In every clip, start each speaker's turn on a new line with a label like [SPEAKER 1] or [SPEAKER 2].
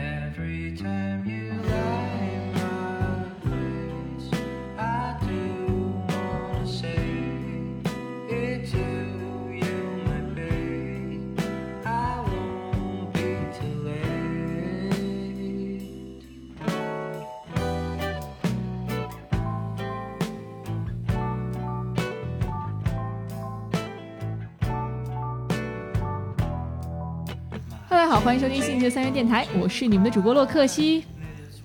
[SPEAKER 1] Every time you like my face, I do wanna say it to you, my babe. I won't be too late.
[SPEAKER 2] Hello，大家好，欢迎收听新一期的三元电台，我是你们的主播洛克西。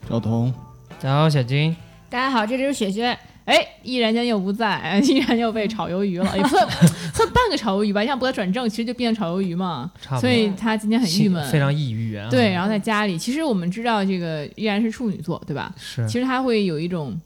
[SPEAKER 3] 赵彤，
[SPEAKER 4] 然后小金，
[SPEAKER 5] 大家好，这里是雪雪。
[SPEAKER 2] 哎，依然间又不在， 依然又被炒鱿鱼 了，也不算算半个炒鱿鱼吧，你想不他转正，其实就变成炒鱿鱼嘛。
[SPEAKER 4] 差不多
[SPEAKER 2] 所以他今天很郁闷，
[SPEAKER 4] 非常抑郁啊。
[SPEAKER 2] 对。，然后在家里，其实我们知道这个依然是处女座，对吧？
[SPEAKER 4] 是
[SPEAKER 2] 其实他会有一种嗯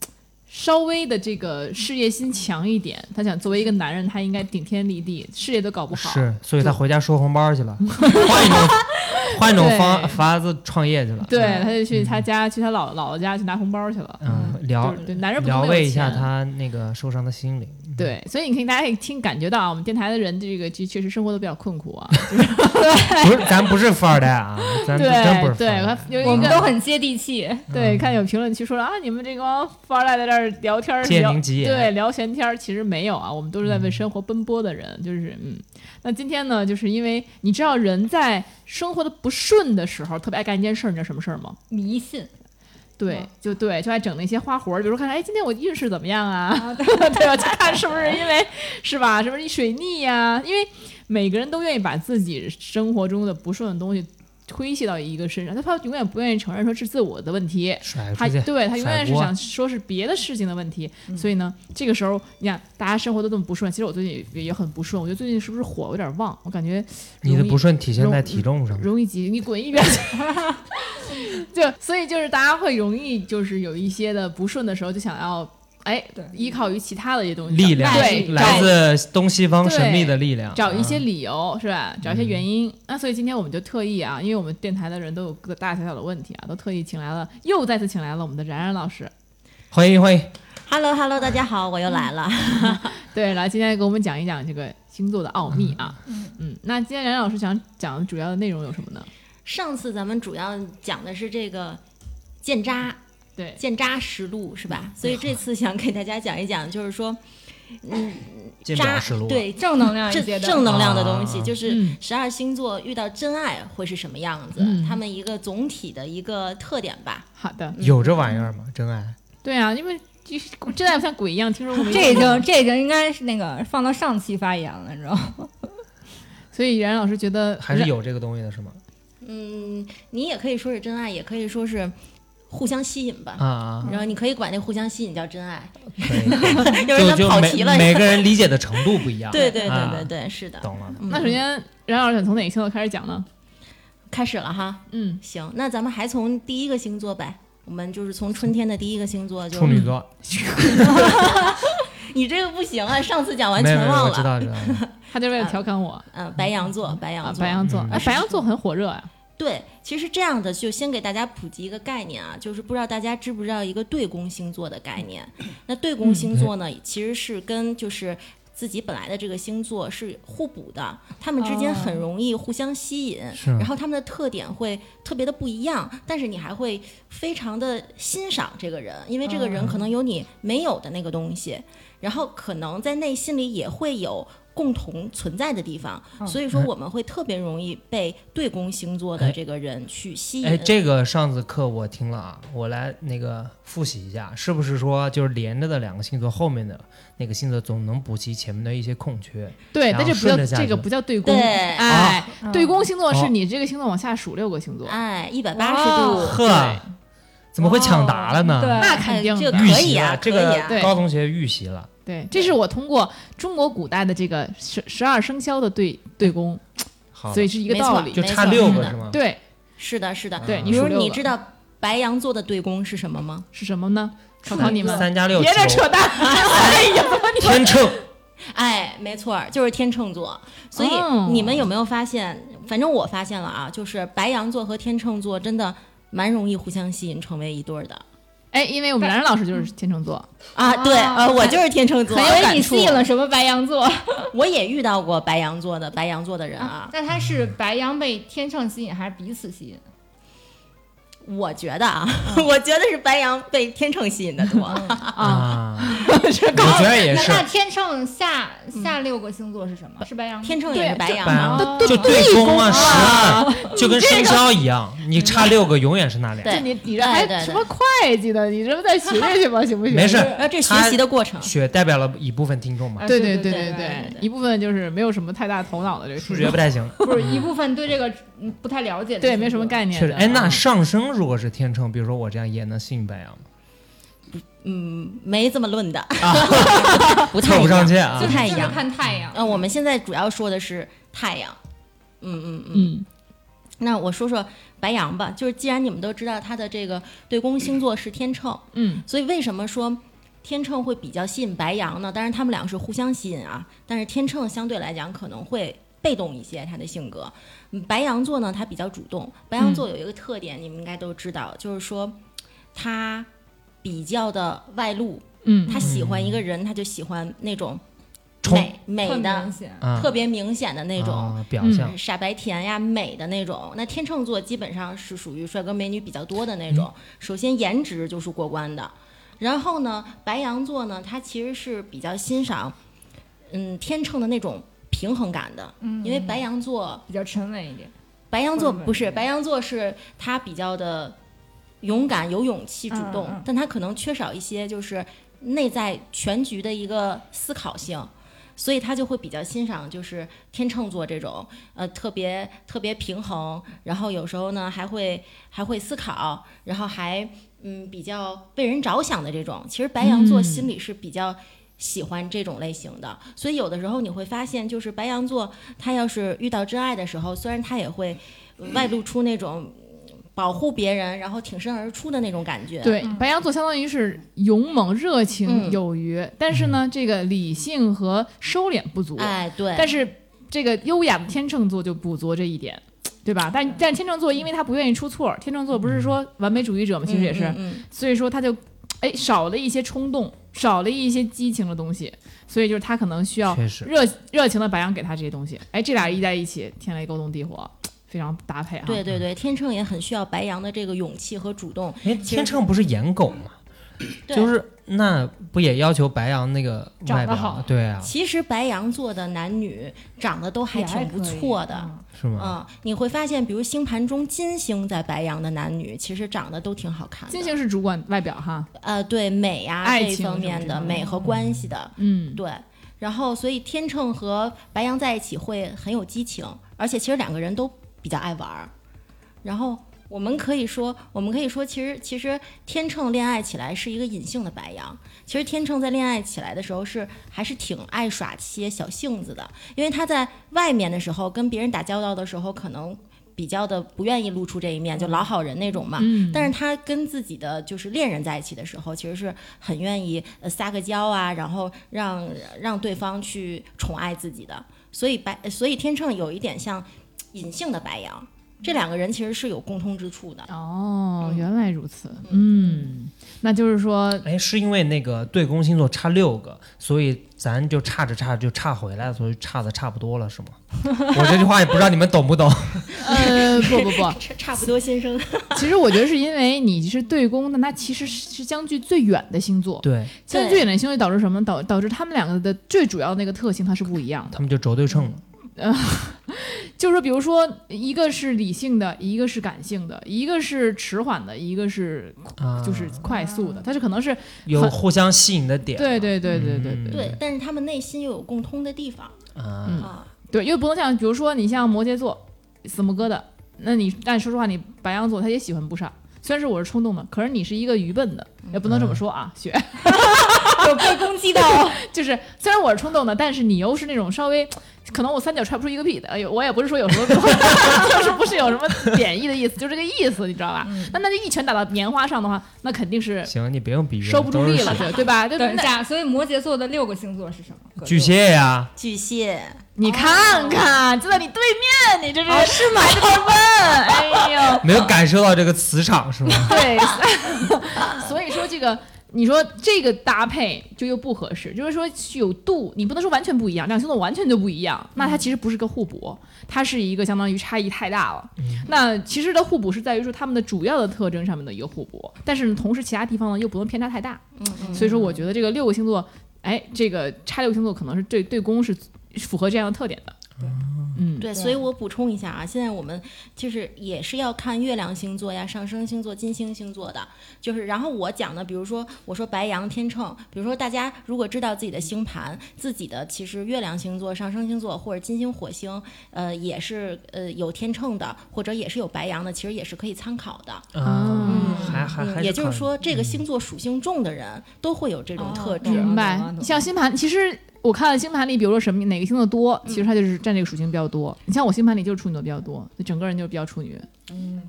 [SPEAKER 2] 稍微的这个事业心强一点，他想作为一个男人，他应该顶天立地，事业都搞不好。
[SPEAKER 4] 是，所以他回家收红包去 了，换一种 换一种
[SPEAKER 2] 对
[SPEAKER 4] 方法子创业去了。
[SPEAKER 2] 对，他就去他家，去他姥姥姥家去拿红包去了。
[SPEAKER 4] 嗯，疗
[SPEAKER 2] 就是对，男人不
[SPEAKER 4] 疗
[SPEAKER 2] 能没有
[SPEAKER 4] 慰一下
[SPEAKER 2] 钱
[SPEAKER 4] 他那个受伤的 心灵。
[SPEAKER 2] 对，所以你可以大家可以听感觉到啊，我们电台的人这个这确实生活都比较困苦啊。
[SPEAKER 4] 不是，咱不是富二 代啊，咱
[SPEAKER 2] 对
[SPEAKER 4] 真不是富嗯
[SPEAKER 2] 对
[SPEAKER 4] 二代。，啊嗯
[SPEAKER 2] 有
[SPEAKER 5] 我
[SPEAKER 2] 一
[SPEAKER 5] 们
[SPEAKER 2] 个
[SPEAKER 5] 都很接地气，
[SPEAKER 2] 对，看有评论区说了啊，你们这帮富二代在这儿聊天儿
[SPEAKER 4] 借
[SPEAKER 2] 聊
[SPEAKER 4] 您吉言嗯
[SPEAKER 2] 对聊闲天儿，其实没有啊，我们都是在为生活奔波的人，就是嗯。那今天呢，就是因为你知道人在生活的不顺的时候，特别爱干一件事儿，你知道什么事儿吗？
[SPEAKER 5] 迷信。
[SPEAKER 2] 对
[SPEAKER 5] 嗯，
[SPEAKER 2] 就对，就爱整那些花活儿，比如说看，哎，今天我运势怎么样啊？
[SPEAKER 5] 啊对
[SPEAKER 2] 对吧？就看是不是因为是吧？ 是不是水逆呀、因为每个人都愿意把自己生活中的不顺的东西推卸到一个身上，他他永远不愿意承认说是自我的问题。
[SPEAKER 4] 甩
[SPEAKER 2] 他
[SPEAKER 4] 出去，
[SPEAKER 2] 对他永远是
[SPEAKER 4] 甩锅
[SPEAKER 2] 想说是别的事情的问题，
[SPEAKER 5] 嗯
[SPEAKER 2] 所以呢，这个时候你看大家生活都这么不顺，其实我最近也也很不顺，我觉得最近是不是火有点旺？我感觉
[SPEAKER 4] 你的
[SPEAKER 2] 容易
[SPEAKER 4] 不顺体现
[SPEAKER 2] 容
[SPEAKER 4] 在体重上。
[SPEAKER 2] 容易急，你滚一边 去。就所以就是大家会容易就是有一些的不顺的时候，就想要哎
[SPEAKER 5] 对
[SPEAKER 2] 依靠于其他的一些东西，
[SPEAKER 4] 力量
[SPEAKER 2] 对，
[SPEAKER 4] 来
[SPEAKER 2] 找
[SPEAKER 4] 自东西方神秘的力量，
[SPEAKER 2] 找一些
[SPEAKER 4] 嗯
[SPEAKER 2] 理由是吧？找一些原因。那所以今天我们就特意啊，因为我们电台的人都有各大大小小的问题啊，都特意请来了，又再次请来了我们的然然老师。
[SPEAKER 4] 欢迎欢迎。
[SPEAKER 6] h e l l o h e l l o 大家好，我又来了。
[SPEAKER 2] 对，来今天给我们讲一讲这个星座的奥秘啊。嗯那今天然然老师想讲的主要的内容有什么呢？
[SPEAKER 6] 上次咱们主要讲的是这个建渣，
[SPEAKER 2] 对
[SPEAKER 6] 建渣实录是吧？所以这次想给大家讲一讲，就是说，嗯，
[SPEAKER 4] 见表
[SPEAKER 6] 渣
[SPEAKER 4] 示录，，
[SPEAKER 6] 对
[SPEAKER 5] 正能量一些
[SPEAKER 6] 正
[SPEAKER 5] 的
[SPEAKER 6] 正能量的
[SPEAKER 4] 啊
[SPEAKER 6] 东西，就是
[SPEAKER 2] 嗯
[SPEAKER 6] 十二星座遇到真爱会是什么样子
[SPEAKER 2] 嗯，
[SPEAKER 6] 他们一个总体的一个特点吧。
[SPEAKER 2] 好的，
[SPEAKER 4] 有这玩意儿吗？真爱
[SPEAKER 2] 对啊，因为就是真的像鬼一样，听说过没有？
[SPEAKER 5] 这已经这已经应该是那个放到上期发言了，你知道吗？
[SPEAKER 2] 所以冉老师觉得
[SPEAKER 4] 还是有这个东西的是吗？
[SPEAKER 6] 嗯，你也可以说是真爱，也可以说是互相吸引吧。
[SPEAKER 4] 啊啊，
[SPEAKER 6] 然后你可以管那互相吸引叫真爱，
[SPEAKER 2] 嗯
[SPEAKER 4] 可以，
[SPEAKER 6] 有
[SPEAKER 4] 就
[SPEAKER 6] 人想
[SPEAKER 4] 就
[SPEAKER 6] 跑
[SPEAKER 4] 每
[SPEAKER 6] 题了。
[SPEAKER 4] 每个人理解的程度不一 样。
[SPEAKER 6] 对对对
[SPEAKER 4] 啊
[SPEAKER 6] 对对，是的。
[SPEAKER 4] 懂了。
[SPEAKER 6] 嗯
[SPEAKER 2] 那首先冉老师想从哪个星座开始讲呢？
[SPEAKER 6] 开始了哈，
[SPEAKER 2] 嗯，
[SPEAKER 6] 行，那咱们还从第一个星座呗，我们就是从春天的第一个星座就
[SPEAKER 4] 处女座，
[SPEAKER 6] 你这个不行啊，上次讲完
[SPEAKER 4] 没有
[SPEAKER 6] 全
[SPEAKER 4] 没有，
[SPEAKER 6] 忘
[SPEAKER 4] 我知道
[SPEAKER 6] 了。
[SPEAKER 4] 知道。
[SPEAKER 2] 他就是为了调侃我
[SPEAKER 6] 嗯、白羊座，白羊
[SPEAKER 2] 啊，
[SPEAKER 6] 座，
[SPEAKER 2] 白羊座，
[SPEAKER 4] 嗯
[SPEAKER 2] 哎，白羊座很火热啊。
[SPEAKER 6] 对，其实这样的就先给大家普及一个概念啊，就是不知道大家知不知道一个对宫星座的概念。
[SPEAKER 4] 嗯
[SPEAKER 6] 那对宫星座呢，其实是跟就是自己本来的这个星座是互补的，他们之
[SPEAKER 2] 哦
[SPEAKER 6] 间很容易互相吸引，
[SPEAKER 4] 是
[SPEAKER 2] 嗯
[SPEAKER 6] 然后他们的特点会特别的不一样，但是你还会非常的欣赏这个人，因为这个人可能有你没有的那个东
[SPEAKER 2] 嗯
[SPEAKER 6] 西，然后可能在内心里也会有。共同存在的地方，
[SPEAKER 2] 嗯
[SPEAKER 6] 所以说我们会特别容易被对宫星座
[SPEAKER 2] 哎
[SPEAKER 6] 的这个人去吸引。
[SPEAKER 4] 哎，这个上次课我听了啊，我来那个复习一下，是不是说就是连着的两个星座后面的那个星座总能补齐前面的一些空缺？
[SPEAKER 2] 对，
[SPEAKER 4] 然
[SPEAKER 2] 但
[SPEAKER 4] 后
[SPEAKER 2] 这不叫
[SPEAKER 4] 顺着下去
[SPEAKER 2] 这个不叫对宫，
[SPEAKER 6] 对
[SPEAKER 2] 哎，
[SPEAKER 5] 啊
[SPEAKER 2] 对宫星座是
[SPEAKER 4] 哦
[SPEAKER 2] 你这个星座往下数六个星座，
[SPEAKER 6] 哎，一百八十
[SPEAKER 5] 哇
[SPEAKER 6] 度，
[SPEAKER 4] 呵，怎么会抢答了呢？
[SPEAKER 5] 对
[SPEAKER 2] 那肯定
[SPEAKER 6] 哎这
[SPEAKER 2] 的
[SPEAKER 6] 个
[SPEAKER 4] 预
[SPEAKER 6] 可以
[SPEAKER 4] 习
[SPEAKER 6] 啊
[SPEAKER 4] 了，这
[SPEAKER 6] 可以啊
[SPEAKER 4] 个
[SPEAKER 2] 对
[SPEAKER 4] 高同学预习了，
[SPEAKER 2] 对，这是我通过中国古代的这个十十二生肖的对对宫，
[SPEAKER 4] 好
[SPEAKER 2] 所，以是一个
[SPEAKER 6] 没错
[SPEAKER 2] 道理
[SPEAKER 4] 就。哦差
[SPEAKER 6] 没错
[SPEAKER 4] 六
[SPEAKER 6] 是
[SPEAKER 4] 个
[SPEAKER 6] 的
[SPEAKER 4] 是吗？
[SPEAKER 2] 对，
[SPEAKER 6] 是的，是的。
[SPEAKER 2] 对你
[SPEAKER 6] 比如
[SPEAKER 2] 说六
[SPEAKER 6] 你
[SPEAKER 2] 个
[SPEAKER 6] 知道白羊座的对宫是什么吗？
[SPEAKER 2] 是什么呢？考考你们，
[SPEAKER 4] 三加六，
[SPEAKER 2] 别再扯淡。哎呀，
[SPEAKER 4] 九，天秤，
[SPEAKER 6] 哎，没错儿，就是天秤座。所以
[SPEAKER 2] 哦
[SPEAKER 6] 你们有没有发现？反正我发现了啊，就是白羊座和天秤座真的蛮容易互相吸引，成为一对儿的
[SPEAKER 2] 哎，因为我们冉冉老师就是天秤座，
[SPEAKER 6] 啊。对，呃，我就是天秤座，
[SPEAKER 2] 哦很有
[SPEAKER 5] 所
[SPEAKER 6] 所以
[SPEAKER 5] 以
[SPEAKER 2] 感
[SPEAKER 5] 你
[SPEAKER 2] 触
[SPEAKER 5] 吸引了什么白羊座？
[SPEAKER 6] 我也遇到过白羊座的白羊座的人啊。
[SPEAKER 5] 那他是白羊被天秤吸引，还是彼此吸引？
[SPEAKER 6] 我觉得啊，
[SPEAKER 2] 嗯
[SPEAKER 6] 我觉得是白羊被天秤吸引的 多。
[SPEAKER 4] 啊，
[SPEAKER 2] 这
[SPEAKER 4] 我觉得也
[SPEAKER 5] 那
[SPEAKER 4] 是，
[SPEAKER 5] 那天秤下
[SPEAKER 2] 嗯
[SPEAKER 5] 下六个星座是什么？是白羊吗？
[SPEAKER 6] 天秤也是白羊啊
[SPEAKER 4] 白
[SPEAKER 6] 吗？
[SPEAKER 4] 羊
[SPEAKER 5] 哦
[SPEAKER 4] 啊就对宫啊，
[SPEAKER 2] 地宫
[SPEAKER 4] 十
[SPEAKER 2] 啊
[SPEAKER 4] 二就跟生肖一样，你差六个永远是那俩。
[SPEAKER 6] 对
[SPEAKER 2] 你你这还
[SPEAKER 6] 对对对
[SPEAKER 2] 什么会计的？你这不再学学去吧， 行不行？
[SPEAKER 4] 没事，
[SPEAKER 6] 然后这学习的过程，
[SPEAKER 4] 雪代表了一部分听众嘛，
[SPEAKER 2] 对
[SPEAKER 5] 对
[SPEAKER 2] 对
[SPEAKER 5] 对
[SPEAKER 6] 对
[SPEAKER 2] 对
[SPEAKER 6] 对，
[SPEAKER 2] 一部分就是没有什么太大头脑的这个
[SPEAKER 4] 数学不太行。
[SPEAKER 5] 不是一部分对这个嗯不太了解的，
[SPEAKER 2] 对，没什么概念
[SPEAKER 4] 确
[SPEAKER 2] 的。
[SPEAKER 4] 实，哎，那
[SPEAKER 6] 啊
[SPEAKER 2] 嗯
[SPEAKER 4] 上升如果是天秤，比如说我这样也能吸引白羊啊吗？
[SPEAKER 6] 嗯，没这么论的，
[SPEAKER 2] 啊
[SPEAKER 6] 不太
[SPEAKER 4] 凑不
[SPEAKER 6] 一
[SPEAKER 4] 上
[SPEAKER 6] 样。
[SPEAKER 4] 去啊
[SPEAKER 5] 就
[SPEAKER 6] 不
[SPEAKER 5] 是
[SPEAKER 6] 太一
[SPEAKER 5] 就
[SPEAKER 6] 样
[SPEAKER 5] 是看太阳。
[SPEAKER 6] 呃，我们现在主要说的是太阳。嗯嗯嗯。
[SPEAKER 2] 嗯，
[SPEAKER 6] 那我说说白羊吧，就是既然你们都知道他的这个对宫星座是天秤，
[SPEAKER 2] 嗯，
[SPEAKER 6] 所以为什么说天秤会比较吸引白羊呢？当然他们俩是互相吸引啊，但是天秤相对来讲可能会被动一些，他的性格。嗯白羊座呢，他比较主动。白羊座有一个特点，你们应该都知道，就是说他比较的外露，
[SPEAKER 2] 嗯，
[SPEAKER 6] 他喜欢一个人，他就喜欢那种
[SPEAKER 4] 冲
[SPEAKER 6] 美美
[SPEAKER 5] 特
[SPEAKER 6] 的
[SPEAKER 5] 明、显
[SPEAKER 4] 啊，
[SPEAKER 6] 特别明显的那种。
[SPEAKER 4] 啊表
[SPEAKER 2] 嗯
[SPEAKER 4] 象。
[SPEAKER 6] 傻白甜呀、美的那种。那天秤座基本上是属于帅哥美女比较多的那种。 首先颜值就是过关的，然后呢，白羊座呢，他其实是比较欣赏，嗯，天秤的那种平衡感的，
[SPEAKER 5] 嗯
[SPEAKER 6] 因为白羊座，
[SPEAKER 5] 比较沉稳一点，
[SPEAKER 6] 白羊座
[SPEAKER 5] 会
[SPEAKER 6] 不是
[SPEAKER 5] 稳
[SPEAKER 6] 白羊座是他比较的勇敢、有勇气、主动，
[SPEAKER 5] 嗯嗯
[SPEAKER 6] 但他可能缺少一些就是内在全局的一个思考性。所以他就会比较欣赏就是天秤座这种，呃，特别特别平衡，然后有时候呢还会还会思考，然后还嗯比较为人着想的这种。其实白羊座
[SPEAKER 2] 嗯
[SPEAKER 6] 心里是比较喜欢这种类型的，所以有的时候你会发现，就是白羊座他要是遇到真爱的时候，虽然他也会呃外露出那种。保护别人，然后挺身而出的那种感觉。
[SPEAKER 2] 对
[SPEAKER 5] 嗯
[SPEAKER 2] 白羊座相当于是勇猛、热情、
[SPEAKER 6] 嗯
[SPEAKER 2] 有余，但是
[SPEAKER 4] 嗯
[SPEAKER 2] 呢，这个理性和收敛不足。
[SPEAKER 6] 哎，对。
[SPEAKER 2] 但是这个优雅的天秤座就补足这一点，对吧？但但天秤座因为他不愿意出错，天秤座不是说完美主义者吗？其实也是，
[SPEAKER 6] 嗯嗯
[SPEAKER 2] 所以说他就哎少了一些冲动，少了一些激情的东西，所以就是他可能需要
[SPEAKER 4] 确实，
[SPEAKER 2] 热热情的白羊给他这些东西，哎，这俩一在一起，天雷勾动地火，非常搭配啊。
[SPEAKER 6] 对对对，天秤也很需要白羊的这个勇气和主动。
[SPEAKER 4] 因为天秤不是颜狗嘛，
[SPEAKER 6] 对
[SPEAKER 4] 就是那不也要求白羊那个
[SPEAKER 2] 长
[SPEAKER 4] 外
[SPEAKER 2] 得
[SPEAKER 4] 表
[SPEAKER 2] 好？
[SPEAKER 4] 对啊，
[SPEAKER 6] 其实白羊座的男女长得都还
[SPEAKER 5] 也还
[SPEAKER 6] 挺不错的。
[SPEAKER 4] 是吗？
[SPEAKER 6] 嗯，你会发现，比如星盘中金星在白羊的男女，其实长得都挺好看的。
[SPEAKER 2] 金星是主管外表哈，
[SPEAKER 6] 呃，对美呀、
[SPEAKER 2] 爱
[SPEAKER 6] 这一
[SPEAKER 2] 情
[SPEAKER 6] 方
[SPEAKER 2] 什么
[SPEAKER 6] 面
[SPEAKER 2] 之
[SPEAKER 6] 的
[SPEAKER 2] 类的
[SPEAKER 6] 美和关系的，
[SPEAKER 2] 嗯，
[SPEAKER 6] 对。然后，所以天秤和白羊在一起会很有激情，而且其实两个人都比较爱玩儿。然后我们可以说，我们可以说，其实其实天秤恋爱起来是一个隐性的白羊。其实天秤在恋爱起来的时候是还是挺爱耍些小性子的，因为他在外面的时候跟别人打交道的时候，可能比较的不愿意露出这一面，就老好人那种嘛。
[SPEAKER 2] 嗯
[SPEAKER 6] 但是他跟自己的就是恋人在一起的时候，其实是很愿意呃撒个娇啊，然后让让对方去宠爱自己的。所以白，呃所以天秤有一点像隐性的白羊，这两个人其实是有共通之处的。
[SPEAKER 2] 哦，
[SPEAKER 6] 嗯
[SPEAKER 2] 原来如此，嗯，那就是说，
[SPEAKER 4] 哎，是因为那个对宫星座差六个，所以咱就差着差着就差回来了，所以差的差不多了，是吗？我这句话也不知道你们懂不懂。
[SPEAKER 2] 呃，不不不，
[SPEAKER 6] 差差不多先生，
[SPEAKER 2] 其实我觉得是因为你是对宫，但它其实是是相距最远的星座，
[SPEAKER 4] 对
[SPEAKER 2] 相距最远的星座导致什么？导导致他们两个的最主要的那个特性它是不一样的，
[SPEAKER 4] 他们就轴对称了，
[SPEAKER 2] 就是说比如说一个是理性的，一个是感性的，一个是迟缓的，一个是
[SPEAKER 4] 啊，
[SPEAKER 2] 就是快速的，它是可能是
[SPEAKER 4] 有
[SPEAKER 2] 很
[SPEAKER 4] 互相吸引的点。
[SPEAKER 2] 对对对对对对
[SPEAKER 4] 嗯
[SPEAKER 6] 对，但是他们内心又有共通的地方
[SPEAKER 4] 啊，
[SPEAKER 2] 嗯
[SPEAKER 6] 啊。
[SPEAKER 2] 对，因为不能像比如说你像摩羯座死木疙瘩，那你但说实话，你白羊座他也喜欢不傻。虽然是我是冲动的，可是你是一个愚笨的，也不能这
[SPEAKER 4] 嗯
[SPEAKER 2] 么说啊，雪、
[SPEAKER 5] 有被攻击到，
[SPEAKER 2] 就是虽然我是冲动的，但是你又是那种稍微，可能我三脚踹不出一个屁的。哎呦，我也不是说有什么， 就是不是有什么贬义的意思，就这个意思，你知道吧？
[SPEAKER 4] 嗯
[SPEAKER 2] 那那就一拳打到棉花上的话，那肯定是
[SPEAKER 4] 行，你别用比喻了，
[SPEAKER 2] 收不住
[SPEAKER 4] 都是
[SPEAKER 2] 力了，
[SPEAKER 4] 水
[SPEAKER 2] 对对吧？对
[SPEAKER 5] 等一
[SPEAKER 2] 那
[SPEAKER 5] 下，所以摩羯座的六个星座是什么？
[SPEAKER 4] 巨蟹呀、
[SPEAKER 6] 巨蟹，
[SPEAKER 2] 你看看，就在你对面，你这是、哦是吗？这么问，哎呦，
[SPEAKER 4] 没有感受到这个磁场是吗？
[SPEAKER 2] 对，所以说这个你说这个搭配就又不合适，就是说有度，你不能说完全不一样，两星座完全就不一样，那它其实不是个互补，它是一个相当于差异太大
[SPEAKER 4] 嗯
[SPEAKER 2] 了。那其实的互补是在于说他们的主要的特征上面的一个互补，但是同时其他地方呢又不能偏差太大。
[SPEAKER 6] 嗯
[SPEAKER 2] 所以说，我觉得这个六个星座，哎，这个差六个星座可能是对对宫是符合这样的特点的。嗯，
[SPEAKER 6] 对，所以我补充一下啊，现在我们就是也是要看月亮星座呀、上升星座、金星星座的，就是然后我讲的，比如说我说白羊、天秤，比如说大家如果知道自己的星盘，自己的其实月亮星座、上升星座或者金星、火星，呃，也是呃有天秤的，或者也是有白羊的，其实也是可以参考的。
[SPEAKER 4] 啊，
[SPEAKER 2] 嗯
[SPEAKER 4] 还还还
[SPEAKER 6] 嗯，也就是
[SPEAKER 4] 可以
[SPEAKER 6] 说，这个
[SPEAKER 4] 嗯
[SPEAKER 6] 星座属性重的人都会有这种特质。
[SPEAKER 2] 明白
[SPEAKER 6] 啊
[SPEAKER 5] 懂了懂。了
[SPEAKER 2] 像星盘，其实我看了星盘里，比如说什么哪个星座多，其实
[SPEAKER 6] 嗯
[SPEAKER 2] 它就是占这个属性比较多。你像我星盘里就是处女座比较多，就整个人就是比较处女。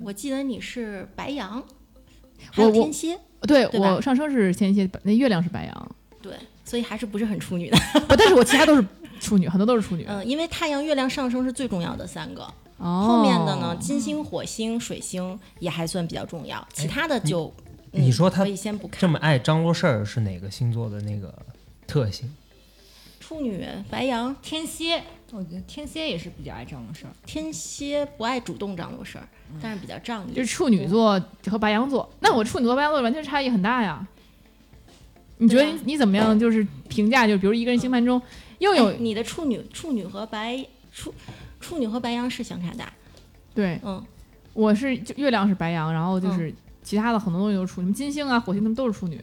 [SPEAKER 6] 我记得你是白羊，还
[SPEAKER 2] 我
[SPEAKER 6] 有
[SPEAKER 2] 我
[SPEAKER 6] 天蝎，
[SPEAKER 2] 对
[SPEAKER 6] 对吧
[SPEAKER 2] 我上升是天蝎，那月亮是白羊，
[SPEAKER 6] 对，所以还是不是很处女的。
[SPEAKER 2] 不，但是我其他都是处女，很多都是处女。
[SPEAKER 6] 嗯，因为太阳、月亮、上升是最重要的三个，
[SPEAKER 2] 哦，
[SPEAKER 6] 嗯后面的呢，？金星、火星、水星也还算比较重要，其他的就
[SPEAKER 4] 哎
[SPEAKER 6] 嗯
[SPEAKER 4] 你你说他
[SPEAKER 6] 可以先不看。
[SPEAKER 4] 这么爱张罗事儿是哪个星座的那个特性？
[SPEAKER 6] 处女、白羊、
[SPEAKER 5] 天蝎，我觉得天蝎也是比较爱张罗事儿。
[SPEAKER 6] 天蝎不爱主动张罗事儿，但是比较仗
[SPEAKER 2] 就是。
[SPEAKER 6] 义
[SPEAKER 2] 处女座和白羊座，那我处女座、白羊座完全差异很大呀。你觉得
[SPEAKER 6] 对啊
[SPEAKER 2] 你你怎么样？就是评价，就比如一个人星盘中又有
[SPEAKER 6] 哎你的处女、处女和白处处女和白羊是相差大，
[SPEAKER 2] 对，
[SPEAKER 6] 嗯，
[SPEAKER 2] 我是就月亮是白羊，然后就是其他的很多东西都是处女，什么金星啊、火星他们都是处女。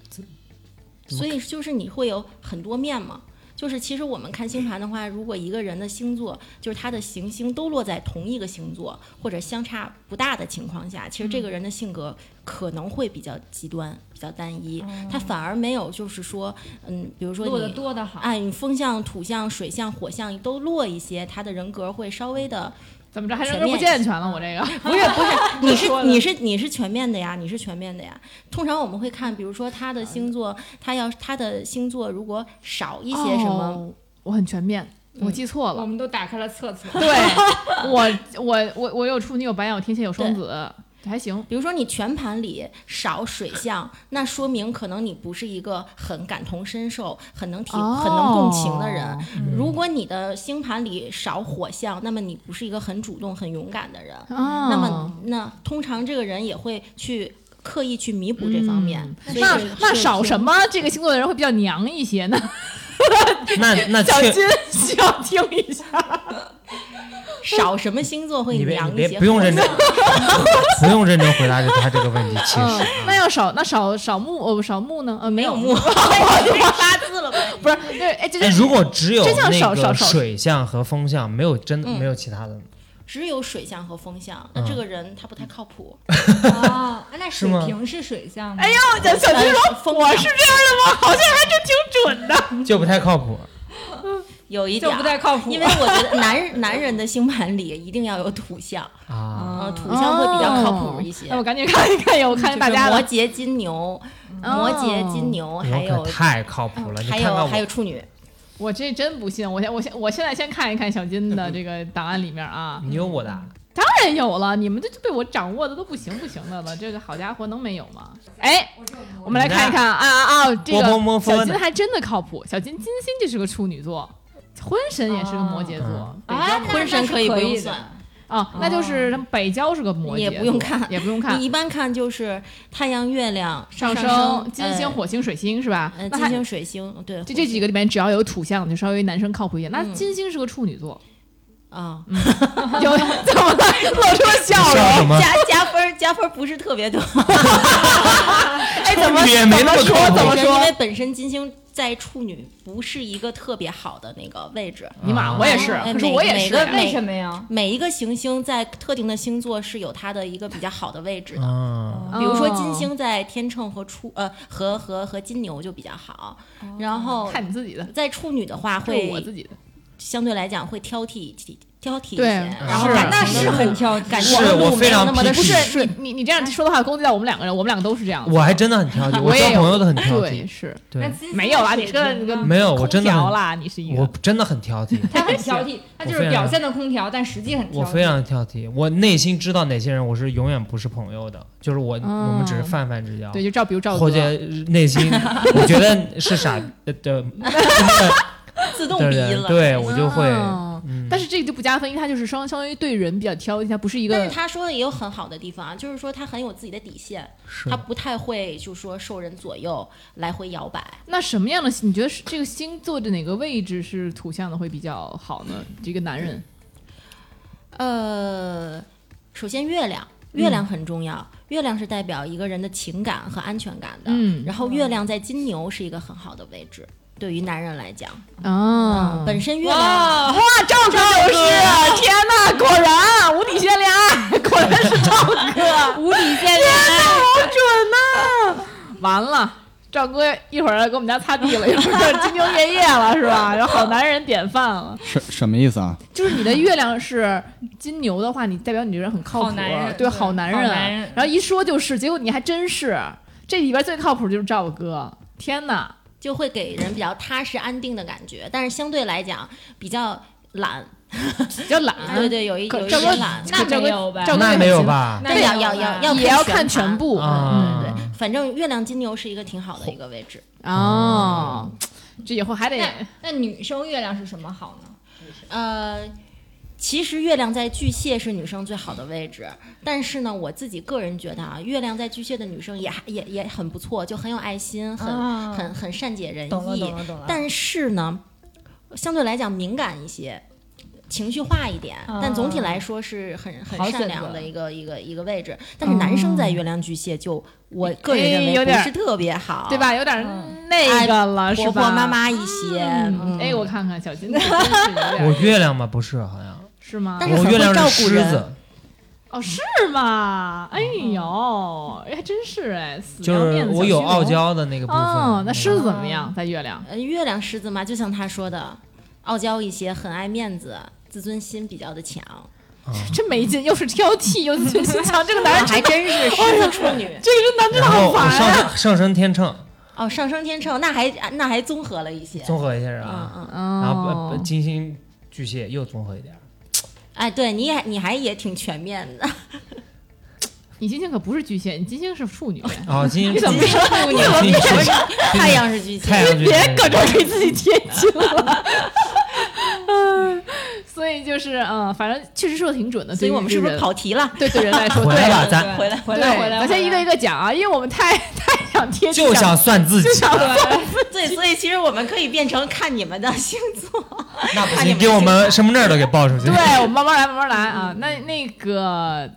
[SPEAKER 6] 所以就是你会有很多面嘛。就是其实我们看星盘的话，如果一个人的星座就是他的行星都落在同一个星座或者相差不大的情况下，其实这
[SPEAKER 5] 嗯
[SPEAKER 6] 个人的性格可能会比较极端、比较单一，哦他反而没有就是说，嗯，比如说
[SPEAKER 5] 哦落的
[SPEAKER 6] 你。
[SPEAKER 5] 多的好，
[SPEAKER 6] 哎，你风象、土象、水象、火象都落一些，他的人格会稍微的，
[SPEAKER 2] 怎么着还
[SPEAKER 6] 全
[SPEAKER 2] 人格不
[SPEAKER 6] 面
[SPEAKER 2] 健全了？我这个
[SPEAKER 6] 不是不是，你是
[SPEAKER 2] 说的
[SPEAKER 6] 你是你是全面的呀，你是全面的呀。通常我们会看，比如说他的星座，他要他的星座如果少一些什么
[SPEAKER 2] 哦我很全面，我记错
[SPEAKER 5] 我
[SPEAKER 2] 了。
[SPEAKER 5] 们都打开了测测。
[SPEAKER 2] 嗯 对我我我我有处女，有白羊，有天蝎，有双子，还行。
[SPEAKER 6] 比如说你全盘里少水象，那说明可能你不是一个很感同身受、很能体、很能共情的人
[SPEAKER 2] 哦。
[SPEAKER 6] 如果你的星盘里少火象，那么你不是一个很主动、很勇敢的人。
[SPEAKER 2] 哦
[SPEAKER 6] 那么，那通常这个人也会去刻意去弥补这方面。所
[SPEAKER 2] 嗯
[SPEAKER 6] 以
[SPEAKER 2] 那
[SPEAKER 6] 是
[SPEAKER 2] 那
[SPEAKER 6] 是
[SPEAKER 2] 少
[SPEAKER 6] 是
[SPEAKER 2] 什么？这个星座的人会比较娘一些 呢？
[SPEAKER 4] 那那
[SPEAKER 2] 小
[SPEAKER 4] 确
[SPEAKER 2] 金需要听一 下。
[SPEAKER 6] 少什么星座会
[SPEAKER 4] 你别
[SPEAKER 6] 凉
[SPEAKER 4] 你
[SPEAKER 6] 一
[SPEAKER 4] 别
[SPEAKER 6] 些？
[SPEAKER 4] 不用认真，不用认真回答他这个问题。其
[SPEAKER 2] 嗯
[SPEAKER 4] 实，
[SPEAKER 2] 那要少那少少木哦少木呢？呃，没有 木，
[SPEAKER 6] 八字了呗。
[SPEAKER 2] 不是对哎，这
[SPEAKER 4] 哎，
[SPEAKER 2] 是
[SPEAKER 4] 如果只有
[SPEAKER 2] 真相
[SPEAKER 4] 那
[SPEAKER 2] 少
[SPEAKER 4] 个
[SPEAKER 2] 少少
[SPEAKER 4] 水象和风象，没有真的
[SPEAKER 6] 嗯
[SPEAKER 4] 没有其他的，
[SPEAKER 6] 只有水象和风象，
[SPEAKER 4] 嗯
[SPEAKER 6] 那这个人他不太靠谱。
[SPEAKER 5] 哦，那
[SPEAKER 4] 是
[SPEAKER 5] 水
[SPEAKER 4] 吗
[SPEAKER 5] 瓶是水象吗？
[SPEAKER 2] 哎呦，小金
[SPEAKER 6] 呃
[SPEAKER 2] 说
[SPEAKER 6] 风
[SPEAKER 2] 我
[SPEAKER 6] 象
[SPEAKER 2] 是这样的吗？好像还真挺准的。
[SPEAKER 4] 就不太靠谱。
[SPEAKER 6] 有一
[SPEAKER 5] 就
[SPEAKER 6] 点
[SPEAKER 5] 不
[SPEAKER 6] 儿
[SPEAKER 5] 太靠谱。
[SPEAKER 6] 因为我觉得男男人的星盘里一定要有土象，
[SPEAKER 4] 啊，
[SPEAKER 6] 嗯，
[SPEAKER 5] 嗯
[SPEAKER 6] 土象会比较靠
[SPEAKER 2] 哦
[SPEAKER 6] 谱一些。
[SPEAKER 2] 那我赶紧看一看， 我看
[SPEAKER 6] 就
[SPEAKER 2] 看
[SPEAKER 6] 是
[SPEAKER 2] 大家
[SPEAKER 6] 摩
[SPEAKER 2] 的。
[SPEAKER 6] 羯、金牛、
[SPEAKER 2] 哦
[SPEAKER 6] 摩羯、金牛，
[SPEAKER 2] 嗯
[SPEAKER 6] 还
[SPEAKER 4] 我
[SPEAKER 6] 有嗯
[SPEAKER 4] 可太靠谱了，你
[SPEAKER 6] 还
[SPEAKER 4] 看看
[SPEAKER 6] 有还有
[SPEAKER 4] 我，
[SPEAKER 6] 处女，
[SPEAKER 2] 我这真不信，我先我先我现在先看一看小金 的这个档案里面啊，
[SPEAKER 4] 你有我的啊，
[SPEAKER 2] 当然有了，你们这就被我掌握的都不行不行的了，这个好家伙能没有吗？哎，我们来看一看啊啊啊，这个
[SPEAKER 4] 摸摸摸摸
[SPEAKER 2] 小
[SPEAKER 4] 呢
[SPEAKER 2] 金还真的靠谱，小金金星就是个处女座。婚神也是个摩羯座
[SPEAKER 4] 哦
[SPEAKER 2] 北
[SPEAKER 5] 啊，
[SPEAKER 2] 郊
[SPEAKER 5] 那
[SPEAKER 6] 婚神
[SPEAKER 5] 那是
[SPEAKER 6] 可
[SPEAKER 5] 可
[SPEAKER 6] 以不用
[SPEAKER 5] 的
[SPEAKER 6] 算
[SPEAKER 2] 啊，那就是北郊是个摩羯座，
[SPEAKER 6] 哦也不用看
[SPEAKER 2] 也不用看
[SPEAKER 6] 你一般看就是太阳、月亮、
[SPEAKER 2] 上
[SPEAKER 6] 升、
[SPEAKER 2] 金星、
[SPEAKER 6] 呃
[SPEAKER 2] 火星、水星是吧？
[SPEAKER 6] 呃
[SPEAKER 2] 那
[SPEAKER 6] 金
[SPEAKER 2] 还
[SPEAKER 6] 星、水星，对，
[SPEAKER 2] 这这几个里面只要有土象，就稍微男生靠谱一点。那
[SPEAKER 6] 嗯
[SPEAKER 2] 金星是个处女 座，
[SPEAKER 6] 啊，
[SPEAKER 2] 有怎么露出了 笑
[SPEAKER 4] 你
[SPEAKER 2] 容
[SPEAKER 4] 笑？什么？
[SPEAKER 6] 加加分儿加分儿不是特别多，
[SPEAKER 2] 哎，怎么
[SPEAKER 4] 处女 也没那么
[SPEAKER 2] 怎说
[SPEAKER 4] 靠谱
[SPEAKER 2] 怎么
[SPEAKER 6] 因为
[SPEAKER 2] 说？
[SPEAKER 6] 本身金星在处女不是一个特别好的那个位置，
[SPEAKER 2] 尼
[SPEAKER 4] 啊
[SPEAKER 2] 玛，我也是，
[SPEAKER 6] 哎
[SPEAKER 2] 可是我也
[SPEAKER 6] 每
[SPEAKER 2] 是
[SPEAKER 6] 个
[SPEAKER 2] 呀。
[SPEAKER 5] 为什么呀？
[SPEAKER 6] 每一个行星在特定的星座是有它的一个比较好的位置的。
[SPEAKER 4] 啊，
[SPEAKER 6] 比如说
[SPEAKER 2] 哦
[SPEAKER 6] 金星在天秤和处呃和和和金牛就比较好，
[SPEAKER 2] 哦
[SPEAKER 6] 然后哦
[SPEAKER 2] 看你自己的，
[SPEAKER 6] 在处女的话
[SPEAKER 2] 这是我
[SPEAKER 6] 会
[SPEAKER 2] 自己的。
[SPEAKER 6] 相对来讲会挑剔挑挑剔一
[SPEAKER 2] 对
[SPEAKER 6] 些，然后
[SPEAKER 4] 是
[SPEAKER 6] 感
[SPEAKER 5] 那
[SPEAKER 6] 情
[SPEAKER 5] 是
[SPEAKER 6] 的
[SPEAKER 5] 很
[SPEAKER 6] 路
[SPEAKER 5] 挑剔，
[SPEAKER 6] 感
[SPEAKER 4] 是
[SPEAKER 6] 情的
[SPEAKER 4] 我
[SPEAKER 6] 路
[SPEAKER 4] 非
[SPEAKER 6] 没有
[SPEAKER 4] 常
[SPEAKER 6] 那么的
[SPEAKER 4] 批
[SPEAKER 2] 不
[SPEAKER 4] 评
[SPEAKER 2] 是
[SPEAKER 6] 顺
[SPEAKER 2] 你你你这样说的话，攻击到我们两个人，我们两个都是这样。
[SPEAKER 4] 我还真的很 挑剔，
[SPEAKER 2] 我
[SPEAKER 4] 交
[SPEAKER 2] 也有
[SPEAKER 4] 朋友都很挑剔
[SPEAKER 2] 对，，是
[SPEAKER 5] 那
[SPEAKER 4] 对，
[SPEAKER 5] 其实
[SPEAKER 2] 没有啦，你这个你个
[SPEAKER 4] 没有我真的
[SPEAKER 2] 空
[SPEAKER 4] 很
[SPEAKER 2] 调啦，你是一
[SPEAKER 4] 我
[SPEAKER 2] 个
[SPEAKER 4] 真的很 挑剔，
[SPEAKER 5] 他很挑剔，他就是表现的空调，但实际很挑剔。
[SPEAKER 4] 我非常挑剔，我内心知道哪些人我是永远不是朋友的，就是我
[SPEAKER 2] 嗯
[SPEAKER 4] 我们只是泛泛之交，
[SPEAKER 2] 对，就照比如赵
[SPEAKER 4] 或
[SPEAKER 2] 哥，
[SPEAKER 4] 者内 心我觉得是傻的的
[SPEAKER 6] 自动
[SPEAKER 4] 的
[SPEAKER 6] 逼
[SPEAKER 4] 人，
[SPEAKER 6] 了。
[SPEAKER 4] 对我就会，
[SPEAKER 6] 哦
[SPEAKER 2] 嗯
[SPEAKER 4] 嗯，
[SPEAKER 2] 但是这个就不加分，因为他就是相相当于对人比较挑剔，他不是一
[SPEAKER 6] 但
[SPEAKER 2] 个
[SPEAKER 6] 是他说的也有很好的地方啊，就是说他很有自己的底线，
[SPEAKER 4] 是
[SPEAKER 6] 他不太会就说受人左右，来回摇摆。
[SPEAKER 2] 那什么样的星？你觉得是这个星座的哪个位置是土象的会比较好呢？这个男人，
[SPEAKER 6] 呃，首先月亮，
[SPEAKER 2] 嗯
[SPEAKER 6] 月亮很重要，月亮是代表一个人的情感和安全感的。
[SPEAKER 2] 嗯
[SPEAKER 6] 然后月亮在金牛是一个很好的位置，对于男人来讲，
[SPEAKER 2] 啊
[SPEAKER 6] 本身月亮。
[SPEAKER 2] 哇哇，赵哥就是，啊天哪，果然无底线恋 爱，果然是赵哥，
[SPEAKER 5] 无底线恋爱，
[SPEAKER 2] 好准呐、完了。赵哥一会儿给我们家擦地了，一会 儿金牛爷爷了，是吧？然后好男人典范了。
[SPEAKER 3] 什什么意思啊？
[SPEAKER 2] 就是你的月亮是金牛的话，你代表你这人很靠谱，
[SPEAKER 5] 好男人
[SPEAKER 2] 对，
[SPEAKER 5] 对
[SPEAKER 2] 好男人。啊
[SPEAKER 5] 好男人
[SPEAKER 2] 然后一说就是，结果你还真是，这里边最靠谱就是赵哥。天哪，
[SPEAKER 6] 就会给人比较踏实安定的感觉，但是相对来讲比较懒，啊
[SPEAKER 2] 比较懒。
[SPEAKER 6] 对对，有一
[SPEAKER 2] 可
[SPEAKER 6] 有一
[SPEAKER 2] 赵
[SPEAKER 6] 些
[SPEAKER 2] 哥
[SPEAKER 6] 懒，
[SPEAKER 2] 可赵
[SPEAKER 5] 那
[SPEAKER 2] 哥
[SPEAKER 5] 没哎有吧？
[SPEAKER 2] 赵哥
[SPEAKER 4] 那没有吧？
[SPEAKER 5] 那
[SPEAKER 6] 但要
[SPEAKER 5] 要
[SPEAKER 6] 要要要
[SPEAKER 2] 也要
[SPEAKER 6] 看
[SPEAKER 2] 看
[SPEAKER 6] 全
[SPEAKER 2] 全部嗯
[SPEAKER 4] 啊，
[SPEAKER 6] 对对，反正月亮金牛是一个挺好的一个位置。
[SPEAKER 2] 哦，这以后还得
[SPEAKER 5] 那那女生月亮是什么好呢？
[SPEAKER 6] 呃，其实月亮在巨蟹是女生最好的位置，但是呢，我自己个人觉得啊，月亮在巨蟹的女生也还也也很不错，就很有爱心，很、
[SPEAKER 5] 啊
[SPEAKER 6] 很很善解人
[SPEAKER 5] 懂了懂
[SPEAKER 6] 意。
[SPEAKER 5] 了懂了。
[SPEAKER 6] 但是呢，相对来讲敏感一些。情绪化一点，但总体来说是很很
[SPEAKER 5] 好
[SPEAKER 6] 善
[SPEAKER 5] 选
[SPEAKER 6] 良
[SPEAKER 5] 择
[SPEAKER 6] 的一个一个一个位置。但是男生在月亮巨蟹就，我个人
[SPEAKER 2] 哎
[SPEAKER 6] 认
[SPEAKER 2] 有
[SPEAKER 6] 为不
[SPEAKER 2] 点
[SPEAKER 6] 是特别好，
[SPEAKER 2] 对？吧？有点那个嗯了，是
[SPEAKER 6] 婆
[SPEAKER 2] 吧？
[SPEAKER 6] 婆妈。妈一些，
[SPEAKER 2] 嗯，
[SPEAKER 6] 嗯
[SPEAKER 2] 哎，我看看小金子真是有
[SPEAKER 4] 我
[SPEAKER 2] 点，
[SPEAKER 4] 月亮嘛不是好像，
[SPEAKER 2] 是吗？
[SPEAKER 6] 但是
[SPEAKER 4] 我
[SPEAKER 6] 很
[SPEAKER 4] 月亮
[SPEAKER 6] 会照
[SPEAKER 4] 是
[SPEAKER 6] 顾
[SPEAKER 4] 狮
[SPEAKER 6] 人
[SPEAKER 4] 子，
[SPEAKER 2] 哦，是吗？哎呦，哎还真是哎，死
[SPEAKER 4] 就
[SPEAKER 2] 要面
[SPEAKER 4] 是
[SPEAKER 2] 子
[SPEAKER 4] 我
[SPEAKER 2] 小
[SPEAKER 4] 有
[SPEAKER 2] 虚
[SPEAKER 4] 傲
[SPEAKER 2] 荣。
[SPEAKER 4] 娇的那个部分。
[SPEAKER 2] 哦，那
[SPEAKER 4] 嗯
[SPEAKER 2] 狮子怎么样？在月亮？
[SPEAKER 6] 呃，月亮狮子嘛，就像他说的，傲娇一些，很爱面子，自尊心比较的强。
[SPEAKER 2] 真没劲，又是挑剔，又 是心强，哎这个哦男人
[SPEAKER 6] 啊还
[SPEAKER 2] 真，
[SPEAKER 6] 真 是狮子处女
[SPEAKER 2] 这个男真的
[SPEAKER 4] 然后
[SPEAKER 2] 好
[SPEAKER 4] 我
[SPEAKER 2] 烦
[SPEAKER 4] 上
[SPEAKER 2] 啊。
[SPEAKER 4] 升上升天秤，
[SPEAKER 6] 哦，上升天秤，那还那还综合了一些。
[SPEAKER 4] 综合一下是吧？
[SPEAKER 6] 嗯嗯，
[SPEAKER 4] 然后
[SPEAKER 2] 哦
[SPEAKER 4] 呃金星巨蟹又综合一点儿，
[SPEAKER 6] 哎，对，你也你还也挺全面 的，
[SPEAKER 2] 你金星可不是巨蟹，你金星是处女。哎
[SPEAKER 4] 然后哦金 星
[SPEAKER 2] 你怎么
[SPEAKER 4] 金星
[SPEAKER 2] 你怎么
[SPEAKER 4] 金星巨蟹
[SPEAKER 6] 太阳是巨蟹，
[SPEAKER 4] 太阳巨蟹
[SPEAKER 2] 别搁这儿给自己贴金了。唉所以就是，嗯，反正确实说的挺准的。
[SPEAKER 6] 所以我们是不是
[SPEAKER 2] 对于人
[SPEAKER 6] 跑题了？
[SPEAKER 2] 对对人来 说，
[SPEAKER 4] 回来
[SPEAKER 2] 对
[SPEAKER 4] 吧，
[SPEAKER 5] 对
[SPEAKER 4] 咱
[SPEAKER 6] 回来
[SPEAKER 5] 回来
[SPEAKER 2] 对
[SPEAKER 5] 回来，
[SPEAKER 2] 咱先一个一
[SPEAKER 5] 个。
[SPEAKER 2] 个讲啊，因为我们太太想贴近
[SPEAKER 4] 就
[SPEAKER 2] 想
[SPEAKER 4] 想算自己，
[SPEAKER 6] 对，所以其实我们可以变成看你们的星 座。
[SPEAKER 4] 那不
[SPEAKER 6] 看
[SPEAKER 4] 行，
[SPEAKER 6] 你们
[SPEAKER 4] 给我
[SPEAKER 6] 这
[SPEAKER 4] 们身份证儿都给报出去。
[SPEAKER 2] 对，我们慢慢来，慢慢来啊。那那个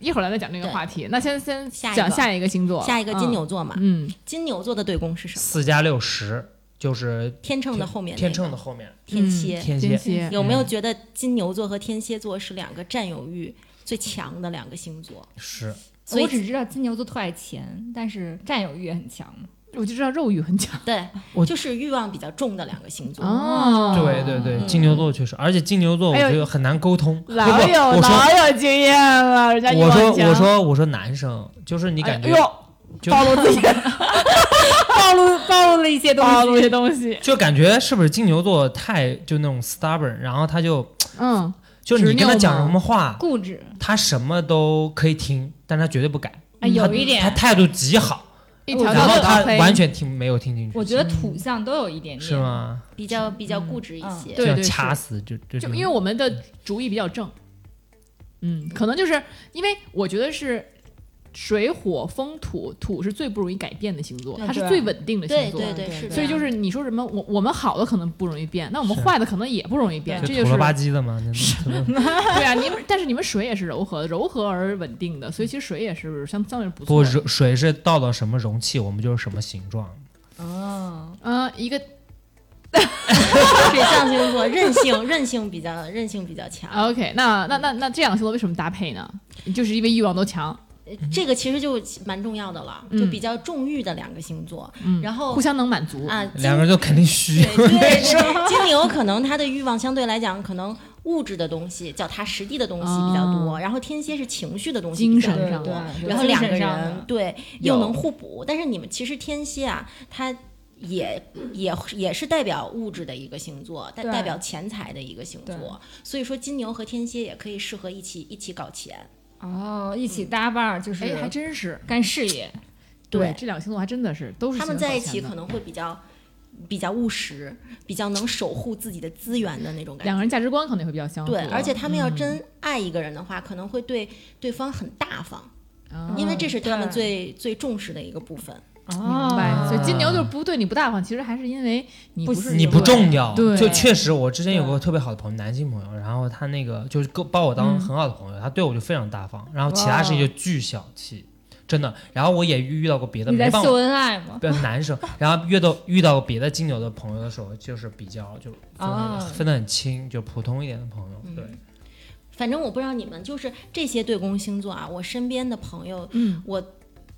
[SPEAKER 2] 一会儿咱再讲这个话题，那先先
[SPEAKER 6] 下一
[SPEAKER 2] 讲
[SPEAKER 6] 个
[SPEAKER 2] 下一个星座，
[SPEAKER 6] 下一个金牛座嘛，
[SPEAKER 2] 嗯，嗯，
[SPEAKER 6] 金牛座的对宫是什 么？
[SPEAKER 4] 四加六十就是
[SPEAKER 6] 天秤的后面、那个，
[SPEAKER 4] 天秤的嗯后面，
[SPEAKER 6] 天蝎。
[SPEAKER 4] 天
[SPEAKER 2] 天蝎
[SPEAKER 4] 蝎
[SPEAKER 6] 有没有觉得金牛座和天蝎座是两个占有欲最强的两个星座？
[SPEAKER 4] 是
[SPEAKER 6] 所以
[SPEAKER 5] 我只知道金牛座特爱钱，但是占有欲也很强。
[SPEAKER 2] 我就知道肉欲很强
[SPEAKER 6] 对
[SPEAKER 4] 我，
[SPEAKER 6] 就是欲望比较重的两个星座。
[SPEAKER 2] 哦
[SPEAKER 4] 对对对，金牛座确实，而且金牛座我
[SPEAKER 2] 哎呦
[SPEAKER 4] 觉得很难沟通。不不，
[SPEAKER 2] 老有
[SPEAKER 4] 我说
[SPEAKER 2] 老有经验了，人家一
[SPEAKER 4] 我说
[SPEAKER 2] 往前
[SPEAKER 4] 我说我说男生就是你感
[SPEAKER 2] 哎
[SPEAKER 4] 觉
[SPEAKER 2] 呦，
[SPEAKER 4] 就
[SPEAKER 2] 暴露自己，
[SPEAKER 5] 暴露暴露了一些东
[SPEAKER 2] 暴露一些
[SPEAKER 5] 西，
[SPEAKER 2] 东西，
[SPEAKER 4] 就感觉是不是金牛座太就那种 stubborn，然后他就
[SPEAKER 2] 嗯，
[SPEAKER 4] 就是你
[SPEAKER 2] 执拗
[SPEAKER 4] 跟他讲
[SPEAKER 2] 吗
[SPEAKER 4] 什么话，
[SPEAKER 5] 固执
[SPEAKER 4] 他什么都可以听，但他绝对不改。
[SPEAKER 5] 啊，有一
[SPEAKER 4] 他
[SPEAKER 5] 点。
[SPEAKER 4] 态度极好，
[SPEAKER 2] 哎一条
[SPEAKER 4] 嗯然
[SPEAKER 2] 道
[SPEAKER 4] 后
[SPEAKER 2] 都
[SPEAKER 4] 他
[SPEAKER 2] 黑
[SPEAKER 4] 完全听没有听进去，
[SPEAKER 5] 我觉得土象都有一点点，
[SPEAKER 4] 是？吗？
[SPEAKER 6] 比较比较固执一
[SPEAKER 5] 嗯
[SPEAKER 6] 些。
[SPEAKER 2] 对
[SPEAKER 4] 就
[SPEAKER 2] 对
[SPEAKER 4] 掐死就就
[SPEAKER 2] 就
[SPEAKER 4] 这种
[SPEAKER 2] 因为我们的主意比较正，嗯，可能就是因为我觉得是水火风土，土是最不容易改变的星座，
[SPEAKER 5] 那
[SPEAKER 2] 它是
[SPEAKER 5] 对
[SPEAKER 2] 最稳定的星
[SPEAKER 6] 啊对
[SPEAKER 2] 座。啊
[SPEAKER 6] 对啊
[SPEAKER 5] 对
[SPEAKER 6] 是的。
[SPEAKER 2] 所以就是你说什么，我我们好的可能不容易变，那我们
[SPEAKER 4] 是
[SPEAKER 2] 坏的可能也不容易变，这
[SPEAKER 4] 就
[SPEAKER 2] 就
[SPEAKER 4] 土
[SPEAKER 2] 是
[SPEAKER 4] 了吧唧的嘛，那种
[SPEAKER 2] 对啊。你们但是你们水也是柔和的，柔和而稳定的，所以其实水也是相相对不
[SPEAKER 4] 不
[SPEAKER 2] 错的。
[SPEAKER 4] 水水是到了什么容器，我们就是什么形 状。
[SPEAKER 5] 哦，
[SPEAKER 2] 嗯，一个
[SPEAKER 6] 水象星座韧性韧性比较韧性比较强，
[SPEAKER 2] OK，那那那那这两个星座为什么搭配呢？就是因为欲望都强，
[SPEAKER 6] 这个其实就蛮重要的了，
[SPEAKER 2] 嗯
[SPEAKER 6] 就比较重欲的两个星座。
[SPEAKER 2] 嗯，
[SPEAKER 6] 然后
[SPEAKER 2] 互相能满足。
[SPEAKER 6] 啊，金
[SPEAKER 4] 两个人就肯定虚
[SPEAKER 6] 对，对，金牛可能他的欲望相对来讲可能物质的东西，脚踏实地的东西比较多，然后天蝎是情绪的东西
[SPEAKER 2] 精
[SPEAKER 6] 比较
[SPEAKER 2] 神
[SPEAKER 5] 对
[SPEAKER 2] 上
[SPEAKER 5] 对
[SPEAKER 6] 多，
[SPEAKER 5] 有
[SPEAKER 6] 然后
[SPEAKER 5] 精
[SPEAKER 6] 两
[SPEAKER 5] 神
[SPEAKER 6] 个
[SPEAKER 5] 上
[SPEAKER 6] 人
[SPEAKER 5] 的
[SPEAKER 6] 对又
[SPEAKER 4] 有
[SPEAKER 6] 能互补，但是你们其实天蝎啊，它也也也是代表物质的一个星座，代
[SPEAKER 5] 对
[SPEAKER 6] 代表钱财的一个星
[SPEAKER 5] 对
[SPEAKER 6] 座，所以说金牛和天蝎也可以适合一起一起搞钱。
[SPEAKER 5] 哦，一起搭伴儿就是
[SPEAKER 2] 哎，还真是。
[SPEAKER 5] 干事业，
[SPEAKER 6] 对
[SPEAKER 2] 这两个星座还真的是都是
[SPEAKER 6] 他们
[SPEAKER 2] 喜欢
[SPEAKER 6] 在一
[SPEAKER 2] 搞
[SPEAKER 6] 起
[SPEAKER 2] 钱的
[SPEAKER 6] 可能会比较比较务实，比较能守护自己的资源的那种感
[SPEAKER 2] 两
[SPEAKER 6] 觉。
[SPEAKER 2] 个人价值观可能会比嗯较相符。
[SPEAKER 6] 对，而且他们要真爱一个人的话，可能会对对方很大方，
[SPEAKER 2] 啊
[SPEAKER 6] 因为这是他们
[SPEAKER 5] 对
[SPEAKER 6] 最最重视的一个部分。
[SPEAKER 2] 明白，
[SPEAKER 4] 啊
[SPEAKER 5] 哦
[SPEAKER 2] 所以金牛就是不对你不大方，其实还是因为你
[SPEAKER 5] 不
[SPEAKER 2] 是
[SPEAKER 5] 喜
[SPEAKER 4] 你不重要，
[SPEAKER 2] 对
[SPEAKER 4] 就确实，我之前有
[SPEAKER 5] 对
[SPEAKER 4] 个特别好的朋友，男性朋友，然后他那个就是跟把我当很好的朋友，他对我就非常大方，然后其他事情就巨小气，真的。然后我也遇到过别的
[SPEAKER 5] 你在
[SPEAKER 4] 没办法
[SPEAKER 5] 秀恩爱吗？
[SPEAKER 4] 不要男生，然后遇到遇到别的金牛的朋友的时候，就是比较就分得
[SPEAKER 5] 啊
[SPEAKER 4] 分得很清，就普通一点的朋友，
[SPEAKER 6] 嗯
[SPEAKER 4] 对，
[SPEAKER 6] 反正我不知道你们，就是这些对宫星座啊，我身边的朋友，
[SPEAKER 2] 嗯，
[SPEAKER 6] 我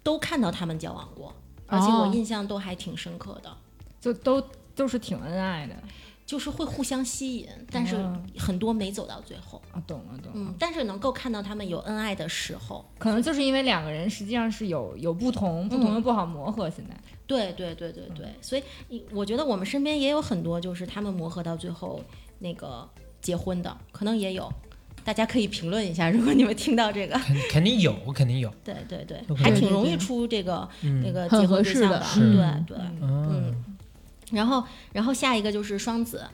[SPEAKER 6] 都看到他们交往过，而且我
[SPEAKER 2] 哦
[SPEAKER 6] 印象都还挺深刻的，
[SPEAKER 5] 就都都是挺恩爱的
[SPEAKER 6] 就是会互相吸引，但是
[SPEAKER 5] 哦
[SPEAKER 6] 很多没走到最后。
[SPEAKER 5] 啊，懂了懂了。
[SPEAKER 6] 嗯，但是能够看到他们有恩爱的时候。
[SPEAKER 5] 可能就是因为两个人实际上是有有不同，不同又不好磨合。现在、
[SPEAKER 6] 对对对对对，所以你我觉得我们身边也有很多，就是他们磨合到最后那个结婚的，可能也有。大家可以评论一下，如果你们听到这个，
[SPEAKER 4] 肯肯定有，肯定有，
[SPEAKER 6] 对对对，
[SPEAKER 4] OK
[SPEAKER 6] 还挺容易出这个那
[SPEAKER 4] 嗯
[SPEAKER 6] 个
[SPEAKER 2] 很
[SPEAKER 6] 结
[SPEAKER 2] 合
[SPEAKER 6] 婚对
[SPEAKER 2] 适
[SPEAKER 6] 象
[SPEAKER 2] 的
[SPEAKER 4] 是
[SPEAKER 6] 对对。
[SPEAKER 4] 嗯，
[SPEAKER 6] 然后然后下一个就是双子，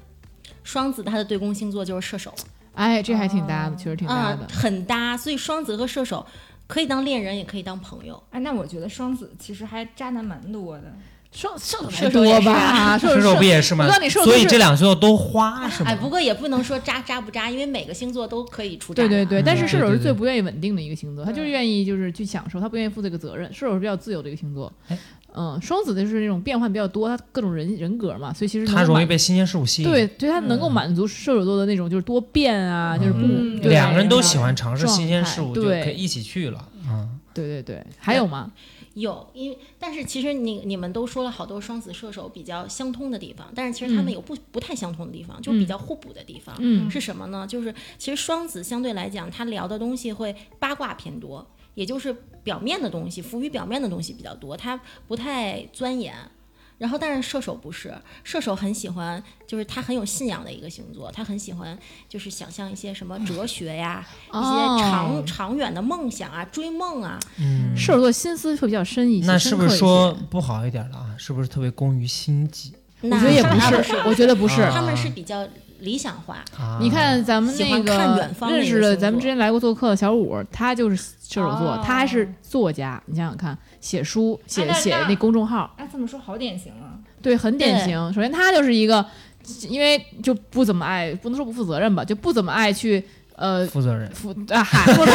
[SPEAKER 6] 双子它的对宫星座就是射手，
[SPEAKER 2] 哎，这还挺搭的，确实挺搭
[SPEAKER 6] 啊、
[SPEAKER 2] 的。
[SPEAKER 6] 很搭，所以双子和射手可以当恋人，也可以当朋友。
[SPEAKER 5] 哎，那我觉得双子其实还渣男蛮多的。
[SPEAKER 2] 射射手
[SPEAKER 6] 射手也
[SPEAKER 2] 多
[SPEAKER 6] 是
[SPEAKER 2] 吧？
[SPEAKER 6] 啊
[SPEAKER 2] 射
[SPEAKER 4] 射手不
[SPEAKER 2] 也
[SPEAKER 4] 也是吗
[SPEAKER 2] 我告诉你射？手
[SPEAKER 4] 所
[SPEAKER 2] 就
[SPEAKER 4] 以
[SPEAKER 2] 是
[SPEAKER 4] 这两星座都花是
[SPEAKER 6] 哎，
[SPEAKER 4] 吗？
[SPEAKER 6] 不过也不能说渣渣不渣，因为每个星座都可以出渣
[SPEAKER 2] 对
[SPEAKER 6] 男。
[SPEAKER 2] 对对，但是
[SPEAKER 4] 嗯
[SPEAKER 2] 射手是
[SPEAKER 4] 对对嗯
[SPEAKER 2] 最
[SPEAKER 4] 对
[SPEAKER 2] 不愿意稳定的一个星座，他就是愿意就是去享受，他不愿意负这个责任。射手是比较自由的一个星座
[SPEAKER 4] 哎，
[SPEAKER 2] 嗯，双子的就是那种变换比较多，他各种人人格嘛，所以其实
[SPEAKER 4] 他
[SPEAKER 2] 能
[SPEAKER 4] 容易
[SPEAKER 2] 满
[SPEAKER 4] 被新鲜事物吸引，嗯
[SPEAKER 2] 对，对他能够满足射手座的那种就是多变啊，就是不
[SPEAKER 5] 嗯
[SPEAKER 2] 对
[SPEAKER 4] 两个人都喜欢尝试
[SPEAKER 2] 状
[SPEAKER 4] 新鲜
[SPEAKER 2] 态
[SPEAKER 4] 事物，就
[SPEAKER 2] 对
[SPEAKER 4] 可以一起去了，嗯，
[SPEAKER 2] 对对对，还有吗？嗯
[SPEAKER 6] 有，因为但是其实你你们都说了好多双子射手比较相通的地方，但是其实他
[SPEAKER 2] 嗯
[SPEAKER 6] 们有不、不太相通的地方，就是比
[SPEAKER 2] 嗯
[SPEAKER 6] 较互补的地方。
[SPEAKER 2] 嗯
[SPEAKER 6] 是什么呢？就是其实双子相对来讲，他聊的东西会八卦偏多，也就是表面的东西，浮于表面的东西比较多，他不太钻研。然后，但是射手不是，射手很喜欢，就是他很有信仰的一个星座，他很喜欢就是想象一些什么哲学呀，一
[SPEAKER 2] 哦
[SPEAKER 6] 些长、长远的梦想啊，追梦啊，
[SPEAKER 4] 嗯
[SPEAKER 2] 射手座心思会比较深一些，
[SPEAKER 4] 那是
[SPEAKER 2] 深
[SPEAKER 4] 不
[SPEAKER 2] 刻
[SPEAKER 4] 是
[SPEAKER 2] 一
[SPEAKER 4] 说
[SPEAKER 2] 些
[SPEAKER 4] 不好一点了啊？是不是特别功于心计
[SPEAKER 2] 我
[SPEAKER 6] 那
[SPEAKER 2] 觉得也
[SPEAKER 6] 他
[SPEAKER 2] 不
[SPEAKER 6] 们
[SPEAKER 2] 是，我觉得不是。
[SPEAKER 4] 啊
[SPEAKER 6] 他们是比较理想化，
[SPEAKER 4] 啊？
[SPEAKER 2] 你看咱们
[SPEAKER 6] 喜
[SPEAKER 2] 那
[SPEAKER 6] 欢看远
[SPEAKER 2] 个
[SPEAKER 6] 方的
[SPEAKER 2] 认
[SPEAKER 6] 一个
[SPEAKER 2] 识了，
[SPEAKER 6] 星
[SPEAKER 2] 咱们
[SPEAKER 6] 座
[SPEAKER 2] 之前来过做客的小五，他就是射手座
[SPEAKER 5] 哦，
[SPEAKER 2] 他还是作家。你想想看，写书、
[SPEAKER 5] 哎
[SPEAKER 2] 写
[SPEAKER 5] 那
[SPEAKER 2] 写
[SPEAKER 5] 那
[SPEAKER 2] 那公众号，
[SPEAKER 5] 哎，这么说好典型啊。
[SPEAKER 2] 对，很典
[SPEAKER 6] 对
[SPEAKER 2] 型。首先，他就是一个，因为就不怎么爱，不能说不负责任吧，就不怎么爱去呃
[SPEAKER 4] 负责任，
[SPEAKER 2] 负 啊嗨，不是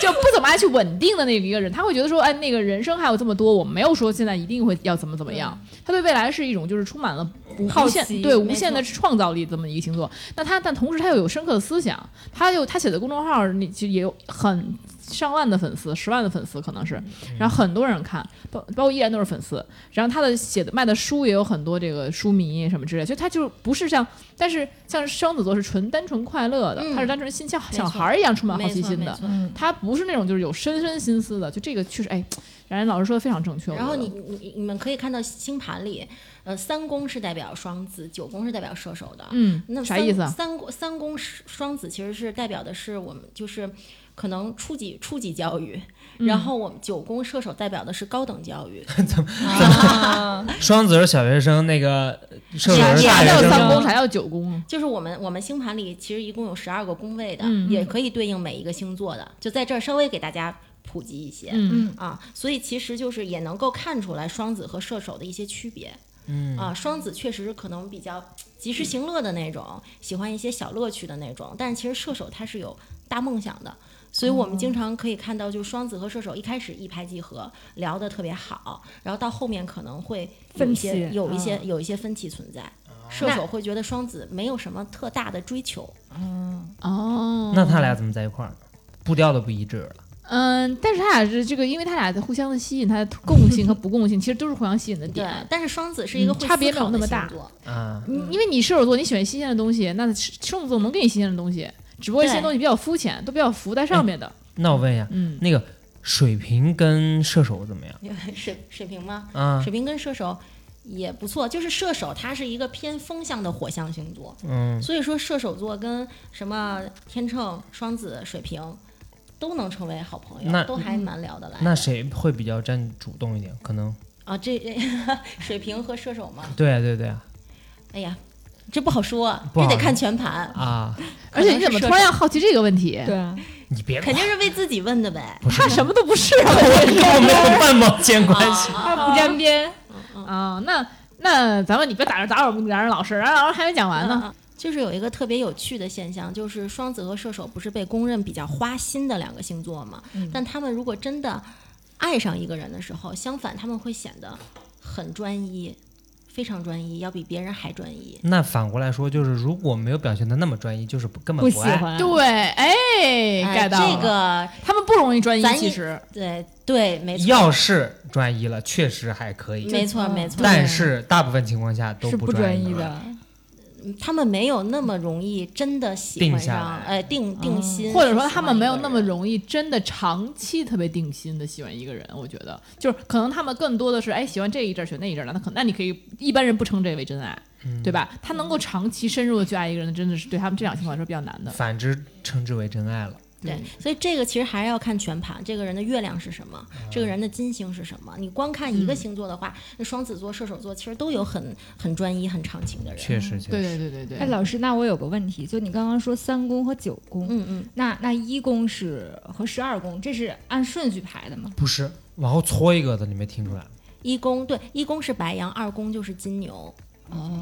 [SPEAKER 2] 就不怎么爱去稳定的那个一个人，他会觉得说，哎，那个人生还有这么多，我没有说现在一定会要怎么怎么样。他对未来是一种就是充满了无
[SPEAKER 5] 嗯好
[SPEAKER 2] 无限
[SPEAKER 5] 奇
[SPEAKER 2] 对
[SPEAKER 5] 没
[SPEAKER 2] 无限
[SPEAKER 5] 错
[SPEAKER 2] 的创造力这么一个星座。那他但同时他又有深刻的思想，他又他写的公众号你就也有很上万的粉丝，十万的粉丝可能是，
[SPEAKER 6] 嗯
[SPEAKER 2] 然后很多人看，包包括依然都是粉丝。然后他的写的卖的书也有很多这个书迷什么之类，所以他就不是像，但是像双子座是纯单纯快乐的，
[SPEAKER 6] 嗯
[SPEAKER 2] 他是单纯心像
[SPEAKER 6] 错
[SPEAKER 2] 小孩儿一样充满好
[SPEAKER 6] 没
[SPEAKER 2] 奇
[SPEAKER 6] 错
[SPEAKER 2] 心
[SPEAKER 6] 没
[SPEAKER 2] 的，
[SPEAKER 6] 错。
[SPEAKER 5] 嗯，
[SPEAKER 2] 他不是那种就是有深深心思的，就这个确实哎，冉冉老师说的非常正确。
[SPEAKER 6] 然后
[SPEAKER 2] 我觉得
[SPEAKER 6] 你你你们可以看到星盘里，呃，三宫是代表双子，九宫是代表射手的。那
[SPEAKER 2] 嗯啥
[SPEAKER 6] 三
[SPEAKER 2] 意思啊？
[SPEAKER 6] 三宫三宫是双子其实是代表的是我们就是可能初级初级教育，
[SPEAKER 2] 嗯
[SPEAKER 6] 然后我们九宫射手代表的是高等 教育。
[SPEAKER 5] 啊，
[SPEAKER 4] 双子是小学生，那个射手
[SPEAKER 2] 啥
[SPEAKER 4] 是
[SPEAKER 2] 啥
[SPEAKER 4] 大学
[SPEAKER 2] 叫
[SPEAKER 4] 生
[SPEAKER 2] 三
[SPEAKER 4] 吗，
[SPEAKER 2] 宫？啥叫九宫啊？
[SPEAKER 6] 就是我们我们星盘里其实一共有十二个宫位的，
[SPEAKER 2] 嗯嗯
[SPEAKER 6] 也可以对应每一个星座的，就在这儿稍微给大家普及一些。
[SPEAKER 2] 嗯，
[SPEAKER 6] 啊，所以其实就是也能够看出来双子和射手的一些区别。嗯啊，双子确实是可能比较及时行乐的那种，喜欢一些小乐趣的那种，但是其实射手他是有大梦想的，所以我们经常可以看到，就是双子和射手一开始一拍即合，聊得特别好，然后到后面可能会有一些
[SPEAKER 5] 分歧
[SPEAKER 6] 有一些
[SPEAKER 5] 嗯
[SPEAKER 6] 有一些分歧存在。射手会觉得双子没有什么特大的追求，
[SPEAKER 2] 哦，
[SPEAKER 4] 那他俩怎么在一块儿呢？步调都不一致了，
[SPEAKER 2] 嗯，但是他俩是这个，因为他俩在互相的吸引，他的共性和不共性其实都是互相吸引的
[SPEAKER 6] 对
[SPEAKER 2] 点。，
[SPEAKER 6] 但是双子是一个
[SPEAKER 2] 嗯
[SPEAKER 6] 会
[SPEAKER 2] 差别
[SPEAKER 6] 思考
[SPEAKER 2] 没有那
[SPEAKER 6] 的
[SPEAKER 2] 么大
[SPEAKER 6] 星座
[SPEAKER 4] 啊，
[SPEAKER 6] 嗯
[SPEAKER 2] 你因为你射手座，你喜欢新鲜的东西，那双子座能给你新鲜的东西，只不过这些
[SPEAKER 6] 对哎
[SPEAKER 2] 东西比较肤浅，都比较浮在上面的。
[SPEAKER 4] 那我问一下，
[SPEAKER 2] 嗯，
[SPEAKER 4] 那个水瓶跟射手怎么样？
[SPEAKER 6] 水水瓶吗？
[SPEAKER 4] 啊，
[SPEAKER 6] 水瓶跟射手也不错，就是射手它是一个偏风向的火象星座，
[SPEAKER 4] 嗯，
[SPEAKER 6] 所以说射手座跟什么天秤、双子、水瓶都能成为好朋
[SPEAKER 4] 那
[SPEAKER 6] 友，都还蛮聊得来的。
[SPEAKER 4] 那谁会比较占主动一点？可能，
[SPEAKER 6] 啊？这 水瓶和射手吗？
[SPEAKER 4] 对啊对啊对啊
[SPEAKER 6] 哎呀，这不好说，
[SPEAKER 4] 不好
[SPEAKER 6] 这得
[SPEAKER 4] 说
[SPEAKER 6] 看全盘，
[SPEAKER 4] 啊！
[SPEAKER 2] 而且你怎么突然要好奇这个问题？
[SPEAKER 5] 对啊，
[SPEAKER 4] 你别
[SPEAKER 6] 肯定是为自己问的呗。
[SPEAKER 4] 不是
[SPEAKER 2] 他什么都不是啊
[SPEAKER 4] 跟 我没有半毛钱关
[SPEAKER 6] 啊
[SPEAKER 4] 系。
[SPEAKER 5] 二不沾边，
[SPEAKER 2] 啊！那那咱们你别打着打扰冉冉老师，冉冉老师还没讲完呢。
[SPEAKER 6] 就是有一个特别有趣的现象，就是双子和射手不是被公认比较花心的两个星座吗？
[SPEAKER 5] 嗯
[SPEAKER 6] 但他们如果真的爱上一个人的时候，相反他们会显得很专一，非常专一，要比别人还专一。
[SPEAKER 4] 那反过来说，就是如果没有表现的那么专一，就是不根本
[SPEAKER 5] 不喜
[SPEAKER 4] 爱。
[SPEAKER 5] 欢，
[SPEAKER 2] 对，哎
[SPEAKER 6] 嗯哎
[SPEAKER 2] ，get 到
[SPEAKER 6] 这
[SPEAKER 2] 了
[SPEAKER 6] 个，
[SPEAKER 2] 他们不容易专一，
[SPEAKER 6] 咱一
[SPEAKER 2] 其实
[SPEAKER 6] 对对，没错，
[SPEAKER 4] 要是专一了，确实还可以，
[SPEAKER 6] 没错
[SPEAKER 5] 嗯
[SPEAKER 6] 没错。
[SPEAKER 4] 但是大部分情况下都
[SPEAKER 5] 是不
[SPEAKER 4] 专
[SPEAKER 5] 专一
[SPEAKER 4] 了。
[SPEAKER 5] 的，
[SPEAKER 6] 嗯他们没有那么容易真的喜
[SPEAKER 4] 定
[SPEAKER 6] 欢
[SPEAKER 4] 下
[SPEAKER 6] 上，
[SPEAKER 4] 来
[SPEAKER 6] 哎，定定心，
[SPEAKER 2] 嗯或者说他们没有那么。容易真的长期特别定心的喜欢一个人，我觉得就是可能他们更多的是哎喜欢这一阵儿选那一阵儿了，那可那你可以一般人不称这为真爱，对吧？他能够长期深入的去爱一个人，真的是对他们这两情况来说比较难的。
[SPEAKER 4] 反之称之为真爱了。
[SPEAKER 6] 对，所以这个其实还是要看全盘，这个人的月亮是什么，这个人的金星是什么。你光看一个星座的话，那双子座、射手座其实都有很很专一、很长情的人。
[SPEAKER 4] 确实，确实，
[SPEAKER 2] 对对对对对，
[SPEAKER 5] 哎，老师，那我有个问题，就你刚刚说三宫和九宫，
[SPEAKER 6] 嗯嗯，
[SPEAKER 5] 那那一宫是和十二宫，这是按顺序排的吗？
[SPEAKER 4] 不是往后搓一个的，你没听出来？
[SPEAKER 6] 一宫对，一宫是白羊，二宫就是金牛，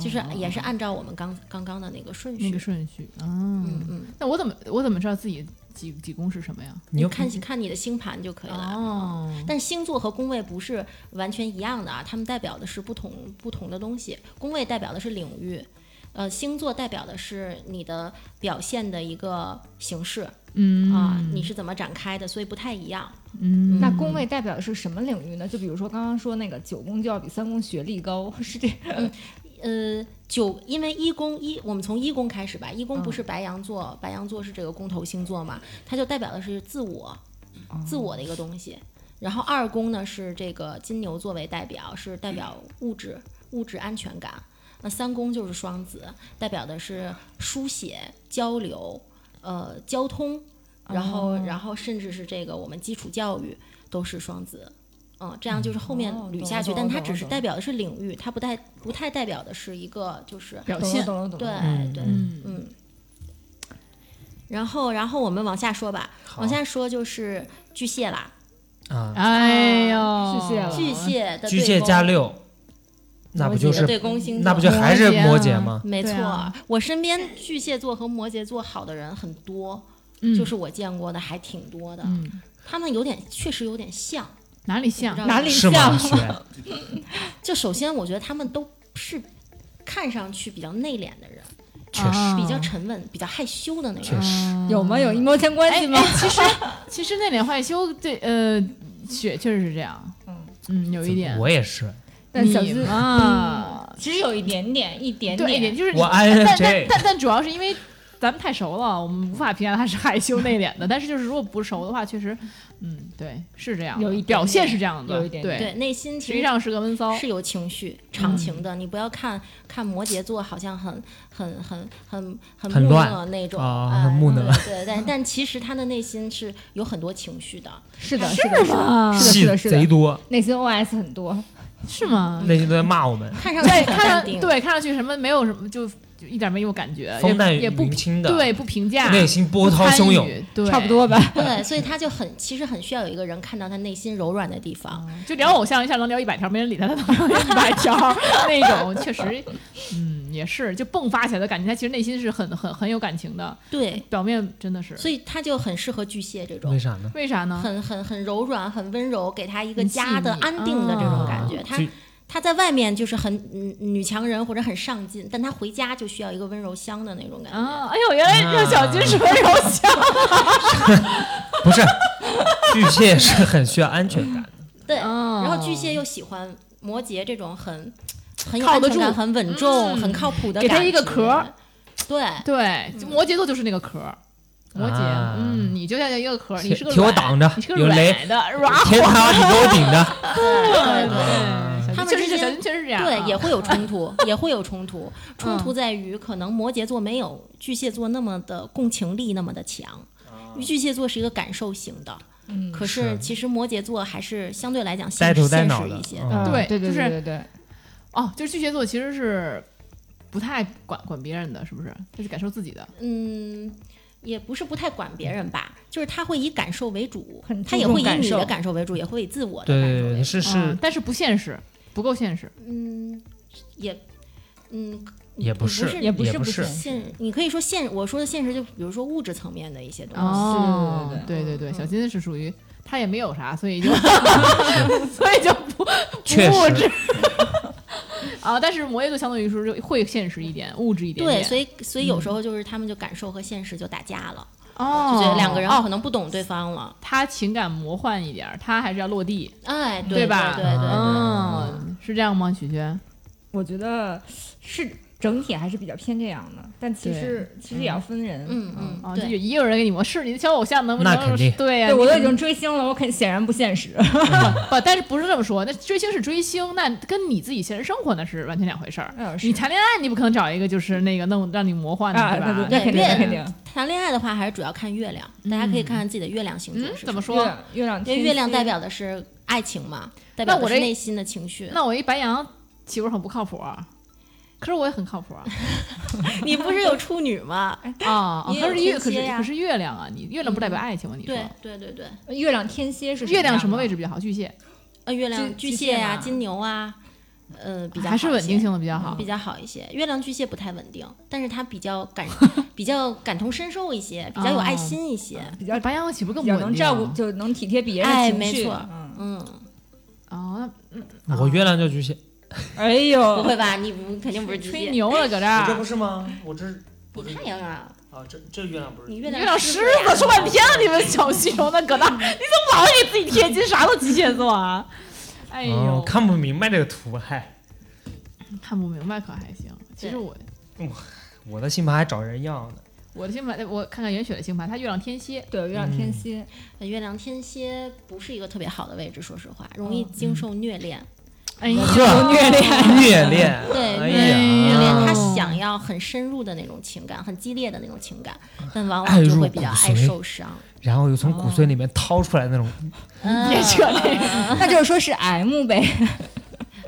[SPEAKER 6] 就是也是按照我们刚刚刚的那个顺序。
[SPEAKER 2] 那个顺序啊，
[SPEAKER 6] 嗯嗯，
[SPEAKER 2] 那我怎么我怎么知道自己几几宫是什么呀？
[SPEAKER 4] 你
[SPEAKER 6] 你
[SPEAKER 4] 又
[SPEAKER 6] 看看你的星盘就可以了。
[SPEAKER 2] 哦，
[SPEAKER 6] 但星座和宫位不是完全一样的啊，它们代表的是不同不同的东西。宫位代表的是领域，呃，星座代表的是你的表现的一个形式啊、
[SPEAKER 2] 嗯
[SPEAKER 6] 你是怎么展开的，所以不太一样。
[SPEAKER 2] 嗯，
[SPEAKER 5] 那宫位代表的是什么领域呢？就比如说刚刚说那个九宫就要比三宫学历高，是这样？
[SPEAKER 6] 呃，九，因为一宫一，我们从一宫开始吧。一宫不
[SPEAKER 5] 嗯
[SPEAKER 6] 是白羊座，白羊座是这个宫头星座嘛，它就代表的是自我，
[SPEAKER 5] 哦
[SPEAKER 6] 自我的一个东西。然后二宫呢是这个金牛座为代表，是代表物质、物质安全感。那三宫就是双子，代表的是书写、交流、呃交通，然后、
[SPEAKER 5] 哦
[SPEAKER 6] 然后甚至是这个我们基础教育都是双子。嗯，这样就是后面
[SPEAKER 5] 哦
[SPEAKER 6] 捋
[SPEAKER 5] 懂
[SPEAKER 6] 下
[SPEAKER 5] 了
[SPEAKER 6] 去，
[SPEAKER 5] 懂
[SPEAKER 6] 但
[SPEAKER 5] 了
[SPEAKER 6] 它
[SPEAKER 5] 懂了
[SPEAKER 6] 只是
[SPEAKER 5] 懂了
[SPEAKER 6] 代表的是领域，它不代不太代表的是一个就是
[SPEAKER 2] 表
[SPEAKER 5] 懂了
[SPEAKER 2] 现，
[SPEAKER 5] 懂了懂
[SPEAKER 6] 对
[SPEAKER 5] 了。
[SPEAKER 4] 嗯
[SPEAKER 6] 对
[SPEAKER 2] 嗯
[SPEAKER 6] 嗯。然后然后我们往下说吧，往下说就是巨蟹啦，
[SPEAKER 4] 啊，
[SPEAKER 2] 哎呦，
[SPEAKER 5] 巨蟹啊了
[SPEAKER 6] 巨蟹的
[SPEAKER 4] 巨
[SPEAKER 6] 对
[SPEAKER 4] 蟹
[SPEAKER 6] 宫
[SPEAKER 4] 加六，那不就
[SPEAKER 5] 摩羯
[SPEAKER 4] 是
[SPEAKER 6] 的呃对宫星座，
[SPEAKER 4] 那不就还是摩
[SPEAKER 2] 摩羯
[SPEAKER 4] 羯
[SPEAKER 2] 啊
[SPEAKER 4] 吗？
[SPEAKER 6] 没错
[SPEAKER 2] 对啊，
[SPEAKER 6] 我身边巨蟹座和摩羯座好的人很多，
[SPEAKER 2] 嗯
[SPEAKER 6] 就是我见过的还挺多的。
[SPEAKER 2] 嗯，
[SPEAKER 6] 他们有点确实有点像，
[SPEAKER 2] 哪里像
[SPEAKER 6] 不知？道
[SPEAKER 5] 哪里
[SPEAKER 4] 是
[SPEAKER 5] 像？
[SPEAKER 4] 吗？学
[SPEAKER 6] 就首先我觉得他们都是看上去比较内敛的人，
[SPEAKER 4] 确实
[SPEAKER 2] 啊
[SPEAKER 6] 比较沉稳、比较害羞的那
[SPEAKER 4] 确
[SPEAKER 6] 种。
[SPEAKER 4] 实，
[SPEAKER 2] 嗯
[SPEAKER 5] 有吗？有一毛钱关系吗？
[SPEAKER 2] 哎其实其实内敛害羞，对，呃，确确实是这样。
[SPEAKER 5] 嗯
[SPEAKER 2] 嗯，有一点。
[SPEAKER 4] 我也是，
[SPEAKER 5] 但小
[SPEAKER 2] 你
[SPEAKER 5] 资嗯
[SPEAKER 2] 嘛，
[SPEAKER 5] 只有一点点，一点
[SPEAKER 2] 对一点就是你，
[SPEAKER 4] 我
[SPEAKER 2] 但但
[SPEAKER 4] INFJ
[SPEAKER 2] 但但主要是因为咱们太熟了，我们无法评价他是害羞内敛的。但是就是如果不熟的话，确实，嗯，对，是这样的，
[SPEAKER 5] 有一点
[SPEAKER 2] 表现是这样的，
[SPEAKER 5] 有一点
[SPEAKER 2] 对，
[SPEAKER 6] 对，内心
[SPEAKER 2] 实
[SPEAKER 6] 其
[SPEAKER 2] 际
[SPEAKER 6] 实
[SPEAKER 2] 上是个闷
[SPEAKER 4] 哦
[SPEAKER 2] 骚。
[SPEAKER 6] 是有情绪、长情
[SPEAKER 4] 嗯
[SPEAKER 6] 的。你不要看看摩羯座，好像很很很很很
[SPEAKER 4] 很
[SPEAKER 6] 木
[SPEAKER 4] 乱
[SPEAKER 6] 讷那种，
[SPEAKER 4] 啊
[SPEAKER 6] 哎
[SPEAKER 4] 很木讷
[SPEAKER 6] 对，对但但其实他的内心是有很多情绪的。
[SPEAKER 5] 是的，是的，是的，
[SPEAKER 2] 吗
[SPEAKER 5] 是的，
[SPEAKER 4] 戏
[SPEAKER 5] 是的，
[SPEAKER 4] 贼多，
[SPEAKER 5] 内心 OS 很多，
[SPEAKER 2] 是吗？
[SPEAKER 4] 那些都在骂我们，
[SPEAKER 5] 嗯
[SPEAKER 6] 看上去
[SPEAKER 2] 对，
[SPEAKER 6] 很
[SPEAKER 2] 看上
[SPEAKER 6] 淡定，
[SPEAKER 2] 对看上去什么没有什么，就就一点没有感觉，
[SPEAKER 4] 风淡
[SPEAKER 2] 也也不
[SPEAKER 4] 云轻的，
[SPEAKER 2] 对不评价，
[SPEAKER 4] 内心
[SPEAKER 2] 不
[SPEAKER 4] 波涛
[SPEAKER 2] 参
[SPEAKER 4] 汹涌，
[SPEAKER 2] 与，对，
[SPEAKER 5] 差不多吧？
[SPEAKER 6] 对，所以他就很其实很需要有一个人看到他内心柔软的地
[SPEAKER 4] 嗯
[SPEAKER 6] 方。
[SPEAKER 2] 嗯就聊偶像一下能聊一百条，没人理他，他能聊一百 条那种，确实，嗯，也是，就迸发起来的感情，他其实内心是很很很有感情的，
[SPEAKER 6] 对，
[SPEAKER 2] 表面真的是，
[SPEAKER 6] 所以他就很适合巨蟹这种
[SPEAKER 4] 为。啥呢？
[SPEAKER 2] 为啥呢？
[SPEAKER 6] 很很很柔软、很温柔，给他一个
[SPEAKER 2] 很细
[SPEAKER 6] 家的
[SPEAKER 2] 腻
[SPEAKER 6] 安定的这种感觉。
[SPEAKER 4] 啊
[SPEAKER 6] 他
[SPEAKER 4] 巨
[SPEAKER 6] 他在外面就是很嗯女强人或者很上进，但他回家就需要一个温柔乡
[SPEAKER 2] 啊
[SPEAKER 6] 的那种感觉。
[SPEAKER 4] 啊
[SPEAKER 2] 啊，哎呦，原来让小金是温柔乡，
[SPEAKER 4] 不是巨蟹是很需要安全感的。
[SPEAKER 6] 对，
[SPEAKER 2] 然
[SPEAKER 6] 然后巨蟹又喜欢摩羯这种很很
[SPEAKER 2] 哦
[SPEAKER 6] 有
[SPEAKER 2] 靠
[SPEAKER 6] 安
[SPEAKER 2] 得
[SPEAKER 6] 全感、
[SPEAKER 2] 住
[SPEAKER 6] 很稳重、
[SPEAKER 2] 嗯
[SPEAKER 6] 很靠谱的
[SPEAKER 2] 给他
[SPEAKER 6] 感
[SPEAKER 2] 一个
[SPEAKER 6] 觉
[SPEAKER 2] 壳儿，
[SPEAKER 6] 对，
[SPEAKER 2] 对，就摩羯座就是那个壳儿，摩羯，
[SPEAKER 4] 啊
[SPEAKER 2] 嗯，你就像一个壳儿，你是个
[SPEAKER 4] 替我
[SPEAKER 2] 软
[SPEAKER 4] 挡着
[SPEAKER 2] 你是个
[SPEAKER 4] 有
[SPEAKER 2] 软
[SPEAKER 4] 雷
[SPEAKER 2] 的软
[SPEAKER 4] 天塌你给我顶 着，
[SPEAKER 6] 对对
[SPEAKER 4] 啊
[SPEAKER 2] 对，
[SPEAKER 6] 他们
[SPEAKER 2] 确实
[SPEAKER 6] 之
[SPEAKER 2] 是
[SPEAKER 6] 间
[SPEAKER 2] 小金确实是这样啊，嗯
[SPEAKER 6] 对，也 会有冲突，也会有冲突。冲突在于，可能摩羯座没有巨蟹座那么的共情力那么的强。巨蟹座是一个感受型的，
[SPEAKER 5] 嗯，
[SPEAKER 6] 可
[SPEAKER 4] 哦是
[SPEAKER 6] 是其实摩羯座还是相对来讲现
[SPEAKER 4] 呆头呆
[SPEAKER 6] 现
[SPEAKER 4] 脑
[SPEAKER 6] 实
[SPEAKER 4] 的
[SPEAKER 6] 一些。。
[SPEAKER 4] 嗯
[SPEAKER 2] 对
[SPEAKER 5] 对
[SPEAKER 2] 就是
[SPEAKER 5] 对对对，
[SPEAKER 2] 哦，就是巨蟹座其实是不太管管别人的，是不是？就是感受自己的，
[SPEAKER 6] 嗯，也不是不太管别人吧，就是他会以感受为主
[SPEAKER 5] 很，
[SPEAKER 6] 他
[SPEAKER 5] 注
[SPEAKER 6] 也
[SPEAKER 5] 重
[SPEAKER 6] 会以
[SPEAKER 5] 感
[SPEAKER 6] 你的
[SPEAKER 5] 受
[SPEAKER 6] 感受为主，也会以自我的
[SPEAKER 4] 对
[SPEAKER 6] 感
[SPEAKER 4] 对
[SPEAKER 6] 受
[SPEAKER 4] 对
[SPEAKER 6] 为
[SPEAKER 4] 对，
[SPEAKER 6] 主。
[SPEAKER 4] 是
[SPEAKER 2] 嗯
[SPEAKER 4] 是，
[SPEAKER 2] 但是不现实，不够现实，
[SPEAKER 6] 嗯，也嗯。
[SPEAKER 4] 也不
[SPEAKER 6] 是，
[SPEAKER 4] 是
[SPEAKER 5] 也不
[SPEAKER 4] 也
[SPEAKER 5] 是
[SPEAKER 4] 不
[SPEAKER 5] 不
[SPEAKER 4] 是
[SPEAKER 5] 是
[SPEAKER 6] 现，你可以说现，我说的现实就比如说物质层面的一些东西，
[SPEAKER 2] 哦，
[SPEAKER 5] 是
[SPEAKER 2] 对对对，
[SPEAKER 5] 嗯
[SPEAKER 2] 小金是属于他也没有啥，所以 就所以就不
[SPEAKER 4] 确
[SPEAKER 2] 不
[SPEAKER 4] 实
[SPEAKER 2] 物质啊。但是摩羯座相当于是就会现实一点，物质一点
[SPEAKER 6] 对，
[SPEAKER 2] 点。
[SPEAKER 6] 所以所以有时候就是他们就感受和现实就打架了，
[SPEAKER 2] 哦，
[SPEAKER 6] 就是两个人可
[SPEAKER 2] 哦，
[SPEAKER 6] 能不懂对方了，
[SPEAKER 2] 他情感魔幻一点儿，他还是要落地。
[SPEAKER 6] 哎，对
[SPEAKER 2] 对吧
[SPEAKER 6] 对对对
[SPEAKER 2] 嗯，是这样吗？许轩，
[SPEAKER 5] 我觉得是整体还是比较偏这样的，但其
[SPEAKER 2] 对
[SPEAKER 5] 实其实也要分人，
[SPEAKER 6] 嗯嗯
[SPEAKER 2] 啊，就
[SPEAKER 6] 对，
[SPEAKER 2] 也有人给你模式，你的小偶像能不
[SPEAKER 4] 那
[SPEAKER 2] 能？
[SPEAKER 4] 肯定
[SPEAKER 2] 对呀、
[SPEAKER 5] 对我都
[SPEAKER 2] 你
[SPEAKER 5] 已经追星了，我肯显然不现实。
[SPEAKER 2] 不，但是不是这么说？那追星是追星，那跟你自己现实生活那是完全两回事儿。
[SPEAKER 5] 嗯，
[SPEAKER 2] 你谈恋爱，你不可能找一个就是那个弄让你魔幻的，
[SPEAKER 5] 啊，
[SPEAKER 2] 对
[SPEAKER 5] 那
[SPEAKER 2] 吧？
[SPEAKER 5] 那肯定
[SPEAKER 6] 对
[SPEAKER 5] 那肯定。
[SPEAKER 6] 谈恋爱的话还是主要看月亮，大家可以看看自己的月亮星座
[SPEAKER 2] 嗯
[SPEAKER 6] 是，什
[SPEAKER 2] 怎么
[SPEAKER 6] 么，
[SPEAKER 5] 月
[SPEAKER 2] 说？
[SPEAKER 5] 亮月亮
[SPEAKER 6] 因
[SPEAKER 5] 天
[SPEAKER 6] 为
[SPEAKER 5] 蝎，
[SPEAKER 6] 月亮代表的是爱情嘛，代表
[SPEAKER 2] 那我
[SPEAKER 6] 的
[SPEAKER 2] 这
[SPEAKER 6] 是内心的情绪。
[SPEAKER 2] 那我一白羊岂不是很不靠谱啊？可是我也很靠 谱啊！
[SPEAKER 6] 你不是有处女吗？
[SPEAKER 2] 啊，啊
[SPEAKER 6] 也有
[SPEAKER 2] 可是月，可是
[SPEAKER 6] 天蝎呀嗯
[SPEAKER 2] 可是月亮啊，你月亮不代表爱情吗？你说
[SPEAKER 6] 对对对对，
[SPEAKER 5] 月亮天蝎是
[SPEAKER 2] 月亮什
[SPEAKER 5] 什啊
[SPEAKER 2] 么位
[SPEAKER 5] 置？
[SPEAKER 2] 置比较好？巨蟹
[SPEAKER 6] 呃，月亮巨
[SPEAKER 5] 巨
[SPEAKER 6] 蟹
[SPEAKER 5] 巨蟹
[SPEAKER 6] 呀、
[SPEAKER 5] 嘛
[SPEAKER 6] 金牛啊，呃，比较
[SPEAKER 2] 还是
[SPEAKER 6] 好一
[SPEAKER 2] 稳
[SPEAKER 6] 些嗯
[SPEAKER 2] 定性的比较好
[SPEAKER 6] 比。较好一些。月亮巨蟹不太稳定，但是它比较 感比较感同身受一些，比较
[SPEAKER 2] 哦
[SPEAKER 6] 有爱心一些。
[SPEAKER 5] 比较
[SPEAKER 2] 哎白羊岂不是更
[SPEAKER 5] 比
[SPEAKER 2] 不
[SPEAKER 5] 较
[SPEAKER 2] 稳定
[SPEAKER 5] 能照顾，就能体贴别人的
[SPEAKER 6] 哎
[SPEAKER 5] 情
[SPEAKER 6] 没
[SPEAKER 5] 绪。
[SPEAKER 6] 错
[SPEAKER 5] 嗯，
[SPEAKER 6] 嗯，
[SPEAKER 2] 啊？
[SPEAKER 4] 我月亮就巨蟹，
[SPEAKER 5] 哎
[SPEAKER 6] 不
[SPEAKER 5] 呦，
[SPEAKER 6] 会吧？你不肯定不是巨
[SPEAKER 2] 吹
[SPEAKER 6] 蟹，
[SPEAKER 2] 牛了，搁这
[SPEAKER 4] 我这
[SPEAKER 2] 儿
[SPEAKER 4] 不。是吗？我这
[SPEAKER 6] 你太阳啊，
[SPEAKER 4] 啊，这这月亮不
[SPEAKER 6] 你
[SPEAKER 4] 是
[SPEAKER 6] 月
[SPEAKER 2] 你
[SPEAKER 6] 亮
[SPEAKER 2] 月亮狮
[SPEAKER 6] 狮
[SPEAKER 2] 子，
[SPEAKER 6] 呀
[SPEAKER 2] 说半天了，你们小虚荣的搁那， 你怎么老给自己贴金？啥都巨蟹座啊？哎呦，
[SPEAKER 4] 哦，看不明白这个图，嗨，
[SPEAKER 2] 看不明白可还行。其实
[SPEAKER 6] 对
[SPEAKER 2] 我
[SPEAKER 4] 我的星盘还找人要 呢。
[SPEAKER 2] 我的星盘，我看看袁雪的星盘，她月亮天蝎，
[SPEAKER 5] 对，月亮天蝎，
[SPEAKER 6] 呃月亮天蝎不是一个特别好的位置，说实话，容
[SPEAKER 2] 哦
[SPEAKER 6] 易
[SPEAKER 2] 嗯
[SPEAKER 6] 经受虐恋。
[SPEAKER 2] 哎呀，
[SPEAKER 4] 呵
[SPEAKER 2] 虐 恋，
[SPEAKER 4] 虐恋，
[SPEAKER 6] 对
[SPEAKER 4] 哎
[SPEAKER 2] 虐
[SPEAKER 6] 虐恋
[SPEAKER 4] 呀，
[SPEAKER 6] 他想要很深入的那种情感，很激烈的那种情感，
[SPEAKER 2] 哦
[SPEAKER 6] 但往
[SPEAKER 4] 爱
[SPEAKER 6] 往就
[SPEAKER 4] 入
[SPEAKER 6] 会比较
[SPEAKER 4] 骨
[SPEAKER 6] 爱
[SPEAKER 4] 髓
[SPEAKER 6] 受伤。
[SPEAKER 4] 然后又从骨髓里面掏出来那种，
[SPEAKER 2] 别
[SPEAKER 6] 嗯
[SPEAKER 2] 扯那个。
[SPEAKER 5] 那就是说是 M 呗。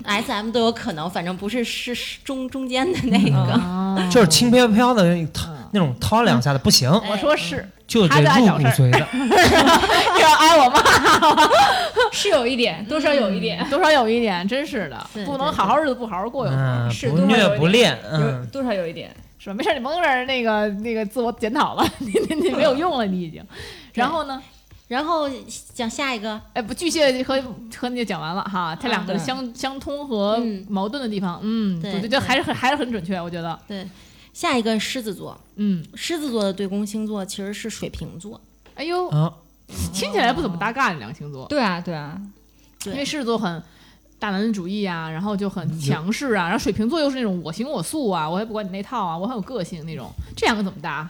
[SPEAKER 6] S M 都有可能，反正不是是是中中间的那个。
[SPEAKER 2] 啊
[SPEAKER 4] 就是轻飘飘的那种掏那种掏两下子不行，
[SPEAKER 2] 我说是，
[SPEAKER 4] 就得
[SPEAKER 2] 嗯他在
[SPEAKER 4] 入
[SPEAKER 2] 找
[SPEAKER 4] 骨
[SPEAKER 2] 事儿
[SPEAKER 4] 髓的。
[SPEAKER 2] 哎要挨我骂，
[SPEAKER 5] 是有一点，多少有一点，
[SPEAKER 2] 多少有一点，真是的
[SPEAKER 6] 对，
[SPEAKER 2] 不
[SPEAKER 6] 对
[SPEAKER 2] 能好好日子不好好过有时候
[SPEAKER 4] 嗯，
[SPEAKER 5] 是
[SPEAKER 4] 不
[SPEAKER 5] 多少有
[SPEAKER 4] 虐
[SPEAKER 5] 一
[SPEAKER 4] 不
[SPEAKER 5] 点
[SPEAKER 4] 恋，
[SPEAKER 5] 有哦
[SPEAKER 4] 嗯，
[SPEAKER 5] 多少有一点。
[SPEAKER 2] 是吧？没事儿，你蒙着那个那个自我检讨了，你你你没有用了，你已经。然后呢？
[SPEAKER 6] 然后讲下一个，
[SPEAKER 2] 哎，不，巨蟹和和你就讲完了哈，它两个
[SPEAKER 5] 对
[SPEAKER 2] 相相通和
[SPEAKER 6] 嗯
[SPEAKER 2] 矛盾的地方，嗯，
[SPEAKER 6] 对
[SPEAKER 2] 我觉得还是很还是很准确，我觉得，
[SPEAKER 6] 对，下一个狮子座。
[SPEAKER 2] 嗯，
[SPEAKER 6] 狮子座的对宫星座其实是水瓶座，
[SPEAKER 2] 哎呦，
[SPEAKER 4] 啊，
[SPEAKER 2] 听起来不怎么搭嘎，你两个星座，
[SPEAKER 5] 对啊，对啊，
[SPEAKER 6] 对
[SPEAKER 2] 因为狮子座很大男子主义啊，然后就很强势啊，然后水瓶座又是那种我行我素啊，我也不管你那套啊，我很有个性那种，这两个怎么搭？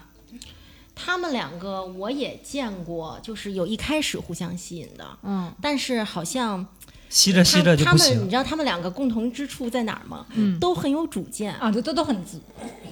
[SPEAKER 6] 他们两个我也见过，就是有一开始互相吸引的，
[SPEAKER 2] 嗯，
[SPEAKER 6] 但是好像
[SPEAKER 4] 吸着吸着就
[SPEAKER 6] 他
[SPEAKER 4] 不
[SPEAKER 6] 们，你
[SPEAKER 4] 行。
[SPEAKER 6] 知道他们两个共同之处在哪儿吗？
[SPEAKER 2] 嗯
[SPEAKER 6] 都很有主见
[SPEAKER 5] 啊，对，都都很自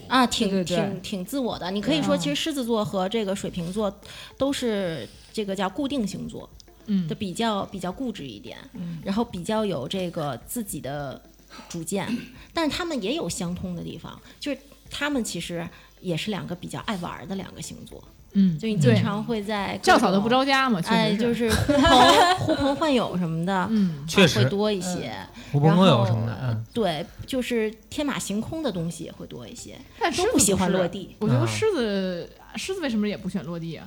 [SPEAKER 6] 啊，挺
[SPEAKER 5] 对对对
[SPEAKER 6] 挺挺自我的。你可以说，其实狮子座和这个水瓶座都是这个叫固定星座，
[SPEAKER 2] 嗯
[SPEAKER 6] 就比较比较固执一点，
[SPEAKER 5] 嗯
[SPEAKER 6] 然后比较有这个自己的主见，但是他们也有相通的地方，就是他们其实也是两个比较爱玩儿的两个星座，
[SPEAKER 2] 嗯，
[SPEAKER 6] 就你
[SPEAKER 2] 对
[SPEAKER 6] 经常会在各
[SPEAKER 2] 叫草都
[SPEAKER 6] 种
[SPEAKER 2] 不。着家嘛，确实
[SPEAKER 6] 哎，就是呼朋呼朋唤友什么的，
[SPEAKER 2] 嗯，
[SPEAKER 4] 确
[SPEAKER 6] 会
[SPEAKER 4] 实，
[SPEAKER 6] 多一些。
[SPEAKER 4] 狐朋狗友
[SPEAKER 6] 然
[SPEAKER 4] 什
[SPEAKER 6] 后
[SPEAKER 4] 么的，嗯，
[SPEAKER 6] 对，就是天马行空的东西也会多一些。
[SPEAKER 2] 但狮
[SPEAKER 6] 都
[SPEAKER 2] 子
[SPEAKER 6] 不喜欢
[SPEAKER 2] 是
[SPEAKER 6] 落。地。
[SPEAKER 2] 我觉得
[SPEAKER 4] 啊
[SPEAKER 2] 狮子狮子为什么也不选落地啊？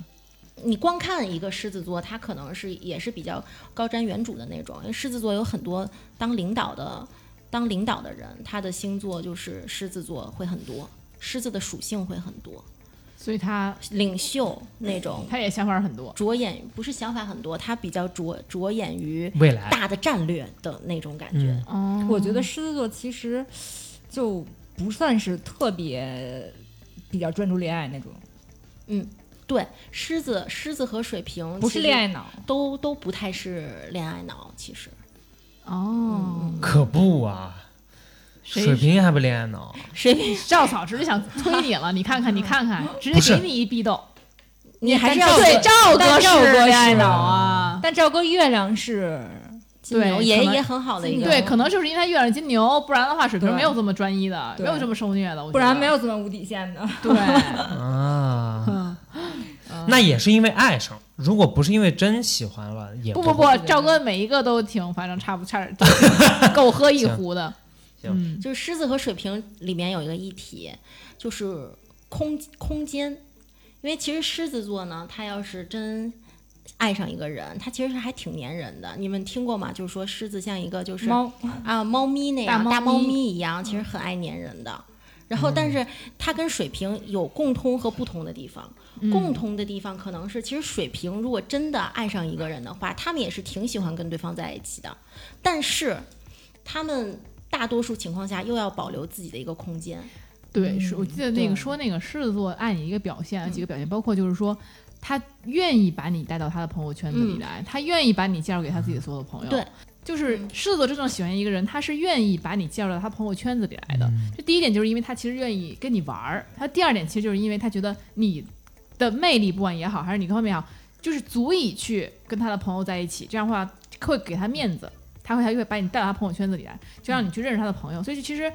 [SPEAKER 6] 你光看一个狮子座，他可能是也是比较高瞻远瞩的那种，因为狮子座有很多当领导的当领导的人，他的星座就是狮子座会很多，狮子的属性会很多。
[SPEAKER 2] 所以他
[SPEAKER 6] 领袖那种
[SPEAKER 2] 他也想法很多。
[SPEAKER 6] 着眼于不是想法很多，他比较着着眼于
[SPEAKER 4] 未来
[SPEAKER 6] 大的战略的那种感觉。啊
[SPEAKER 4] 嗯
[SPEAKER 2] 哦
[SPEAKER 5] 我觉得狮子座其实就不算是特别比较专注恋爱那种，
[SPEAKER 6] 对，狮子狮子和水瓶
[SPEAKER 5] 不是恋爱，脑。
[SPEAKER 6] 都都不太是恋爱脑，其实。
[SPEAKER 2] 哦，
[SPEAKER 4] 可不啊，
[SPEAKER 2] 谁
[SPEAKER 4] 水瓶还不恋爱脑？
[SPEAKER 6] 水瓶，
[SPEAKER 2] 赵嫂直接想推你了，你看看，你看看，直
[SPEAKER 4] 不
[SPEAKER 2] 接
[SPEAKER 4] 是
[SPEAKER 2] 给你一逼斗。
[SPEAKER 6] 你还是
[SPEAKER 5] 但
[SPEAKER 6] 要
[SPEAKER 5] 赵
[SPEAKER 2] 对，
[SPEAKER 5] 哥
[SPEAKER 2] 赵哥
[SPEAKER 5] 但赵
[SPEAKER 2] 是
[SPEAKER 5] 哥是
[SPEAKER 2] 恋爱脑啊。
[SPEAKER 5] 但赵哥月亮是
[SPEAKER 6] 金牛
[SPEAKER 2] 对
[SPEAKER 6] 也
[SPEAKER 2] 可能
[SPEAKER 6] 也很好的一个，
[SPEAKER 2] 对，可能就是因为他月亮金牛，不然的话，水瓶
[SPEAKER 5] 对
[SPEAKER 2] 没有这么专一的，没
[SPEAKER 5] 对
[SPEAKER 2] 有这么受虐的，我觉得
[SPEAKER 5] 不然没有这么无底线的。
[SPEAKER 2] 对，
[SPEAKER 4] 啊，
[SPEAKER 2] 嗯，
[SPEAKER 4] 那也是因为爱上，如果不是因为真喜欢了，也
[SPEAKER 2] 不
[SPEAKER 4] 不
[SPEAKER 2] 不
[SPEAKER 4] 会
[SPEAKER 2] 不，赵哥每一个都挺，反正差不差点 够喝一壶的。
[SPEAKER 4] 行
[SPEAKER 2] 嗯，
[SPEAKER 6] 就是狮子和水瓶里面有一个议题，就是空空间，因为其实狮子座呢，他要是真爱上一个人，他其实是还挺粘人的。你们听过吗？就是说狮子像一个就是
[SPEAKER 5] 猫
[SPEAKER 6] 啊猫咪那
[SPEAKER 2] 大
[SPEAKER 6] 样
[SPEAKER 2] 猫咪嗯
[SPEAKER 6] 大猫咪一样，其实很爱粘人的。然后，但是它跟水瓶有共通和不同的地方。
[SPEAKER 2] 嗯
[SPEAKER 6] 共通的地方可能是，其实水瓶如果真的爱上一个人的话，他们也是挺喜欢跟对方在一起的，但是他们大多数情况下又要保留自己的一个空间。嗯
[SPEAKER 2] 对，是我记得那个
[SPEAKER 5] 对
[SPEAKER 2] 说那个狮子座爱你一个表现啊，几个表现，包括就是说。他愿意把你带到他的朋友圈子里来，他愿意把你介绍给他自己所有的朋友。
[SPEAKER 6] 嗯对，
[SPEAKER 2] 就是
[SPEAKER 6] 嗯
[SPEAKER 2] 狮子座真正喜欢一个人，他是愿意把你介绍到他朋友圈子里
[SPEAKER 4] 嗯
[SPEAKER 2] 来的。这第一点就是因为他其实愿意跟你玩儿，他第二点其实就是因为他觉得你的魅力，不管也好，还是你各方面也好，就是足以去跟他的朋友在一起，这样的话会给他面子，他会他就会把你带到他朋友圈子里来，就让你去认识他的朋友。所以其实，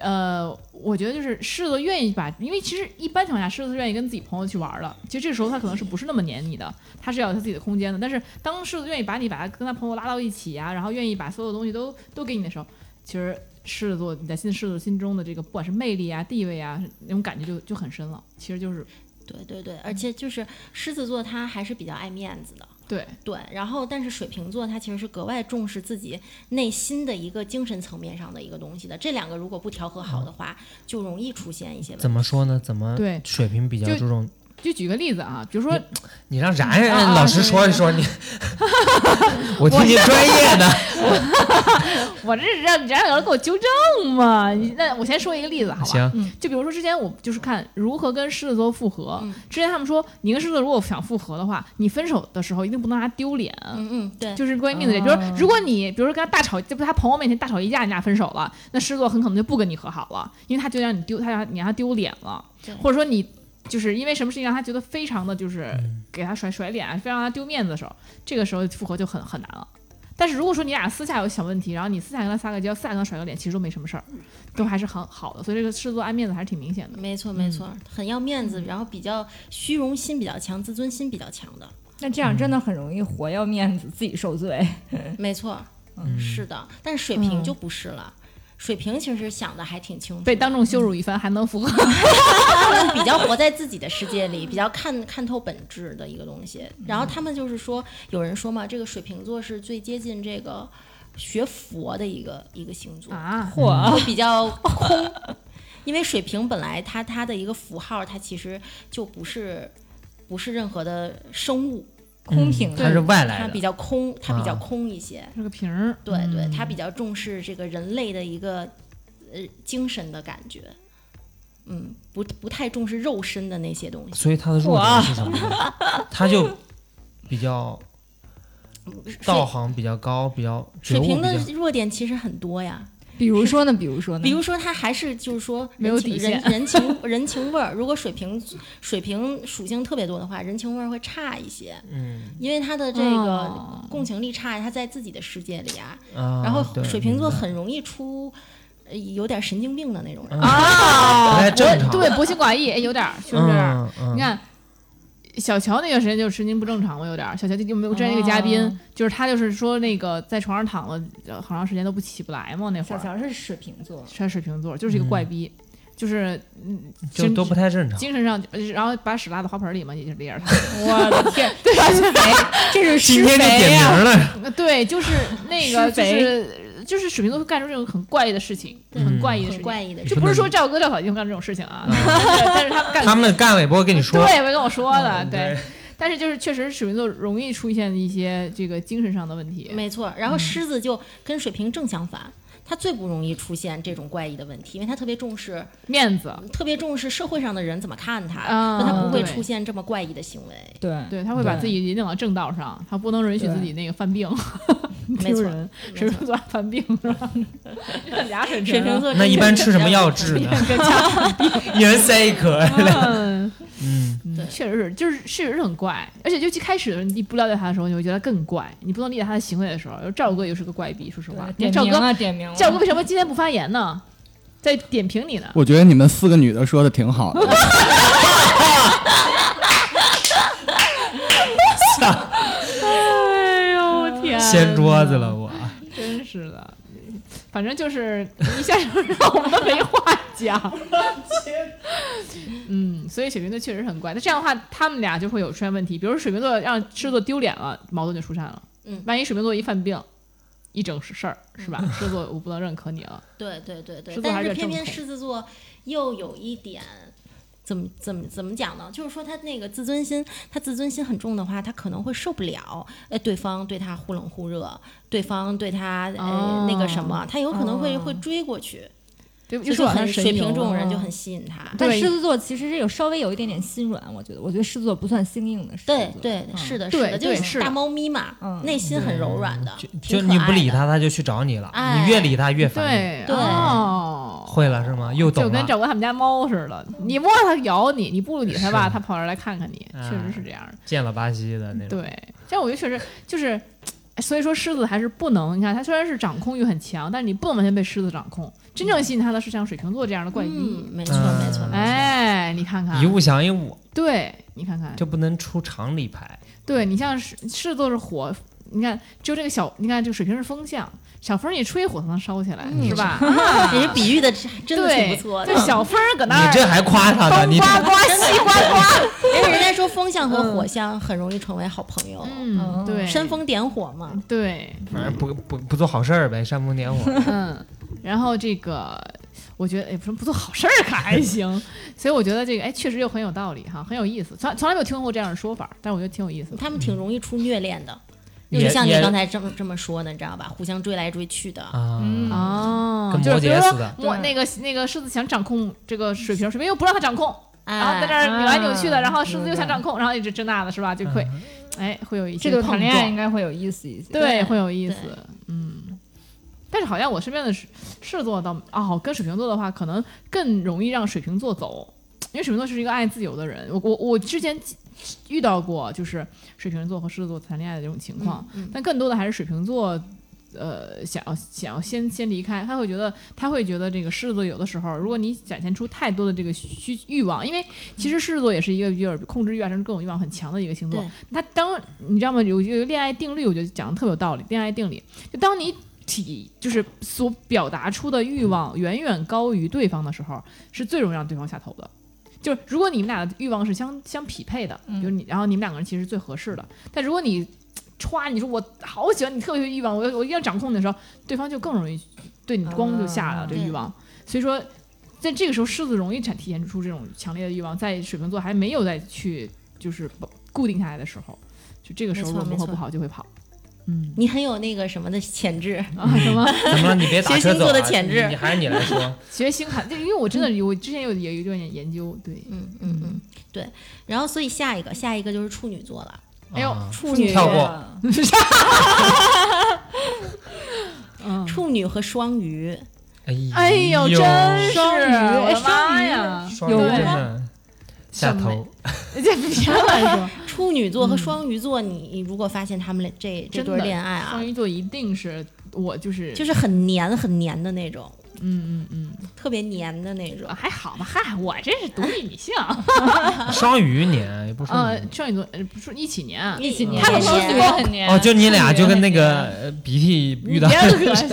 [SPEAKER 2] 呃，我觉得就是狮子座愿意把，因为其实一般情况下狮子座愿意跟自己朋友去玩儿了，其实这时候他可能是不是那么黏你的，他是要有他自己的空间的。但是当狮子愿意把你把他跟他朋友拉到一起啊，然后愿意把所有东西都都给你的时候，其实狮子座你在新狮子座心中的这个不管是魅力啊、地位啊那种感觉就就很深了。其实就是
[SPEAKER 6] 对对对，而且就是狮子座，他还是比较爱面子的。
[SPEAKER 2] 对
[SPEAKER 6] 对，然后但是水瓶座他其实是格外重视自己内心的一个精神层面上的一个东西的。这两个如果不调和好的话，就容易出现一些问题
[SPEAKER 4] 怎。么说呢？怎么
[SPEAKER 2] 对
[SPEAKER 4] 水瓶比较
[SPEAKER 2] 就
[SPEAKER 4] 注重？
[SPEAKER 2] 就举个例子啊，比如说
[SPEAKER 4] 你让然然
[SPEAKER 2] 啊
[SPEAKER 4] 老师
[SPEAKER 2] 啊
[SPEAKER 4] 说一说你，我听听专业的。
[SPEAKER 2] 我这 是让让有人给我纠正嘛？你那我先说一个例子好吧？
[SPEAKER 4] 行，
[SPEAKER 2] 就比如说之前我就是看如何跟狮子座复合，
[SPEAKER 6] 嗯
[SPEAKER 2] 之前他们说你跟狮子座如果想复合的话，你分手的时候一定不能让他丢脸。
[SPEAKER 6] 嗯嗯，对，
[SPEAKER 2] 就是关于面子这，比如说，如果你比如说跟他大吵，就不他朋友面前大吵一架，你俩分手了，那狮子座很可能就不跟你和好了，因为他就让你丢，他让你让他丢脸了
[SPEAKER 6] 对，
[SPEAKER 2] 或者说你就是因为什么事情让他觉得非常的就是给他甩甩脸，非常让他丢面子的时候，这个时候复合就很很难了。但是如果说你俩私下有小问题，然后你私下跟他撒个娇，私下跟他甩个脸，其实都没什么事儿，都还是很好的。所以这个狮子座爱面子还是挺明显的。
[SPEAKER 6] 没错没错，很要面子，然后比较虚荣心比较强，自尊心比较强的。
[SPEAKER 5] 那这样真的很容易活要面子，自己受罪。
[SPEAKER 6] 没错，
[SPEAKER 4] 嗯
[SPEAKER 6] 是的，但是水瓶
[SPEAKER 5] 嗯
[SPEAKER 6] 就不是了。水瓶其实想的还挺清楚，
[SPEAKER 2] 被当众羞辱一番还能复合，
[SPEAKER 6] 他们比较活在自己的世界里，比较看看透本质的一个东西。
[SPEAKER 4] 嗯
[SPEAKER 6] 然后他们就是说，有人说嘛，这个水瓶座是最接近这个学佛的一个一个星座，
[SPEAKER 2] 啊！
[SPEAKER 5] 嚯，
[SPEAKER 6] 就比较空。因为水瓶本来它它的一个符号，它其实就不是不是任何的生物，
[SPEAKER 5] 空瓶
[SPEAKER 4] 嗯它是
[SPEAKER 5] 的，
[SPEAKER 4] 外来
[SPEAKER 6] 它
[SPEAKER 4] 的
[SPEAKER 6] 比，较空，它比较
[SPEAKER 4] 啊
[SPEAKER 6] 空一些。
[SPEAKER 2] 是个瓶儿，
[SPEAKER 6] 对对，他比较重视这个人类的一个呃精神的感觉，嗯，不不太重视肉身的那些东西。
[SPEAKER 4] 所以它的弱点是什么呢？它就比较道
[SPEAKER 6] 水
[SPEAKER 4] 行比较高，比较觉
[SPEAKER 6] 水
[SPEAKER 4] 悟
[SPEAKER 6] 瓶
[SPEAKER 4] 比
[SPEAKER 6] 的
[SPEAKER 4] 较嗯
[SPEAKER 6] 弱点其实很多呀，
[SPEAKER 5] 比如说呢，比如说呢，
[SPEAKER 6] 比如说他还是就是说
[SPEAKER 2] 没有
[SPEAKER 6] 人情
[SPEAKER 2] 底线
[SPEAKER 6] 人 人情人情味儿。如果水瓶水瓶属性特别多的话，人情味儿会差一些，
[SPEAKER 4] 嗯
[SPEAKER 6] 因为他的这个
[SPEAKER 2] 哦
[SPEAKER 6] 共情力差，他在自己的世界里啊，
[SPEAKER 4] 啊。
[SPEAKER 6] 然后
[SPEAKER 4] 对
[SPEAKER 6] 水瓶座
[SPEAKER 4] 明白
[SPEAKER 6] 很容易出呃有点神经病的那种人。
[SPEAKER 2] 啊
[SPEAKER 4] 不太
[SPEAKER 2] 我
[SPEAKER 4] 嗯哎正常
[SPEAKER 2] 对，薄情寡义，哎，有点儿，确实有点儿。
[SPEAKER 4] 嗯嗯
[SPEAKER 2] 你看，小乔那段时间就是神经不正常嘛，有点儿。小乔就没有之前一个嘉宾，
[SPEAKER 5] 哦
[SPEAKER 2] 就是他就是说那个在床上躺了呃好长时间都不起不来嘛，那会
[SPEAKER 5] 小
[SPEAKER 2] 儿。
[SPEAKER 5] 乔是水瓶座，
[SPEAKER 2] 他水瓶座就是一个
[SPEAKER 4] 嗯
[SPEAKER 2] 怪逼，就是
[SPEAKER 4] 就都不太正常。
[SPEAKER 2] 精神上，然后把屎拉到花盆里嘛，也就是这样。
[SPEAKER 5] 我的天， 施肥，这是
[SPEAKER 4] 今
[SPEAKER 5] 施
[SPEAKER 4] 天就
[SPEAKER 5] 肥
[SPEAKER 4] 点
[SPEAKER 5] 呀、
[SPEAKER 4] 名了，
[SPEAKER 2] 对，就是那个，
[SPEAKER 5] 施
[SPEAKER 2] 就
[SPEAKER 5] 肥
[SPEAKER 2] 是就是水瓶座会干出这种很怪异的事情，
[SPEAKER 6] 对
[SPEAKER 2] 很怪异的事
[SPEAKER 6] 很
[SPEAKER 2] 情。
[SPEAKER 6] 怪异的
[SPEAKER 4] 你
[SPEAKER 2] 就
[SPEAKER 4] 说
[SPEAKER 2] 不是
[SPEAKER 4] 那
[SPEAKER 2] 说赵哥、赵小静干这种事情啊，
[SPEAKER 4] 啊
[SPEAKER 2] 但是 但是他们干，
[SPEAKER 4] 他们干了也不会跟你说。
[SPEAKER 2] 对，会跟我说的，
[SPEAKER 4] 嗯
[SPEAKER 2] 对。但是就是确实水瓶座容易出现一些这个精神上的问题，
[SPEAKER 6] 没错，然后
[SPEAKER 2] 嗯
[SPEAKER 6] 狮子就跟水瓶正相反，它最不容易出现这种怪异的问题，因为它特别重视，
[SPEAKER 2] 面子，
[SPEAKER 6] 特别重视社会上的人怎么看它，
[SPEAKER 2] 啊
[SPEAKER 6] 所以它不会
[SPEAKER 2] 对
[SPEAKER 6] 出现这么怪异的行为。
[SPEAKER 5] 对
[SPEAKER 2] 对他会把
[SPEAKER 5] 对
[SPEAKER 2] 自己引领到正道上，他不能允许自己那个犯病，
[SPEAKER 6] 没
[SPEAKER 2] 丢
[SPEAKER 6] 错
[SPEAKER 2] 人，
[SPEAKER 6] 没
[SPEAKER 2] 水
[SPEAKER 6] 错
[SPEAKER 2] 瓶座犯病是吧？俩水
[SPEAKER 6] 水
[SPEAKER 2] 瓶
[SPEAKER 6] 瓶座
[SPEAKER 4] 那一般
[SPEAKER 6] 真的
[SPEAKER 4] 吃什么
[SPEAKER 6] 比较
[SPEAKER 4] 药
[SPEAKER 6] 重
[SPEAKER 4] 治呢？一人塞一颗。
[SPEAKER 2] 嗯，
[SPEAKER 4] 嗯，
[SPEAKER 6] 对
[SPEAKER 2] 确实是，就是确实是很怪，而且尤其开始的时候你不了解他的时候，你会觉得更怪。你不能理解他的行为的时候，赵哥又是个怪逼，说实话
[SPEAKER 5] 对，
[SPEAKER 2] 你看
[SPEAKER 5] 点
[SPEAKER 2] 赵
[SPEAKER 5] 名
[SPEAKER 2] 哥，
[SPEAKER 6] 啊
[SPEAKER 5] 了，点名了，啊
[SPEAKER 2] 赵哥为什么今天不发言呢？在点评你呢？
[SPEAKER 3] 我觉得你们四个女的说的挺好的，
[SPEAKER 2] 哎呦我天，
[SPEAKER 4] 啊
[SPEAKER 6] 嗯
[SPEAKER 4] 掀桌子了，我。
[SPEAKER 2] 真是的。反正就是一下就让我们没话讲，嗯，所以水瓶座确实很怪。那这样的话，他们俩就会有出现问题，比如说水瓶座让狮子座丢脸了，矛盾就出现了。
[SPEAKER 6] 嗯
[SPEAKER 2] 万一水瓶座一犯病，一整事儿是吧？狮子座我不能认可你了。
[SPEAKER 6] 对对对对
[SPEAKER 2] 狮，子还
[SPEAKER 6] 但
[SPEAKER 2] 是
[SPEAKER 6] 是
[SPEAKER 2] 比较
[SPEAKER 6] 偏
[SPEAKER 2] 正
[SPEAKER 6] 偏
[SPEAKER 2] 统
[SPEAKER 6] 狮子座又有一点。怎么怎么怎么讲呢？就是说他那个自尊心，他自尊心很重的话，他可能会受不了，呃，对方对他忽冷忽热，对方对他呃、
[SPEAKER 2] 哦
[SPEAKER 6] 那个什么，他有可能会、
[SPEAKER 2] 哦
[SPEAKER 6] 会追过去，
[SPEAKER 2] 对，
[SPEAKER 6] 就
[SPEAKER 2] 又
[SPEAKER 6] 是
[SPEAKER 2] 说
[SPEAKER 6] 很啊水瓶这种
[SPEAKER 2] 重
[SPEAKER 6] 人就很吸引他。
[SPEAKER 5] 但
[SPEAKER 2] 对
[SPEAKER 5] 狮子座其实是有稍微有一点点心软，我觉得，我觉得狮子座不算心硬的狮子座。
[SPEAKER 6] 对对，
[SPEAKER 5] 嗯
[SPEAKER 6] 是的，
[SPEAKER 2] 对
[SPEAKER 6] 是的，就
[SPEAKER 2] 对是
[SPEAKER 6] 是
[SPEAKER 2] 的
[SPEAKER 6] 大猫咪嘛，
[SPEAKER 5] 嗯
[SPEAKER 6] 内心很柔软的
[SPEAKER 4] 就，嗯
[SPEAKER 6] 挺
[SPEAKER 4] 就
[SPEAKER 6] 可
[SPEAKER 4] 你不理
[SPEAKER 6] 爱的，
[SPEAKER 4] 他，他就去找你了。
[SPEAKER 6] 哎
[SPEAKER 4] 你越理他越烦你。啊
[SPEAKER 2] 对
[SPEAKER 6] 对
[SPEAKER 2] 哦，
[SPEAKER 4] 会了是吗？又
[SPEAKER 2] 就
[SPEAKER 4] 懂
[SPEAKER 2] 跟
[SPEAKER 4] 了。
[SPEAKER 2] 赵哥他们家猫似的，你摸它咬你，你不理它吧，
[SPEAKER 4] 是啊
[SPEAKER 2] 它跑这儿来看看你，
[SPEAKER 4] 哎
[SPEAKER 2] 确实是这样的。
[SPEAKER 4] 见了巴西的那种。
[SPEAKER 2] 对，这样我觉得确实就是，所以说狮子还是不能，你看它虽然是掌控欲很强，但是你不能完全被狮子掌控。真正吸引它的是像水瓶座这样的怪
[SPEAKER 6] 嗯
[SPEAKER 2] 逼。，
[SPEAKER 6] 没错没错，
[SPEAKER 4] 嗯
[SPEAKER 6] 没错
[SPEAKER 2] 哎，你看看
[SPEAKER 4] 一，物降一物，
[SPEAKER 2] 对你看看，
[SPEAKER 4] 这不能出常理牌。
[SPEAKER 2] 对你像狮狮子座是火，你看就这个小，你看这个水瓶是风象，小风一吹火才能烧起来，
[SPEAKER 6] 嗯
[SPEAKER 2] 是吧？
[SPEAKER 6] 你这比喻的真真的挺
[SPEAKER 2] 对，
[SPEAKER 6] 不错的
[SPEAKER 2] 就。小风儿搁那
[SPEAKER 4] 你
[SPEAKER 2] 儿
[SPEAKER 4] 这还夸他呢？
[SPEAKER 2] 冬
[SPEAKER 4] 你
[SPEAKER 2] 瓜瓜西瓜瓜，
[SPEAKER 6] 因为人家说风象和火象很容易成为好朋友，
[SPEAKER 2] 嗯，对，
[SPEAKER 6] 煽哦风点火嘛。
[SPEAKER 2] 对，
[SPEAKER 4] 反正不不不做好事儿呗，煽风点火。
[SPEAKER 2] 嗯，然后这个我觉得哎也不是不做好事儿可还行，所以我觉得这个哎确实又很有道理哈，很有意思，从从来没有听过这样的说法，但是我觉得挺有意思的。
[SPEAKER 6] 他们挺容易出虐恋的，就
[SPEAKER 4] 也
[SPEAKER 6] 是像你
[SPEAKER 4] 也
[SPEAKER 6] 刚才这么这么说的，你知道吧？互相追来追去的，
[SPEAKER 4] 啊，
[SPEAKER 5] 嗯
[SPEAKER 2] 哦
[SPEAKER 4] 跟
[SPEAKER 2] 就是
[SPEAKER 4] 摩
[SPEAKER 2] 比如
[SPEAKER 4] 羯
[SPEAKER 2] 说
[SPEAKER 4] 似的。
[SPEAKER 2] 摩
[SPEAKER 5] 对
[SPEAKER 2] 那个那个狮子想掌控这个水瓶，水瓶又不让他掌控，然后在这
[SPEAKER 6] 哎，
[SPEAKER 2] 儿扭来扭去的，
[SPEAKER 5] 啊
[SPEAKER 2] 然后狮子又想
[SPEAKER 5] 嗯
[SPEAKER 2] 掌控，然后一直这那的是吧？就会
[SPEAKER 4] 嗯
[SPEAKER 2] 哎会有一些
[SPEAKER 5] 这个
[SPEAKER 2] 碰
[SPEAKER 5] 谈恋爱
[SPEAKER 2] 撞
[SPEAKER 5] 应该会有意思一些。
[SPEAKER 2] 对，
[SPEAKER 6] 对
[SPEAKER 2] 会有意思
[SPEAKER 6] 对，
[SPEAKER 2] 嗯。但是好像我身边的狮狮子座倒哦，跟水瓶座的话，可能更容易让水瓶座走，因为水瓶座是一个爱自由的人。我我我之前遇到过，就是水瓶座和狮子座谈恋爱的这种情况，
[SPEAKER 6] 嗯嗯
[SPEAKER 2] 但更多的还是水瓶座，呃，想要想要先先离开，他会觉得他会觉得这个狮子座有的时候，如果你展现出太多的这个需欲望，因为其实狮子座也是一个有点控制欲啊，甚至各种欲望很强的一个星座
[SPEAKER 6] 对。
[SPEAKER 2] 他当你知道吗？有有一个恋爱定律，我觉得讲的特别有道理。恋爱定理就当你体就是所表达出的欲望远远高于对方的时候，是最容易让对方下头的。就是如果你们俩的欲望是相相匹配的，
[SPEAKER 5] 嗯
[SPEAKER 2] 就是你，然后你们两个人其实是最合适的。但如果你歘，你说我好喜欢你，特别有欲望，我要我一定要掌控你的时候，对方就更容易对你光就下来了、
[SPEAKER 5] 啊
[SPEAKER 2] 这个欲望。所以说，在这个时候，狮子容易展体现出这种强烈的欲望，在水瓶座还没有再去就是固定下来的时候，就这个时候
[SPEAKER 6] 没错
[SPEAKER 2] 如
[SPEAKER 6] 没
[SPEAKER 2] 果
[SPEAKER 6] 错
[SPEAKER 2] 不好就会跑。 嗯
[SPEAKER 6] 你很有那个什么的潜质，
[SPEAKER 2] 啊什么？
[SPEAKER 4] 怎么了？你别打
[SPEAKER 6] 学
[SPEAKER 4] 车
[SPEAKER 6] 星
[SPEAKER 4] 走
[SPEAKER 6] 座
[SPEAKER 4] 啊！
[SPEAKER 6] 的潜质
[SPEAKER 4] 你你还是你来说。
[SPEAKER 2] 学星盘，就因为我真的我之前有也有一段研究，对，
[SPEAKER 4] 啊
[SPEAKER 6] 嗯嗯嗯，对。然后所以下一个，下一个就是处女座了。
[SPEAKER 2] 哎呦
[SPEAKER 4] 啊
[SPEAKER 6] 处女
[SPEAKER 4] 跳过
[SPEAKER 2] 嗯，
[SPEAKER 6] 处女和双鱼，
[SPEAKER 2] 哎呦，真是
[SPEAKER 5] 双鱼
[SPEAKER 2] 我
[SPEAKER 5] 哎
[SPEAKER 2] 的妈呀！
[SPEAKER 4] 双
[SPEAKER 5] 有
[SPEAKER 4] 鱼
[SPEAKER 5] 吗
[SPEAKER 4] 真的下
[SPEAKER 2] 什么
[SPEAKER 4] 头，
[SPEAKER 2] 这别乱 说，
[SPEAKER 6] 处女座和双鱼座，你你如果发现他们俩这这
[SPEAKER 2] 嗯真
[SPEAKER 6] 对
[SPEAKER 2] 的
[SPEAKER 6] 恋爱啊
[SPEAKER 2] 双，鱼座一定是我就是
[SPEAKER 6] 就是很黏很黏的那种，
[SPEAKER 2] 嗯嗯
[SPEAKER 6] 特别黏的那种
[SPEAKER 2] 嗯，。还好吧，嗨，我这是独立女性，
[SPEAKER 4] 双鱼年也不说
[SPEAKER 2] 呃
[SPEAKER 4] 你，
[SPEAKER 2] 双鱼座呃不是一起年啊，
[SPEAKER 5] 一起年，
[SPEAKER 2] 他
[SPEAKER 6] 们说
[SPEAKER 5] 也很黏
[SPEAKER 4] 哦，就你俩就跟那个呃鼻涕遇到
[SPEAKER 2] 别恶
[SPEAKER 5] 对
[SPEAKER 2] 心，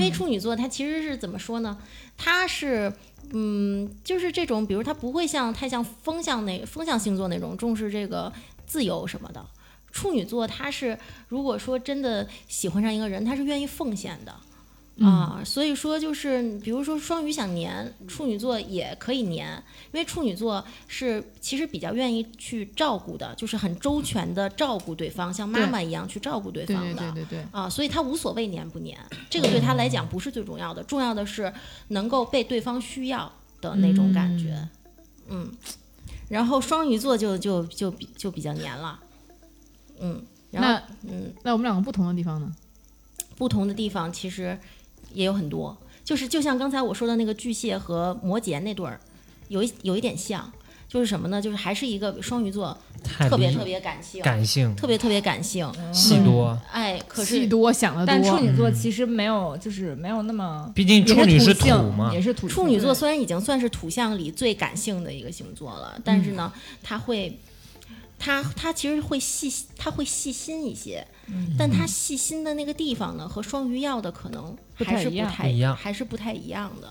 [SPEAKER 2] 嗯
[SPEAKER 6] 为处女座它其实是怎么说呢？它是。嗯，就是这种，比如它不会像太像风象那风象星座那种重视这个自由什么的，处女座他是如果说真的喜欢上一个人，他是愿意奉献的。
[SPEAKER 2] 嗯
[SPEAKER 6] 啊，所以说就是，比如说双鱼想黏，处女座也可以黏，因为处女座是其实比较愿意去照顾的，就是很周全的照顾对方，像妈
[SPEAKER 2] 对
[SPEAKER 6] 妈一样去照顾对
[SPEAKER 2] 对
[SPEAKER 6] 方的。
[SPEAKER 2] 对对对对，
[SPEAKER 6] 啊，所以他无所谓黏不黏，这个对他来讲不是最重要的，重要的是能够被对方需要的那种感觉，嗯。然后双鱼座就就就比就比较黏了，嗯。然后
[SPEAKER 2] 那
[SPEAKER 6] 嗯，
[SPEAKER 2] 那我们两个不同的地方呢？
[SPEAKER 6] 不同的地方其实也有很多，就是就像刚才我说的那个巨蟹和摩羯那对儿，有一有一点像，就是什么呢？就是还是一个双鱼座，
[SPEAKER 4] 太
[SPEAKER 6] 特别
[SPEAKER 4] 理
[SPEAKER 6] 特别感性，
[SPEAKER 4] 感嗯性，
[SPEAKER 6] 特别特别感性，
[SPEAKER 4] 戏多。
[SPEAKER 6] 哎，可
[SPEAKER 2] 戏
[SPEAKER 6] 是
[SPEAKER 2] 多想的
[SPEAKER 5] 但处
[SPEAKER 2] 多，
[SPEAKER 5] 女座
[SPEAKER 4] 嗯
[SPEAKER 5] 其实没有，就是没有那么，
[SPEAKER 4] 毕竟
[SPEAKER 5] 也
[SPEAKER 4] 处女
[SPEAKER 5] 是
[SPEAKER 4] 是
[SPEAKER 5] 土
[SPEAKER 4] 土
[SPEAKER 5] 性
[SPEAKER 4] 嘛
[SPEAKER 5] 也，是
[SPEAKER 2] 嗯
[SPEAKER 5] 土
[SPEAKER 6] 处女
[SPEAKER 5] 性
[SPEAKER 6] 座虽然已经算是土象里最感性的一个星座了，但是
[SPEAKER 2] 嗯
[SPEAKER 6] 呢，他会，他他其实会细，他会细心一些，
[SPEAKER 2] 嗯
[SPEAKER 6] 但他细心的那个地方呢，和双鱼要的可能
[SPEAKER 5] 不
[SPEAKER 6] 还
[SPEAKER 5] 太
[SPEAKER 6] 是
[SPEAKER 5] 一
[SPEAKER 6] 不
[SPEAKER 5] 样
[SPEAKER 6] 太
[SPEAKER 4] 不一样
[SPEAKER 6] 还是不太一样的。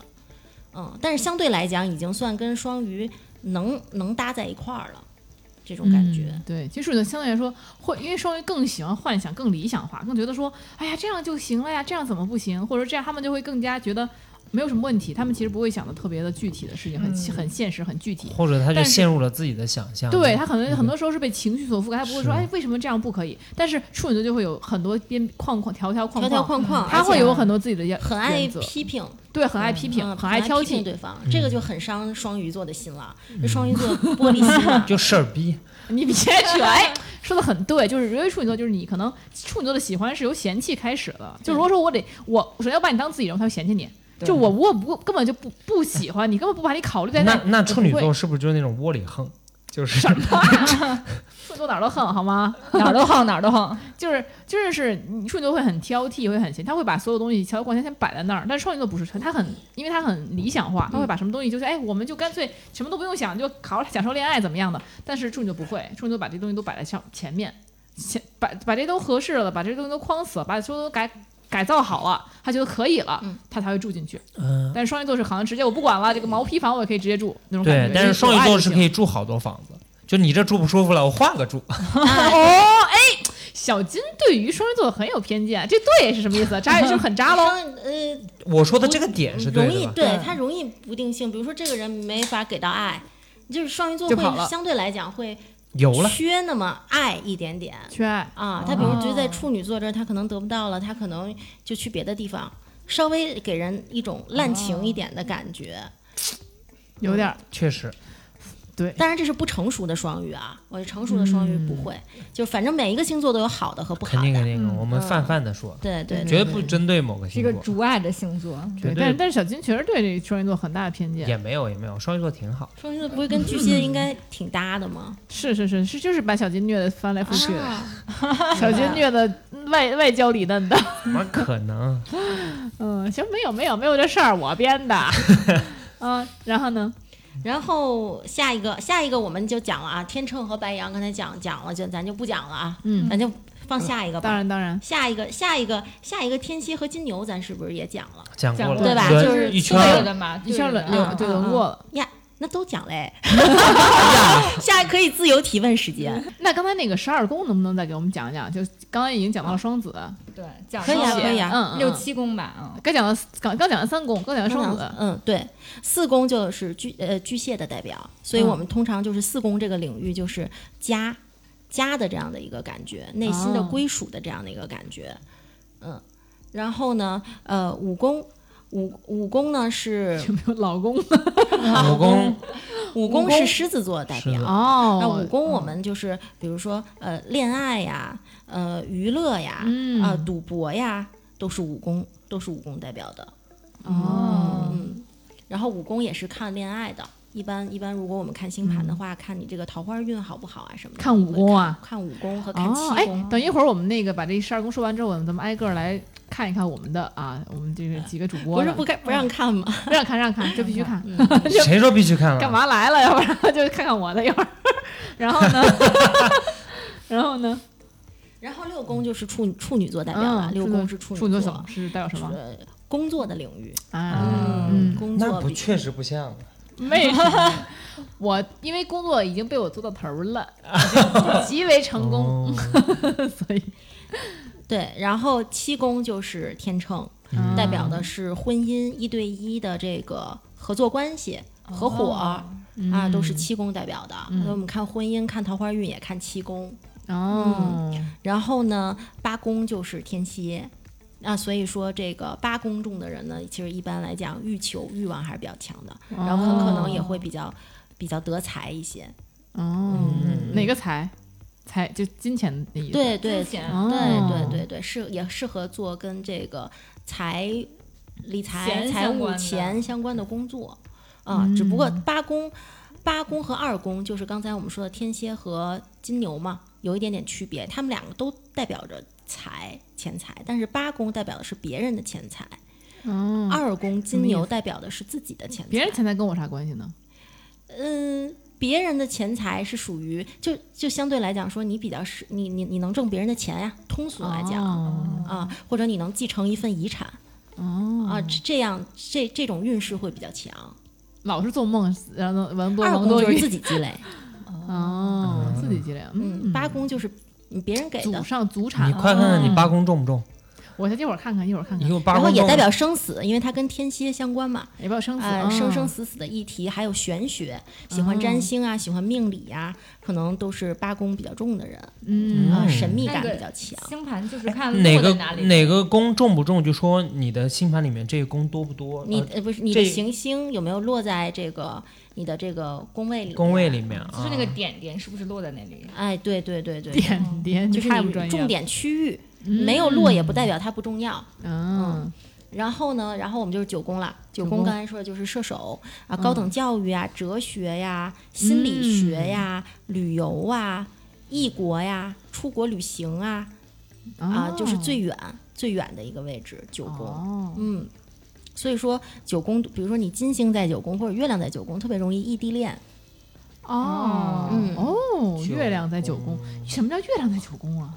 [SPEAKER 6] 嗯，但是相对来讲，已经算跟双鱼能能搭在一块儿了，这种感觉。
[SPEAKER 2] 嗯对，其实处女座相对来说会，因为双鱼更喜欢幻想、更理想化，更觉得说，哎呀，这样就行了呀，这样怎么不行？或者这样他们就会更加觉得没有什么问题，他们其实不会想的特别的具体的事情，很、
[SPEAKER 5] 嗯
[SPEAKER 2] 很现实、很具体。
[SPEAKER 4] 或者他就
[SPEAKER 2] 但是
[SPEAKER 4] 陷入了自己的想象。
[SPEAKER 2] 对他可能
[SPEAKER 4] 嗯
[SPEAKER 2] 很多时候是被情绪所覆盖，他不会说
[SPEAKER 4] 是
[SPEAKER 2] 哎为什么这样不可以，但是处女座就会有很多边框框条条框
[SPEAKER 6] 条
[SPEAKER 2] 框，
[SPEAKER 6] 条框框，
[SPEAKER 2] 嗯他
[SPEAKER 6] 而且
[SPEAKER 2] 会有很多自己的原
[SPEAKER 6] 很爱
[SPEAKER 2] 原则
[SPEAKER 6] 批评，
[SPEAKER 2] 对，很爱批评，
[SPEAKER 6] 嗯
[SPEAKER 2] 很爱
[SPEAKER 6] 批
[SPEAKER 2] 挑
[SPEAKER 6] 评
[SPEAKER 2] 剔。嗯
[SPEAKER 6] 对方，这个就很伤双鱼座的心了。这双鱼座玻璃心 啊，
[SPEAKER 4] 就事儿逼，
[SPEAKER 2] 你别扯，哎，说的很对，就是因为处女座，就是你可能处女座的喜欢是由嫌弃开始的，就如果说我得我首先要把你当自己人，我才会嫌弃你。
[SPEAKER 5] 对
[SPEAKER 2] 就我我不根本就不不喜欢你，根本不把你考虑在
[SPEAKER 4] 那
[SPEAKER 2] 内。
[SPEAKER 4] 那
[SPEAKER 2] 我
[SPEAKER 4] 处女
[SPEAKER 2] 不会
[SPEAKER 4] 座是不是就是那种窝里横？就是
[SPEAKER 2] 处女座哪儿都横，好吗？
[SPEAKER 5] 哪儿都横哪儿都横，
[SPEAKER 2] 就是就是是你处女座会很挑剔，会很嫌，他会把所有东西条条框框先摆在那儿。但是双鱼座不是，他很因为他很理想化，他会把什么东西就是哎，我们就干脆什么都不用想，就好好享受恋爱怎么样的。但是处女座不会，处女座把这东西都摆在上前面，前把把这都合适了，把这东西都框死了，把所有都改。改造好了，他觉得可以了，
[SPEAKER 6] 嗯
[SPEAKER 2] 他才会住进去。
[SPEAKER 4] 嗯，
[SPEAKER 2] 但是双鱼座是好像直接我不管了，这个毛坯房我也可以直接住那种感觉。，
[SPEAKER 4] 对但是双鱼座是可
[SPEAKER 2] 以
[SPEAKER 4] 以住好多房子，就你这住不舒服了，我换个住。
[SPEAKER 2] 哦，哎，小金对于双鱼座很有偏见，这对是什么意 思？渣也就是很渣喽。
[SPEAKER 6] 双呃
[SPEAKER 4] 我说的这个点是对
[SPEAKER 6] 容易
[SPEAKER 4] 的吧？
[SPEAKER 2] 嗯
[SPEAKER 5] 对
[SPEAKER 6] 他容易不定性。比如说这个人没法给到爱，就是双鱼座
[SPEAKER 2] 就跑了
[SPEAKER 6] 会相对来讲会
[SPEAKER 4] 有了，
[SPEAKER 6] 缺那么爱一点点
[SPEAKER 2] 缺爱，
[SPEAKER 6] 啊。他比如觉得在处女座这儿他可能得不到了，他可能就去别的地方，稍微给人一种滥情一点的感觉。
[SPEAKER 2] 嗯有点儿
[SPEAKER 4] 确实，
[SPEAKER 2] 对。
[SPEAKER 6] 当然这是不成熟的双鱼啊，
[SPEAKER 2] 嗯
[SPEAKER 6] 我成熟的双鱼不会，就反正每一个星座都有好的和不
[SPEAKER 4] 肯
[SPEAKER 6] 好
[SPEAKER 4] 定肯
[SPEAKER 6] 的。嗯
[SPEAKER 4] 定，
[SPEAKER 2] 嗯
[SPEAKER 4] 我们泛泛的说，
[SPEAKER 6] 对对
[SPEAKER 4] 绝
[SPEAKER 6] 对
[SPEAKER 4] 对不针对某个
[SPEAKER 5] 是
[SPEAKER 4] 星
[SPEAKER 5] 一个
[SPEAKER 4] 座，
[SPEAKER 5] 主爱的星座，
[SPEAKER 4] 绝
[SPEAKER 2] 嗯对，但是但是小金确实对这双鱼座很大的偏见，
[SPEAKER 4] 也没有也没有，双鱼座挺好。
[SPEAKER 6] 双鱼座不是跟巨蟹应该挺搭的吗？
[SPEAKER 2] 是是是是，就是把小金虐的翻来覆去的，
[SPEAKER 6] 啊
[SPEAKER 2] 小金虐的外外焦里嫩的。
[SPEAKER 4] 怎么可能？
[SPEAKER 2] 嗯，行，没有没有没有这事儿，我 编的。嗯，然后呢？
[SPEAKER 6] 然后下一个，下一个我们就讲了啊，天秤和白羊刚才讲讲了，就咱就不讲了啊，
[SPEAKER 2] 嗯，
[SPEAKER 6] 咱就放下一个
[SPEAKER 2] 当
[SPEAKER 6] 吧。
[SPEAKER 2] 然当然，
[SPEAKER 6] 下一个，下一个，下一个天蝎和金牛，咱是不是也讲了？
[SPEAKER 4] 讲过了，
[SPEAKER 5] 对
[SPEAKER 6] 吧
[SPEAKER 4] 轮
[SPEAKER 6] 就是
[SPEAKER 4] 一圈
[SPEAKER 5] 对
[SPEAKER 4] 儿
[SPEAKER 5] 的嘛，
[SPEAKER 2] 一下
[SPEAKER 5] 对啊的
[SPEAKER 2] 轮
[SPEAKER 5] 嘛
[SPEAKER 2] 流就轮过了。
[SPEAKER 6] 那都讲嘞， 下可以自由提问时间。
[SPEAKER 2] 那刚才那个十二宫能不能再给我们讲讲？就刚才已经讲到了双子，
[SPEAKER 5] 对，讲
[SPEAKER 6] 可以啊
[SPEAKER 5] 到
[SPEAKER 6] 可以啊
[SPEAKER 2] 嗯，嗯
[SPEAKER 5] 六。
[SPEAKER 2] 嗯
[SPEAKER 5] 七宫吧，嗯，
[SPEAKER 2] 刚讲了刚刚讲了三宫，刚讲了双子，
[SPEAKER 6] 嗯，对，四宫就是巨呃巨蟹的代表，所以
[SPEAKER 2] 嗯
[SPEAKER 6] 我们通常就是四宫这个领域就是家家的这样的一个感觉，内心的
[SPEAKER 2] 哦
[SPEAKER 6] 归属的这样的一个感觉。嗯，然后呢，呃，五宫。五五宫呢是
[SPEAKER 2] 有没有老公？
[SPEAKER 4] 武功，
[SPEAKER 6] 五
[SPEAKER 2] 五
[SPEAKER 6] 宫
[SPEAKER 2] 宫
[SPEAKER 6] 是狮子座的代
[SPEAKER 4] 是
[SPEAKER 6] 表
[SPEAKER 4] 的，
[SPEAKER 2] 哦
[SPEAKER 6] 那武功我们就是比如说呃恋爱呀，呃娱乐呀，
[SPEAKER 2] 嗯
[SPEAKER 6] 啊赌博呀，都是武功，都是武功代表的。
[SPEAKER 2] 哦，
[SPEAKER 6] 嗯，然后武功也是看恋爱的。一般一般，如果我们看星盘的话，看你这个桃花运好不好啊什么的。
[SPEAKER 2] 看武功啊
[SPEAKER 6] 会看，看武功和看
[SPEAKER 2] 哦，
[SPEAKER 6] 七
[SPEAKER 2] 哎
[SPEAKER 6] 宫。，
[SPEAKER 2] 等一会儿我们那个把这十二宫说完之后，我们咱们挨个儿来看一看我们的啊，我嗯们这个几个主播
[SPEAKER 6] 不是
[SPEAKER 2] 的
[SPEAKER 6] 不该不让看吗？
[SPEAKER 2] 不让看让看，这必须看，
[SPEAKER 4] 嗯谁说必须看了？啊
[SPEAKER 2] 干？嘛来了？要不然 就看看我的一会儿，然后 呢，然后呢，
[SPEAKER 6] 然后六宫就是处处女座代表了，
[SPEAKER 2] 嗯
[SPEAKER 6] 六
[SPEAKER 2] 处女
[SPEAKER 6] 宫是处
[SPEAKER 2] 处女
[SPEAKER 6] 座
[SPEAKER 2] 座什么是代表什么
[SPEAKER 6] 呃工作的领域。
[SPEAKER 2] 啊？
[SPEAKER 4] 嗯
[SPEAKER 2] 嗯
[SPEAKER 6] 工
[SPEAKER 4] 那
[SPEAKER 6] 作
[SPEAKER 4] 不
[SPEAKER 6] 比
[SPEAKER 4] 确实不像啊，
[SPEAKER 2] 为什么？我因为工作已经被我做到头儿了，已经极为成功，
[SPEAKER 4] 哦
[SPEAKER 2] 所以
[SPEAKER 6] 对，然后七宫就是天秤，
[SPEAKER 4] 嗯
[SPEAKER 6] 代表的是婚姻一对一的这个合作关系、合伙 啊，都是七宫代表的。
[SPEAKER 2] 哦嗯
[SPEAKER 6] 所以我们看婚姻，看桃花运，也看七宫。
[SPEAKER 2] 哦，
[SPEAKER 6] 然后呢，八宫就是天蝎。那所以说，这个八宫中的人呢，其实一般来讲，欲求欲望还是比较强的，然后很可能也会比较比较得财一些。
[SPEAKER 2] 哦，
[SPEAKER 4] 嗯
[SPEAKER 2] 哪个财？财就金钱的意思。
[SPEAKER 6] 对对
[SPEAKER 5] 之前
[SPEAKER 2] 哦，
[SPEAKER 6] 对对对对，适也适合做跟这个财理财、
[SPEAKER 5] 钱
[SPEAKER 6] 财
[SPEAKER 5] 相
[SPEAKER 6] 务、
[SPEAKER 5] 关的
[SPEAKER 6] 钱相关的工作啊、只
[SPEAKER 2] 嗯
[SPEAKER 6] 不过八宫、八宫和二宫就是刚才我们说的天蝎和金牛嘛，有一点点区别。他们两个都代表着财、钱财，但是八宫代表的是别人的钱财，
[SPEAKER 2] 哦，
[SPEAKER 6] 二宫
[SPEAKER 2] 什
[SPEAKER 6] 金
[SPEAKER 2] 么意
[SPEAKER 6] 牛
[SPEAKER 2] 思
[SPEAKER 6] 代表的是自己的钱财。
[SPEAKER 2] 别人钱财跟我啥关系呢？
[SPEAKER 6] 嗯，别人的钱财是属于就就相对来讲说，你比较是你你你能挣别人的钱呀、通俗来讲、啊，或者你能继承一份遗产、
[SPEAKER 2] 哦，
[SPEAKER 6] 啊，这这样这这种运势会比较强。
[SPEAKER 2] 老是做梦，然后能闻多
[SPEAKER 6] 二
[SPEAKER 2] 蒙
[SPEAKER 6] 宫
[SPEAKER 2] 多
[SPEAKER 6] 就是
[SPEAKER 2] 雨。
[SPEAKER 6] 自己 积累，
[SPEAKER 2] 哦，自己积累。
[SPEAKER 6] 嗯，八宫就是别人给
[SPEAKER 2] 祖
[SPEAKER 6] 的，
[SPEAKER 2] 上祖
[SPEAKER 4] 你
[SPEAKER 2] 产，
[SPEAKER 4] 快看看你八宫重不重？
[SPEAKER 2] 我先一会儿看看，一会儿看
[SPEAKER 4] 一
[SPEAKER 2] 看，
[SPEAKER 4] 共八
[SPEAKER 6] 然
[SPEAKER 4] 宫
[SPEAKER 6] 后
[SPEAKER 4] 重，
[SPEAKER 6] 也代表生死，因为它跟天蝎相关嘛，
[SPEAKER 2] 也把我生死
[SPEAKER 6] 呃，生生
[SPEAKER 2] 哦
[SPEAKER 6] 死死的议题，还有玄学，喜欢占星啊，喜欢命理呀、可能都是八宫比较重的人
[SPEAKER 2] 嗯
[SPEAKER 6] 啊，
[SPEAKER 4] 嗯
[SPEAKER 6] 神秘感
[SPEAKER 5] 那个
[SPEAKER 6] 比较强。
[SPEAKER 5] 星盘就是看落
[SPEAKER 4] 哎哪个
[SPEAKER 5] 在哪里，
[SPEAKER 4] 哪个宫重不重，就说你的星盘里面这个宫多不多，
[SPEAKER 6] 你
[SPEAKER 4] 呃
[SPEAKER 6] 呃不是你
[SPEAKER 4] 这
[SPEAKER 6] 的行星有没有落在这个你的这个宫位里？
[SPEAKER 4] 宫位里。面啊，
[SPEAKER 5] 就是那个点点是不是落在那里？
[SPEAKER 6] 哎，对对对 对，
[SPEAKER 2] 点点，
[SPEAKER 6] 就是
[SPEAKER 2] 太不专业
[SPEAKER 6] 你重
[SPEAKER 2] 了。
[SPEAKER 6] 点区域没有落也不代表它不重要。
[SPEAKER 2] 嗯，
[SPEAKER 6] 然后呢，然后我们就是九宫了。九
[SPEAKER 2] 九宫
[SPEAKER 6] 宫刚才说的就是射手啊，高等教育啊，哲学呀，心理学呀，旅游啊，异国呀，出国旅行啊啊，就是最远最远的一个位置，九宫。
[SPEAKER 2] 哦，
[SPEAKER 6] 嗯，所以说九宫，比如说你金星在九宫或者月亮在九宫，特别容易异地恋。
[SPEAKER 2] 哦，
[SPEAKER 6] 嗯
[SPEAKER 2] 哦，
[SPEAKER 4] 九
[SPEAKER 2] 月亮在九宫，什么叫月亮在九宫啊？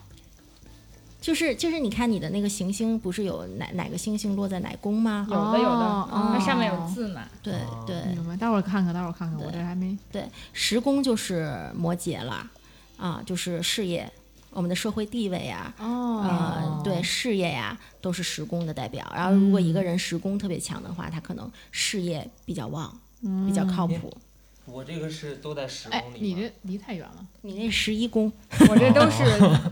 [SPEAKER 6] 就是就是，你看你的那个行星不是有哪哪个星星落在哪宫吗？
[SPEAKER 5] 有的有的，
[SPEAKER 2] 哦
[SPEAKER 5] 它上面有字嘛。
[SPEAKER 6] 对
[SPEAKER 4] 哦
[SPEAKER 6] 对
[SPEAKER 2] 明白，待会儿看看，待会儿看看，
[SPEAKER 6] 对
[SPEAKER 2] 我这还没
[SPEAKER 6] 对，十宫就是摩羯了，啊，就是事业，我们的社会地位啊。
[SPEAKER 2] 哦嗯
[SPEAKER 6] 呃，，对事业呀、都是十宫的代表。然后，如果一个人十宫特别强的话，他可能事业比较旺，比较靠谱。
[SPEAKER 4] 我这个是都在十
[SPEAKER 2] 嗯哎，你这离太远了，
[SPEAKER 6] 你那十一宫
[SPEAKER 5] 我这都是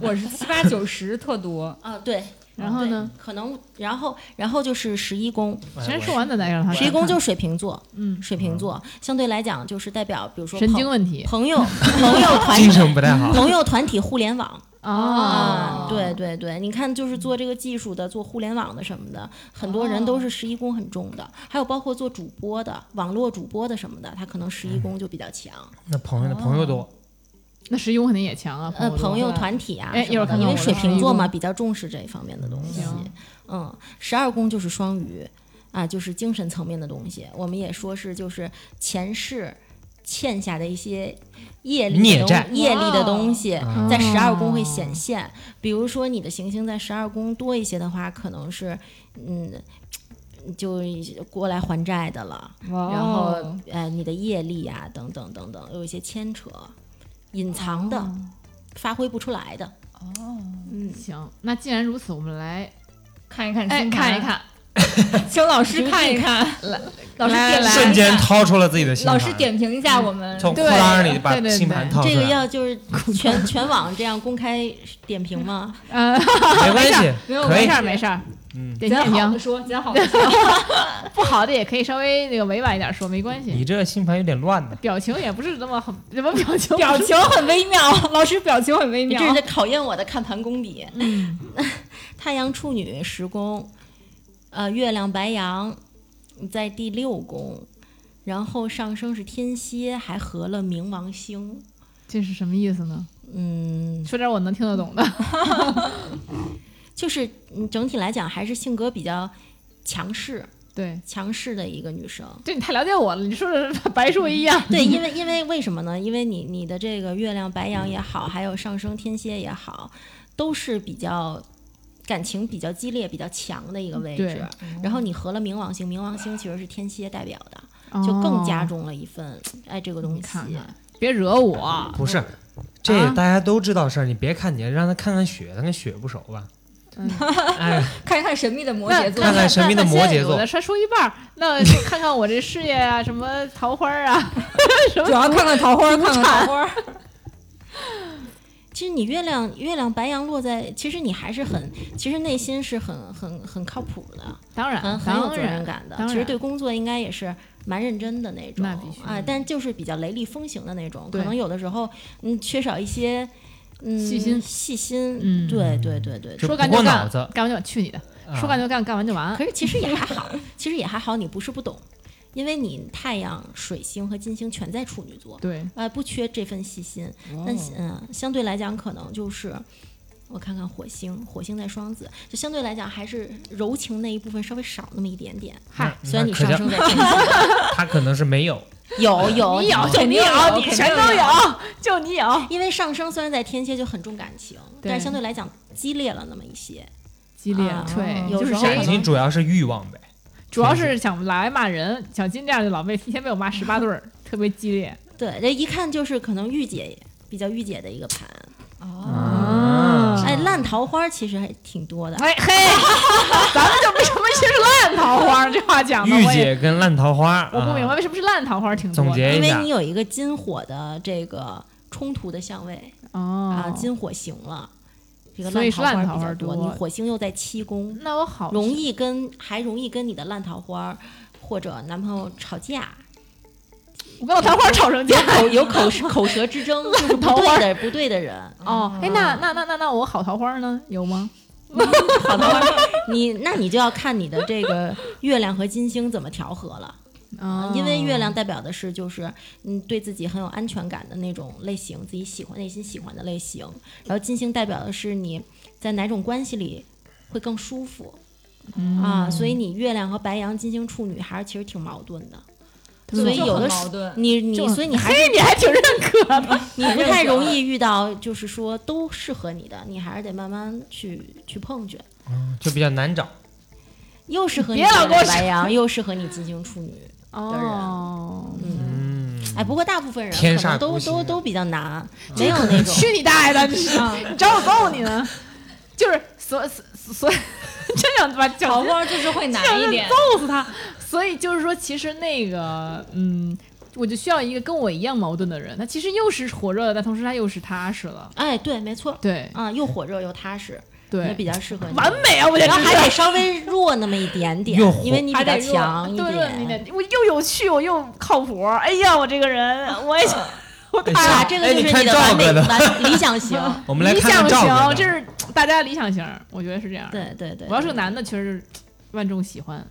[SPEAKER 5] 我是七八九十特多，
[SPEAKER 6] 啊，对，
[SPEAKER 2] 然后呢？
[SPEAKER 6] 可能然后然后就是十一宫，
[SPEAKER 4] 哦哎
[SPEAKER 2] 先说完，咱再让他
[SPEAKER 6] 十一宫就是水瓶座，
[SPEAKER 2] 嗯，
[SPEAKER 6] 水瓶座相对来讲就是代表，比如说
[SPEAKER 2] 神
[SPEAKER 6] 朋
[SPEAKER 2] 经问题
[SPEAKER 6] 朋友朋友 团
[SPEAKER 4] 精
[SPEAKER 6] 体
[SPEAKER 4] 神不太 好。
[SPEAKER 6] 朋友团体互联网
[SPEAKER 2] 啊，
[SPEAKER 6] 啊，对对对，你看就是做这个技术的，做互联网的什么的，很多人都是十一宫很重的，还有包括做主播的、网络主播的什么的，他可能十一宫就比较强，
[SPEAKER 4] 那朋友的朋友多，
[SPEAKER 2] 那十一宫肯定也强啊，
[SPEAKER 6] 呃，
[SPEAKER 2] 多
[SPEAKER 6] 朋友团体啊
[SPEAKER 2] 哎
[SPEAKER 6] 什
[SPEAKER 2] 一会
[SPEAKER 6] 么
[SPEAKER 2] 儿
[SPEAKER 6] 的，
[SPEAKER 2] 看看
[SPEAKER 6] 因为
[SPEAKER 2] 我的
[SPEAKER 6] 水
[SPEAKER 2] 十一
[SPEAKER 6] 瓶座嘛
[SPEAKER 2] 宫
[SPEAKER 6] 比较重视这一方面的东西
[SPEAKER 2] 行，
[SPEAKER 6] 嗯，十二宫就是双鱼啊，就是精神层面的东西，我们也说是就是前世。欠下的一些业力
[SPEAKER 4] 孽
[SPEAKER 6] 的
[SPEAKER 4] 债
[SPEAKER 6] 东业力的东西，
[SPEAKER 2] 哦
[SPEAKER 4] 啊
[SPEAKER 6] 在十二宫会显现。比如说你的行星在十二宫多一些的话，可能是嗯，就过来还债的了。然后呃，你的业力啊等等等等，有一些牵扯，隐藏的，发挥不出来的。
[SPEAKER 2] 嗯行，那既然如此，我们来
[SPEAKER 5] 看一看
[SPEAKER 2] 哎
[SPEAKER 5] 星盘，
[SPEAKER 2] 看一，看，
[SPEAKER 5] 请老师看一看，老师
[SPEAKER 2] 来
[SPEAKER 5] 点
[SPEAKER 2] 来
[SPEAKER 5] 评
[SPEAKER 4] 瞬
[SPEAKER 5] 一下
[SPEAKER 4] 间，掏出了自己的星盘，
[SPEAKER 5] 老师点评一下我们
[SPEAKER 4] 嗯从裤
[SPEAKER 2] 对
[SPEAKER 4] 裆里把
[SPEAKER 2] 对对对
[SPEAKER 4] 星盘掏出
[SPEAKER 6] 这
[SPEAKER 4] 来，
[SPEAKER 6] 个要就是全全网这样公开点评吗？
[SPEAKER 2] 呃，
[SPEAKER 4] 没关系，
[SPEAKER 5] 没有
[SPEAKER 4] 可
[SPEAKER 2] 没
[SPEAKER 4] 以
[SPEAKER 2] 事，儿没事儿，
[SPEAKER 4] 嗯，
[SPEAKER 2] 点
[SPEAKER 5] 咱
[SPEAKER 2] 点
[SPEAKER 5] 好的
[SPEAKER 2] 评，
[SPEAKER 5] 说，咱好的说，
[SPEAKER 2] 不好的也可以稍微那个委婉一点说，没关
[SPEAKER 4] 你
[SPEAKER 2] 系。
[SPEAKER 4] 这星盘有点乱呢。
[SPEAKER 2] 表情也不是那么很什么表情，
[SPEAKER 5] 表情很微妙，老师表情很微
[SPEAKER 6] 你
[SPEAKER 5] 妙，
[SPEAKER 6] 这是考验我的看盘功底。
[SPEAKER 2] 嗯
[SPEAKER 6] 太阳处女十宫，呃，月亮白羊在第六宫，然后上升是天蝎，还合了冥王星。
[SPEAKER 2] 这是什么意思呢？
[SPEAKER 6] 嗯，
[SPEAKER 2] 说点我能听得懂的。
[SPEAKER 6] 就是嗯整体来讲还是性格比较强势、
[SPEAKER 2] 对，
[SPEAKER 6] 强势的一个女生。
[SPEAKER 2] 对你太了解我了，你说的是白说一样。
[SPEAKER 6] 对，因为因为为什么呢？因为你你的这个月亮白羊也好，还有上升天蝎也好，都是比较感情比较激烈、比较强的一个位
[SPEAKER 2] 对
[SPEAKER 6] 置。然后你合了冥王星，冥王星其实是天蝎代表的，嗯就更
[SPEAKER 2] 哦
[SPEAKER 6] 加重了一份爱这个东
[SPEAKER 2] 你
[SPEAKER 6] 西。
[SPEAKER 2] 看看，别惹我。
[SPEAKER 4] 不是，这
[SPEAKER 2] 啊
[SPEAKER 4] 个大家都知道事儿，你别看你，让他看看雪，他跟雪不熟吧？
[SPEAKER 2] 嗯
[SPEAKER 4] 哎，
[SPEAKER 5] 看一看神秘的摩
[SPEAKER 2] 那
[SPEAKER 5] 羯座
[SPEAKER 4] 看，看神秘的摩羯座
[SPEAKER 2] 有的说说一半儿， 那就看看我这事业啊，什么桃花儿啊，什么
[SPEAKER 5] 主要看看桃花，看看桃花。
[SPEAKER 6] 其实你月亮月亮白羊落在，其实你还是很，其实内心是很很很靠谱的，
[SPEAKER 2] 啊当然
[SPEAKER 6] 嗯很很有
[SPEAKER 2] 当
[SPEAKER 6] 责任
[SPEAKER 2] 然
[SPEAKER 6] 感的
[SPEAKER 2] 当。然
[SPEAKER 6] 其实对工作应该也是蛮认真的那种，
[SPEAKER 2] 那必须
[SPEAKER 6] 啊，但就是比较雷厉风行的那种，
[SPEAKER 2] 对
[SPEAKER 6] 可能有的时候嗯缺少一些嗯
[SPEAKER 2] 细心
[SPEAKER 6] 细心，
[SPEAKER 2] 嗯
[SPEAKER 6] 对对对对。
[SPEAKER 4] 就
[SPEAKER 2] 说
[SPEAKER 4] 不
[SPEAKER 2] 干
[SPEAKER 4] 过
[SPEAKER 2] 就
[SPEAKER 4] 脑
[SPEAKER 2] 干，
[SPEAKER 4] 子，
[SPEAKER 2] 干完就完，去你的！
[SPEAKER 4] 啊
[SPEAKER 2] 说干就干，干完就完
[SPEAKER 6] 可。是其实也还好，其实也还好，你不是不懂，因为你太阳、水星和金星全在处女座，
[SPEAKER 2] 对，
[SPEAKER 6] 呃，不缺这份细心。
[SPEAKER 2] 哦
[SPEAKER 6] 但嗯、相对来讲，可能就是我看看火星，火星在双子，就相对来讲还是柔情那一部分稍微少那么一点 点。
[SPEAKER 2] 嗨，
[SPEAKER 6] 虽
[SPEAKER 4] 那
[SPEAKER 6] 然你
[SPEAKER 4] 可
[SPEAKER 6] 上
[SPEAKER 4] 叫
[SPEAKER 6] 升在天蝎，
[SPEAKER 4] 他可能是没有，
[SPEAKER 6] 有有
[SPEAKER 2] 你有
[SPEAKER 6] 哦 肯
[SPEAKER 2] 你
[SPEAKER 6] 定
[SPEAKER 2] 有，你
[SPEAKER 6] 肯
[SPEAKER 2] 全
[SPEAKER 6] 定
[SPEAKER 2] 都有，就你 有。
[SPEAKER 6] 因为上升虽然在天蝎就很重感情，
[SPEAKER 2] 对
[SPEAKER 6] 但是相对来讲激烈了那么一些。
[SPEAKER 2] 激烈
[SPEAKER 6] 啊
[SPEAKER 2] 对，
[SPEAKER 6] 有
[SPEAKER 2] 就是
[SPEAKER 6] 时候
[SPEAKER 2] 谁
[SPEAKER 4] 感情主要是欲望呗。
[SPEAKER 2] 主要是想来骂人，小金这样就老被一天被我骂十八对儿，特别激烈。
[SPEAKER 6] 对，这一看就是可能御姐比较御姐的一个盘。
[SPEAKER 2] 啊
[SPEAKER 6] 哎，烂桃花其实还挺多的。
[SPEAKER 2] 哎嘿， 咱们就为什么是烂桃花？这话讲的，
[SPEAKER 4] 御
[SPEAKER 2] 我也
[SPEAKER 4] 姐跟烂桃花，
[SPEAKER 2] 我不明白
[SPEAKER 4] 啊。
[SPEAKER 2] 为什么是烂桃花挺多的。
[SPEAKER 4] 总结
[SPEAKER 6] 因
[SPEAKER 4] 一
[SPEAKER 6] 为
[SPEAKER 4] 下
[SPEAKER 6] 你，有一个金火的这个冲突的相位、啊，
[SPEAKER 2] 哦，
[SPEAKER 6] 金火行了，这个
[SPEAKER 2] 所以是
[SPEAKER 6] 烂
[SPEAKER 2] 烂
[SPEAKER 6] 桃
[SPEAKER 2] 桃
[SPEAKER 6] 花
[SPEAKER 2] 花
[SPEAKER 6] 比较多。
[SPEAKER 2] 多
[SPEAKER 6] 你火星又在七宫，
[SPEAKER 2] 那我好
[SPEAKER 6] 容易跟还容易跟你的烂桃花或者男朋友吵架，
[SPEAKER 2] 我跟我桃花吵成架。
[SPEAKER 6] 口有口 舌口舌之争，就是不对的不对的人。
[SPEAKER 2] 哦，哎，那那那那那我好桃花呢？有吗？
[SPEAKER 6] 好的，你那你就要看你的这个月亮和金星怎么调和了。
[SPEAKER 2] 啊
[SPEAKER 6] 因为月亮代表的是就是嗯对自己很有安全感的那种类型，自己喜欢内心喜欢的类型。然后金星代表的是你在哪种关系里会更舒服、
[SPEAKER 2] 嗯
[SPEAKER 6] 啊，所以你月亮和白羊、金星处女还是其实挺矛盾的。
[SPEAKER 2] 们
[SPEAKER 6] 所以
[SPEAKER 5] 就
[SPEAKER 6] 有
[SPEAKER 5] 很
[SPEAKER 6] 的
[SPEAKER 5] 矛
[SPEAKER 6] 时
[SPEAKER 5] 盾
[SPEAKER 6] 你你
[SPEAKER 2] 就很
[SPEAKER 6] 所以你还
[SPEAKER 2] 嘿，你还挺认可的。
[SPEAKER 6] 你不太容易遇到就是说都适合你的，你还是得慢慢去去碰去。
[SPEAKER 4] 嗯就比较难找。
[SPEAKER 6] 又适合你
[SPEAKER 2] 别老
[SPEAKER 6] 月
[SPEAKER 2] 跟我
[SPEAKER 6] 亮白羊，又适合你金星处女。
[SPEAKER 2] 嗯哦，
[SPEAKER 6] 嗯，
[SPEAKER 4] 嗯，
[SPEAKER 6] 哎，不过大部分人
[SPEAKER 4] 天
[SPEAKER 6] 可
[SPEAKER 4] 煞
[SPEAKER 6] 能
[SPEAKER 4] 孤
[SPEAKER 6] 都
[SPEAKER 4] 星
[SPEAKER 6] 都
[SPEAKER 4] 啊
[SPEAKER 6] 都比较难，
[SPEAKER 2] 嗯
[SPEAKER 6] 没有那 种。啊
[SPEAKER 2] 去你大爷的！你你找我揍你呢？就是所所所， 真想把
[SPEAKER 5] 桃
[SPEAKER 2] 脚
[SPEAKER 5] 花就是会难 一点，
[SPEAKER 2] 揍死他。所以就是说，其实那个，嗯，我就需要一个跟我一样矛盾的人。他其实又是火热的，但同时他又是踏实了。
[SPEAKER 6] 哎，对，没错，
[SPEAKER 2] 对
[SPEAKER 6] 啊，又火热又踏实，也
[SPEAKER 2] 对，
[SPEAKER 6] 比较适合你。
[SPEAKER 2] 完美啊！我简
[SPEAKER 6] 然后
[SPEAKER 2] 直
[SPEAKER 6] 还得稍微弱那么一点点
[SPEAKER 4] 又火，
[SPEAKER 6] 因为你
[SPEAKER 2] 还
[SPEAKER 6] 比较
[SPEAKER 2] 得弱
[SPEAKER 6] 强一
[SPEAKER 2] 对对，
[SPEAKER 6] 点。
[SPEAKER 2] 对我又有趣，我又靠谱。哎呀，我这个人， 我也想，我
[SPEAKER 4] 哎
[SPEAKER 6] 啊，
[SPEAKER 4] 像
[SPEAKER 6] 这
[SPEAKER 4] 哎
[SPEAKER 6] 个就是
[SPEAKER 4] 看
[SPEAKER 6] 你的
[SPEAKER 4] 赵
[SPEAKER 6] 完
[SPEAKER 4] 哥
[SPEAKER 6] 美
[SPEAKER 4] 的，
[SPEAKER 6] 完理想型。
[SPEAKER 4] 我们来
[SPEAKER 2] 理
[SPEAKER 4] 看
[SPEAKER 2] 想
[SPEAKER 4] 看赵哥
[SPEAKER 2] 型，
[SPEAKER 4] 的
[SPEAKER 2] 这是大家理想型，我觉得是这样。，
[SPEAKER 6] 对对对，
[SPEAKER 2] 我要是个男的，确实是万众喜欢。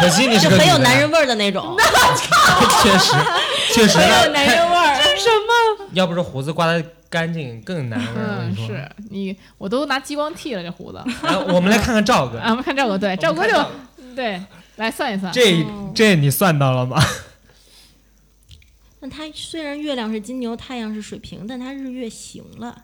[SPEAKER 4] 可惜你
[SPEAKER 6] 对，
[SPEAKER 4] 是
[SPEAKER 6] 就
[SPEAKER 4] 个
[SPEAKER 6] 很有
[SPEAKER 4] 女的啊
[SPEAKER 6] 男人，味儿的那种。
[SPEAKER 4] 确实确实
[SPEAKER 5] 没
[SPEAKER 4] 呢
[SPEAKER 5] 有男人味儿。
[SPEAKER 2] 什么？
[SPEAKER 4] 要不是胡子刮得干净更难了。我跟
[SPEAKER 2] 嗯，
[SPEAKER 4] 你说，
[SPEAKER 2] 是你，我都拿激光剃了这胡子。
[SPEAKER 4] 哎我们来看看赵哥
[SPEAKER 2] 啊，，我们看赵哥，对，赵哥
[SPEAKER 4] 我们看
[SPEAKER 2] 就对，来算一算。
[SPEAKER 4] 这这你算到了吗？
[SPEAKER 6] 那他虽然月亮是金牛，太阳是水瓶，但他日月行了，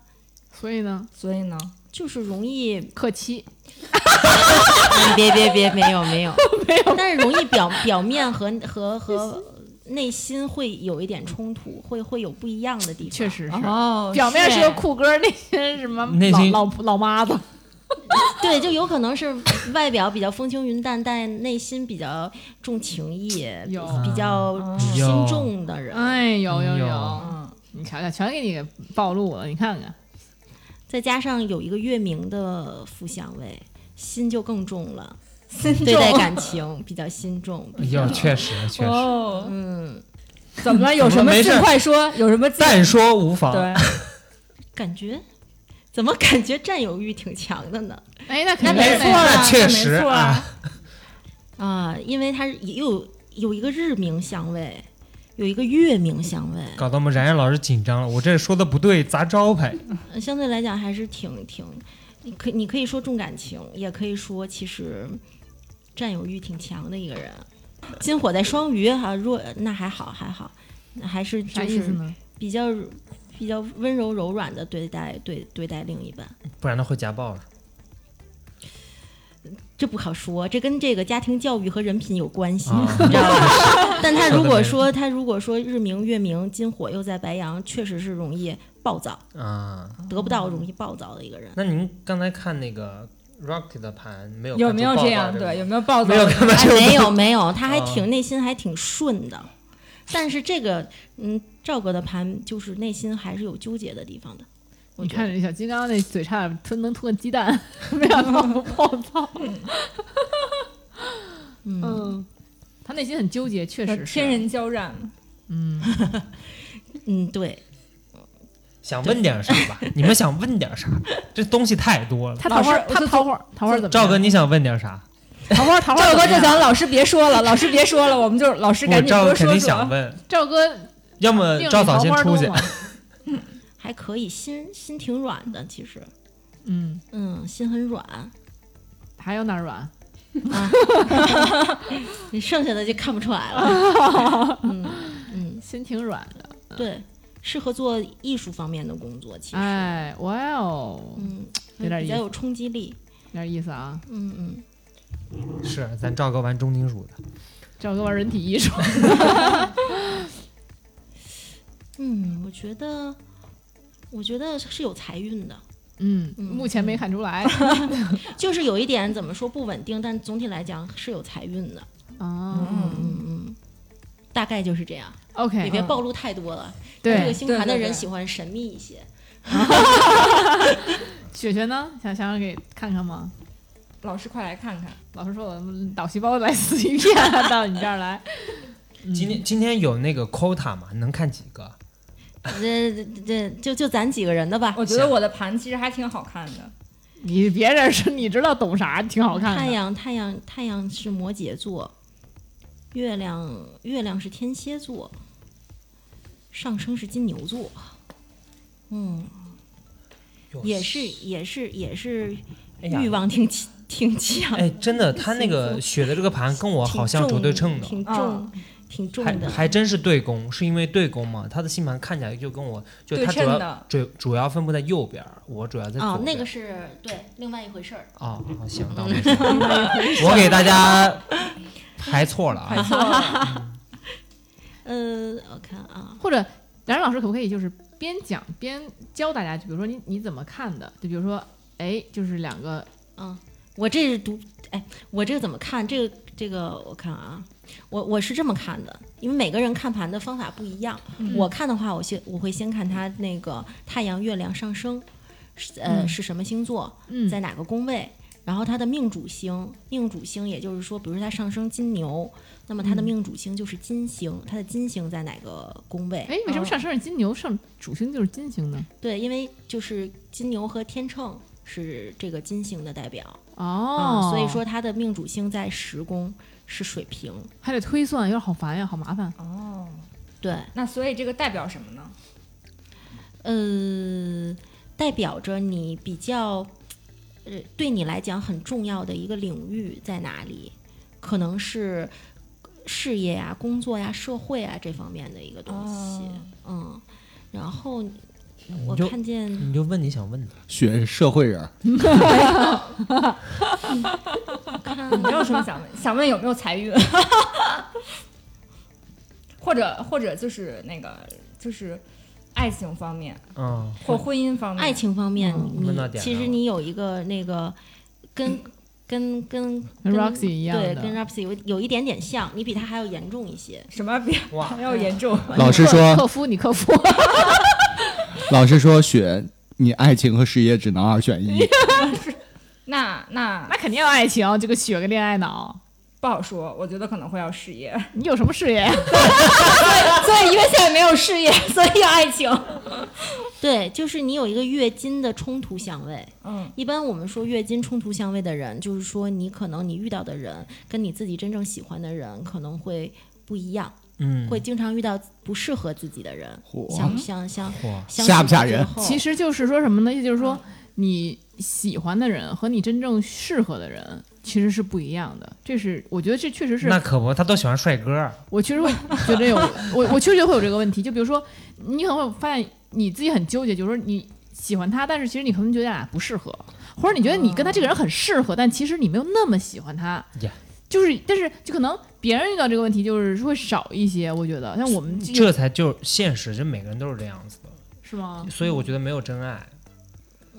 [SPEAKER 2] 所以呢，
[SPEAKER 5] 所以呢，
[SPEAKER 6] 就是容易
[SPEAKER 2] 克妻，
[SPEAKER 6] 哎别别别，没有没有 没有，但是容易表表面和和 和内心会有一点冲突，会会有不一样的地方。
[SPEAKER 2] 确，实是。
[SPEAKER 5] 哦，
[SPEAKER 2] 表面是
[SPEAKER 5] 哎
[SPEAKER 2] 个酷哥，内心是什么
[SPEAKER 4] 内心
[SPEAKER 2] 老老老妈子，
[SPEAKER 6] 对，就有可能是外表比较风轻云淡，但内心比较重情义，比
[SPEAKER 2] 有
[SPEAKER 6] 比
[SPEAKER 5] 哦
[SPEAKER 6] 较心重的人。
[SPEAKER 2] 哎，有有
[SPEAKER 4] 有
[SPEAKER 2] 有，
[SPEAKER 5] 嗯，
[SPEAKER 2] 你瞧瞧，全给你给暴露了，你看看，
[SPEAKER 6] 再加上有一个月明的副相位，心就更重了，
[SPEAKER 5] 心
[SPEAKER 6] 对待
[SPEAKER 5] 重
[SPEAKER 6] 感情比较心重。比较
[SPEAKER 4] 哟，确实确实，
[SPEAKER 5] 哦，
[SPEAKER 6] 嗯，
[SPEAKER 5] 怎么了？有什么
[SPEAKER 4] 没事
[SPEAKER 5] 事快说，有什么劲
[SPEAKER 4] 但啊说无妨。
[SPEAKER 5] 对，
[SPEAKER 6] 感觉怎么感觉占有欲挺强的呢？
[SPEAKER 2] 哎，那肯定
[SPEAKER 5] 没
[SPEAKER 2] 是
[SPEAKER 5] 错
[SPEAKER 2] 那样
[SPEAKER 5] 啊
[SPEAKER 4] 那确
[SPEAKER 5] 没
[SPEAKER 4] 实
[SPEAKER 5] 错啊
[SPEAKER 4] 啊，
[SPEAKER 6] 啊，因为它又有有一个日明相位，有一个月明相位，
[SPEAKER 4] 搞得我们冉冉老师紧张了。我这说的不对，砸招牌。
[SPEAKER 6] 呃相对来讲还是挺挺，你可你可以说重感情，也可以说其实占有欲挺强的一个人。金火在双鱼哈、弱那还好还好，还是
[SPEAKER 2] 啥
[SPEAKER 6] 就
[SPEAKER 2] 意思
[SPEAKER 6] 是
[SPEAKER 2] 呢？
[SPEAKER 6] 比较比较温柔柔软的对待对对待另一半。
[SPEAKER 4] 不然他会家暴。
[SPEAKER 6] 这不好说，这跟这个家庭教育和人品有关系，
[SPEAKER 4] 啊
[SPEAKER 6] 你知道 吧？但他
[SPEAKER 4] 说
[SPEAKER 6] 如
[SPEAKER 4] 得
[SPEAKER 6] 果
[SPEAKER 4] 对
[SPEAKER 6] 说他如果说日明月明金火又在白羊，确实是容易暴躁，
[SPEAKER 4] 啊。
[SPEAKER 6] 得不到容易暴躁的一个人。
[SPEAKER 4] 那您刚才看那个 Rocky 的盘没有看出
[SPEAKER 5] 有没有
[SPEAKER 4] 暴
[SPEAKER 5] 这
[SPEAKER 4] 躁
[SPEAKER 5] 样？
[SPEAKER 4] 个
[SPEAKER 5] 对，有没有暴躁？
[SPEAKER 4] 没有看到
[SPEAKER 6] 哎，
[SPEAKER 4] 这个
[SPEAKER 6] 没有没有，他还挺、
[SPEAKER 4] 啊
[SPEAKER 6] 内心还挺顺的，但是这个嗯，赵哥的盘就是内心还是有纠结的地方的。我
[SPEAKER 2] 你
[SPEAKER 6] 觉得
[SPEAKER 2] 看这小金刚那嘴差点吞能吞个鸡蛋， 没想到不暴躁。
[SPEAKER 6] 嗯，
[SPEAKER 2] 嗯，他内心很纠结，确
[SPEAKER 5] 和
[SPEAKER 2] 实是
[SPEAKER 5] 天。人交 战，
[SPEAKER 2] 嗯，
[SPEAKER 6] 嗯，对，
[SPEAKER 4] 想问点啥吧？你们想问点啥？这东西太多了。
[SPEAKER 2] 他桃花，
[SPEAKER 5] 老师
[SPEAKER 2] 他桃花，桃花怎么样？
[SPEAKER 4] 赵哥，你想问点啥？
[SPEAKER 2] 桃花，桃花
[SPEAKER 5] 赵
[SPEAKER 2] 怎么
[SPEAKER 5] 哥
[SPEAKER 2] 样。
[SPEAKER 5] 就想老师别说了，老师别说了，我们就老师
[SPEAKER 4] 不，
[SPEAKER 5] 赶紧
[SPEAKER 4] 赵哥
[SPEAKER 5] 多
[SPEAKER 4] 肯
[SPEAKER 5] 说啊
[SPEAKER 4] 定想
[SPEAKER 5] 说。
[SPEAKER 4] 问，
[SPEAKER 2] 赵哥
[SPEAKER 4] 要么
[SPEAKER 2] 命里
[SPEAKER 4] 赵嫂
[SPEAKER 2] 桃
[SPEAKER 4] 先
[SPEAKER 2] 花
[SPEAKER 4] 出
[SPEAKER 2] 多
[SPEAKER 4] 去
[SPEAKER 2] 吗。？
[SPEAKER 6] 还可以，心心挺软的，其实，
[SPEAKER 2] 嗯，
[SPEAKER 6] 嗯，心很软，
[SPEAKER 2] 还有哪儿软？
[SPEAKER 6] 你剩下的就看不出来了。 嗯嗯，
[SPEAKER 2] 心挺软的。
[SPEAKER 6] 对，适合做艺术方面的工作，其实，
[SPEAKER 2] 哎，哇哦，
[SPEAKER 6] 嗯，
[SPEAKER 2] 有点
[SPEAKER 6] 比较
[SPEAKER 2] 意思
[SPEAKER 6] 有冲击力。
[SPEAKER 2] 有点意思啊！
[SPEAKER 6] 嗯嗯，
[SPEAKER 4] 是，咱赵哥玩重金属的。
[SPEAKER 2] 赵哥玩人体艺术，
[SPEAKER 6] 嗯，我觉得，我觉得是有财运的，
[SPEAKER 2] 嗯，
[SPEAKER 6] 嗯
[SPEAKER 2] 目前没看出来
[SPEAKER 6] 就是有一点怎么说不稳定，但总体来讲是有财运的。
[SPEAKER 2] 啊。
[SPEAKER 6] 嗯嗯，大概就是这样，
[SPEAKER 2] OK，
[SPEAKER 6] 也别
[SPEAKER 2] 嗯
[SPEAKER 6] 暴露太多了。这个
[SPEAKER 2] 对，
[SPEAKER 6] 星盘的
[SPEAKER 5] 对对
[SPEAKER 6] 人
[SPEAKER 5] 对
[SPEAKER 6] 喜欢神秘一些。
[SPEAKER 2] 雪雪呢？想想让给看看吗？
[SPEAKER 5] 老师快来看看，
[SPEAKER 2] 老师说我们脑细胞来死一片到你这儿来。嗯
[SPEAKER 4] 今天今天有那个 quota 吗？能看几个？
[SPEAKER 6] 这这这就就咱几个人的吧，
[SPEAKER 5] 我觉得我的盘其实还挺好看的。
[SPEAKER 2] 你别人说你知道懂啥，挺好看
[SPEAKER 6] 太
[SPEAKER 2] 的。
[SPEAKER 6] 阳太阳太阳是摩羯座，月亮月亮是天蝎座，上升是金牛座。嗯，
[SPEAKER 4] 哟
[SPEAKER 6] 也是也是也是
[SPEAKER 4] 哦哎呀
[SPEAKER 6] 欲望挺起挺强，
[SPEAKER 4] 哎，真的，他那个雪的这个盘跟我
[SPEAKER 6] 挺
[SPEAKER 4] 好像不
[SPEAKER 6] 重
[SPEAKER 4] 对称的，
[SPEAKER 6] 挺重、
[SPEAKER 5] 啊
[SPEAKER 6] 挺重
[SPEAKER 4] 还
[SPEAKER 6] 的。
[SPEAKER 4] 还真是对宫，是因为对宫嘛？他的星盘看起来就跟我就
[SPEAKER 5] 对
[SPEAKER 4] 他主
[SPEAKER 5] 称
[SPEAKER 4] 要
[SPEAKER 5] 的
[SPEAKER 4] 主主要分布在右边儿，我主要在左边儿。
[SPEAKER 6] 哦，那个是对另外一回事儿。
[SPEAKER 4] 哦，好行，当没事。我给大家排错了啊！
[SPEAKER 6] 呃，我看啊，
[SPEAKER 2] 或者然然老师可不可以就是边讲边教大家？就比如说你你怎么看的？就比如说，哎，就是两个
[SPEAKER 6] 我这是读，哎，我这个怎么看？这个这个，我看啊，我我是这么看的，因为每个人看盘的方法不一样。
[SPEAKER 2] 嗯
[SPEAKER 6] 我看的话，我先我会先看他那个太阳、月亮上升，是呃、
[SPEAKER 2] 嗯
[SPEAKER 6] 是什么星座，
[SPEAKER 2] 嗯
[SPEAKER 6] 在哪个宫位，然后他的命主星，命主星也就是说，比如他上升金牛，那么他的
[SPEAKER 2] 嗯
[SPEAKER 6] 命主星就是金星，他的金星在哪个宫位？
[SPEAKER 2] 哎，为什么上升是金牛，上主星就是金星呢？
[SPEAKER 6] 对，因为就是金牛和天秤是这个金星的代表。
[SPEAKER 2] 哦
[SPEAKER 6] 啊，，所以说它的命主星在十宫是水瓶，
[SPEAKER 2] 还得推算，有点好烦呀，好麻烦。
[SPEAKER 5] 哦，
[SPEAKER 6] 对，
[SPEAKER 5] 那所以这个代表什么呢？
[SPEAKER 6] 呃，代表着你比较，呃，对你来讲很重要的一个领域在哪里？可能是事业呀、工作呀、社会啊这方面的一个东西，嗯，然后我
[SPEAKER 4] 就
[SPEAKER 6] 看见
[SPEAKER 4] 你就问你想问的，
[SPEAKER 3] 学社会人儿，
[SPEAKER 5] 你没有什么想问，想问有没有财运， 或者或者就是那个就是爱情方面
[SPEAKER 4] 嗯，
[SPEAKER 5] 或婚姻方面，
[SPEAKER 6] 爱情方面，
[SPEAKER 4] 问到
[SPEAKER 6] 你
[SPEAKER 4] 点
[SPEAKER 6] 其
[SPEAKER 4] 上
[SPEAKER 6] 实
[SPEAKER 4] 了
[SPEAKER 6] 你有一个那个 跟跟跟
[SPEAKER 2] 跟 Roxy 一样
[SPEAKER 6] 对，
[SPEAKER 2] 的
[SPEAKER 6] 跟 Roxy 有有一点点像，你比他还要严重一些。
[SPEAKER 5] 什么比
[SPEAKER 4] 哇
[SPEAKER 5] 要严重？
[SPEAKER 3] 老师说，
[SPEAKER 2] 克夫，你克夫，
[SPEAKER 3] 老师说，雪，你爱情和事业只能二选一。
[SPEAKER 5] 那那
[SPEAKER 2] 那肯定要爱情，这个雪个恋爱脑，
[SPEAKER 5] 不好说，我觉得可能会要 事业，
[SPEAKER 2] 你有什么事业？
[SPEAKER 5] 所以因为现在没有事 业，所以要爱情。
[SPEAKER 6] 对，就是你有一个月经的冲突相位。
[SPEAKER 5] 嗯，
[SPEAKER 6] 一般我们说月经冲突相位的人，就是说你可能你遇到的人跟你自己真正喜欢的人可能会不一样，
[SPEAKER 4] 嗯，
[SPEAKER 6] 会经常遇到不适合自己的人。
[SPEAKER 3] 嚯
[SPEAKER 6] 像像像
[SPEAKER 4] 哇，
[SPEAKER 6] 相
[SPEAKER 3] 吓不
[SPEAKER 6] 处
[SPEAKER 3] 吓
[SPEAKER 6] 之
[SPEAKER 3] 人
[SPEAKER 6] 后
[SPEAKER 2] 其实就是说什么呢？也就是说，你喜欢的人和你真正适合的人其实是不一样的。这是我觉得这确实是
[SPEAKER 4] 那可不，他都喜欢帅哥儿，
[SPEAKER 2] 我确实会觉 得有我我确实会有这个问题。就比如说，啊你可能会发现你自己很纠结，就是说你喜欢他，但是其实你可能觉得俩不适合，或者你觉得你跟他这个人很适合，但其实你没有那么喜欢他
[SPEAKER 4] Yeah
[SPEAKER 2] 就是但是就可能别人遇到这个问题就是会少一些，我觉得像我们
[SPEAKER 4] 这才就是现实，这每个人都是这样子的，
[SPEAKER 2] 是吗？
[SPEAKER 4] 所以我觉得没有真爱。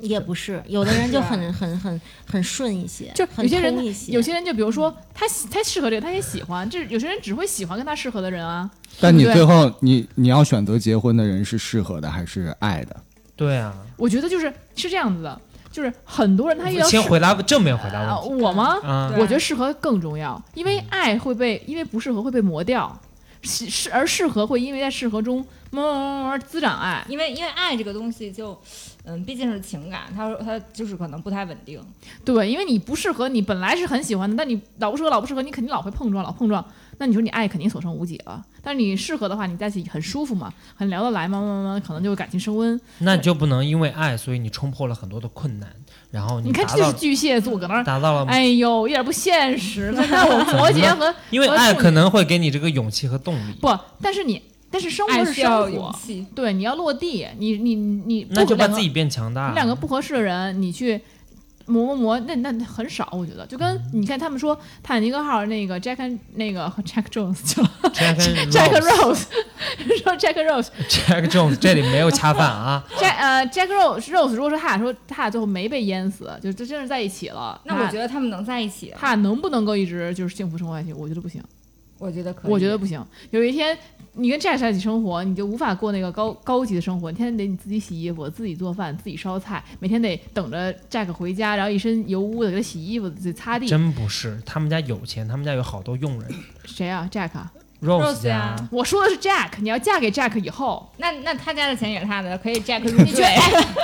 [SPEAKER 6] 也不是，有的人就很很很很顺一些，
[SPEAKER 2] 就
[SPEAKER 6] 很
[SPEAKER 2] 有些人
[SPEAKER 6] 通一些，
[SPEAKER 2] 有些人就比如说他喜他适合这个，他也喜欢，就是有些人只会喜欢跟他适合的人啊。
[SPEAKER 3] 但你
[SPEAKER 2] 对
[SPEAKER 3] 最后你你要选择结婚的人是适合的还是爱的？
[SPEAKER 4] 对啊，
[SPEAKER 2] 我觉得就是是这样子的，就是很多人他遇到
[SPEAKER 4] 先
[SPEAKER 2] 适
[SPEAKER 4] 回答正面回答
[SPEAKER 2] 啊
[SPEAKER 4] 问题
[SPEAKER 2] 我吗？
[SPEAKER 4] 啊，
[SPEAKER 5] 对
[SPEAKER 2] 我觉得适合更重要，因为爱会被因为不适合会被磨掉，适适而适合会因为在适合中慢慢慢慢慢滋长爱。
[SPEAKER 5] 因为因为爱这个东西就，嗯，毕竟是情感，它它就是可能不太稳定。
[SPEAKER 2] 对，因为你不适合，你本来是很喜欢的，但你老不适合，老不适合，你肯定老会碰撞，老碰撞，那你说你爱肯定所剩无几了。但是你适合的话，你在一起很舒服嘛，很聊得来嘛，慢慢慢慢可能就会感情升温。
[SPEAKER 4] 那你就不能因为爱，所以你冲破了很多的困难，然后
[SPEAKER 2] 你看，
[SPEAKER 4] 达
[SPEAKER 2] 这就
[SPEAKER 4] 到
[SPEAKER 2] 是巨蟹座搁那儿，
[SPEAKER 4] 达到了，
[SPEAKER 2] 哎呦，一点不现实。那我摩羯和
[SPEAKER 4] 因为
[SPEAKER 2] 我
[SPEAKER 4] 爱
[SPEAKER 2] 处
[SPEAKER 4] 可
[SPEAKER 2] 女
[SPEAKER 4] 能会给你这个勇气和动力。
[SPEAKER 2] 不，但是你，但是生活
[SPEAKER 5] 爱
[SPEAKER 2] 是
[SPEAKER 5] 需
[SPEAKER 2] 生
[SPEAKER 5] 要
[SPEAKER 2] 活
[SPEAKER 5] 勇，气，
[SPEAKER 2] 对，你要落地，你你你，
[SPEAKER 4] 那就把
[SPEAKER 2] 两个
[SPEAKER 4] 自己变强大。
[SPEAKER 2] 你两个不合适的人，你去磨磨磨，那那那很少，我觉得。就跟你看他们说《泰坦尼克号》那个 Jack and- 那个 Jack Jones 去了
[SPEAKER 4] Jack and
[SPEAKER 2] Jack
[SPEAKER 4] Rose
[SPEAKER 2] Rose，说 Jack Rose，Jack
[SPEAKER 4] Jack Jones 这里没有恰饭 啊，
[SPEAKER 2] 呃 Jack Rose Rose，如果说他俩说他俩最后没被淹死，就这真是在一起了，
[SPEAKER 5] 那我觉
[SPEAKER 2] 得
[SPEAKER 5] 得他们能在一起，
[SPEAKER 2] 他俩能不能够一直就是幸福生活下去？我觉得不行。
[SPEAKER 5] 我觉得可以。
[SPEAKER 2] 我觉得不行。有一天你跟 Jack 在一起生活，你就无法过那个高高级的生活，你天天得你自己洗衣服、自己做饭、自己烧菜，每天得等着 Jack 回家，然后一身油污的给他洗衣服、自己擦地。
[SPEAKER 4] 真不是。他们家有钱，他们家有好多佣人。
[SPEAKER 2] 谁啊，Jack 啊？
[SPEAKER 4] Rose
[SPEAKER 5] Rose
[SPEAKER 4] 家
[SPEAKER 5] 呀，
[SPEAKER 2] 我说的是 Jack，你要嫁给 Jack 以后，
[SPEAKER 5] 那那他家的钱也是他的，可以 Jack 入 赘。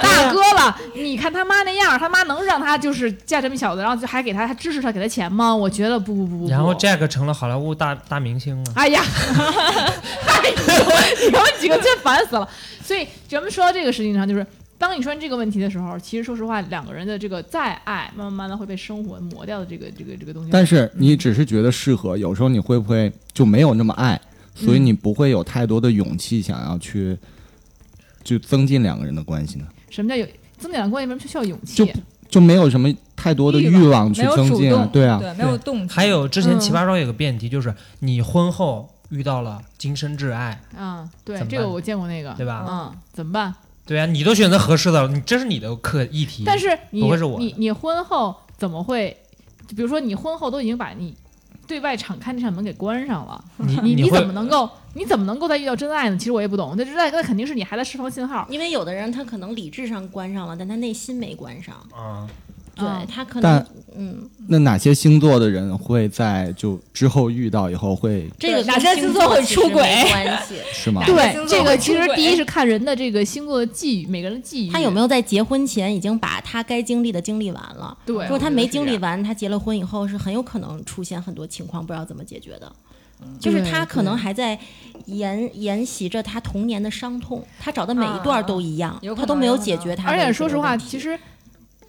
[SPEAKER 2] 大哥 了，你看他妈那样儿，他妈能让他就是嫁这么小子，然后就还给他还支持他，给他钱吗？我觉得不不不不不。
[SPEAKER 4] 然后 Jack 成了好莱坞大大明星了。
[SPEAKER 2] 哎呀，哎呦，你们几个真烦死了。所以咱们说到这个事情上，就是当你说这个问题的时候，其实说实话，两个人的这个再爱，慢慢慢的会被生活磨掉的这个这个这个东西。
[SPEAKER 3] 但是你只是觉得适合，有时候你会不会就没有那么爱，所以你不会有太多的勇气想要去就增进两个人的关系呢？
[SPEAKER 2] 什么叫有增长关系？为什么需要勇
[SPEAKER 3] 就
[SPEAKER 2] 气？
[SPEAKER 3] 就没有什么太多的欲望去
[SPEAKER 5] 没有
[SPEAKER 3] 增
[SPEAKER 5] 主
[SPEAKER 3] 进啊
[SPEAKER 5] 动，，
[SPEAKER 3] 对啊，
[SPEAKER 5] 对，没有动机。
[SPEAKER 4] 还有之前
[SPEAKER 2] 嗯
[SPEAKER 4] 奇葩说有个辩题，就是你婚后遇到了今生挚爱，
[SPEAKER 2] 啊，对
[SPEAKER 4] 怎，么
[SPEAKER 2] 这个
[SPEAKER 4] 办
[SPEAKER 2] 我见过那个，
[SPEAKER 4] 对吧
[SPEAKER 2] 嗯，怎么办？
[SPEAKER 4] 对啊，你都选择合适的了，你这是你的课议题。
[SPEAKER 2] 但是你
[SPEAKER 4] 不会是我的
[SPEAKER 2] 你你婚后怎么会？就比如说你婚后都已经把你对外敞开那扇门给关上了，
[SPEAKER 4] 你
[SPEAKER 2] 你
[SPEAKER 4] 会
[SPEAKER 2] 怎么能够你怎么能够再遇到真爱呢？其实我也不懂，那真爱那肯定是你还在释放信号。
[SPEAKER 6] 因为有的人他可能理智上关上了，但他内心没关上，
[SPEAKER 4] 啊？
[SPEAKER 6] 对、
[SPEAKER 2] 嗯
[SPEAKER 6] 他可能
[SPEAKER 3] 但
[SPEAKER 6] 嗯，
[SPEAKER 3] 那哪些星座的人会在就之后遇到以后会
[SPEAKER 6] 这个
[SPEAKER 5] 对
[SPEAKER 6] 跟
[SPEAKER 5] 哪些
[SPEAKER 6] 星
[SPEAKER 5] 星座会
[SPEAKER 6] 其
[SPEAKER 5] 出
[SPEAKER 6] 实没
[SPEAKER 5] 轨
[SPEAKER 6] 关系，
[SPEAKER 3] 是吗？
[SPEAKER 6] 对
[SPEAKER 5] 星座
[SPEAKER 2] 这个
[SPEAKER 5] 会
[SPEAKER 2] 其
[SPEAKER 5] 出
[SPEAKER 2] 实
[SPEAKER 5] 轨
[SPEAKER 2] 第一是看人的这个星座的际遇，每个人的际遇。
[SPEAKER 6] 他有没有在结婚前已经把他该经历的经历完了？
[SPEAKER 2] 对
[SPEAKER 6] 如果他
[SPEAKER 2] 我觉得
[SPEAKER 6] 没
[SPEAKER 2] 是这
[SPEAKER 6] 经历
[SPEAKER 2] 样
[SPEAKER 6] 完，他结了婚以后是很有可能出现很多情况，不知道怎么解决的。就是
[SPEAKER 2] 对
[SPEAKER 6] 他可能
[SPEAKER 2] 对
[SPEAKER 6] 还在沿沿袭着他童年的伤痛，他找的每
[SPEAKER 2] 啊
[SPEAKER 6] 一段都一样，
[SPEAKER 5] 有可
[SPEAKER 6] 他都
[SPEAKER 5] 能
[SPEAKER 6] 没
[SPEAKER 5] 有
[SPEAKER 6] 有
[SPEAKER 5] 可
[SPEAKER 6] 解
[SPEAKER 5] 能
[SPEAKER 6] 决他
[SPEAKER 2] 而
[SPEAKER 6] 的这
[SPEAKER 2] 且
[SPEAKER 6] 个
[SPEAKER 2] 说实话，
[SPEAKER 6] 问题
[SPEAKER 2] 其实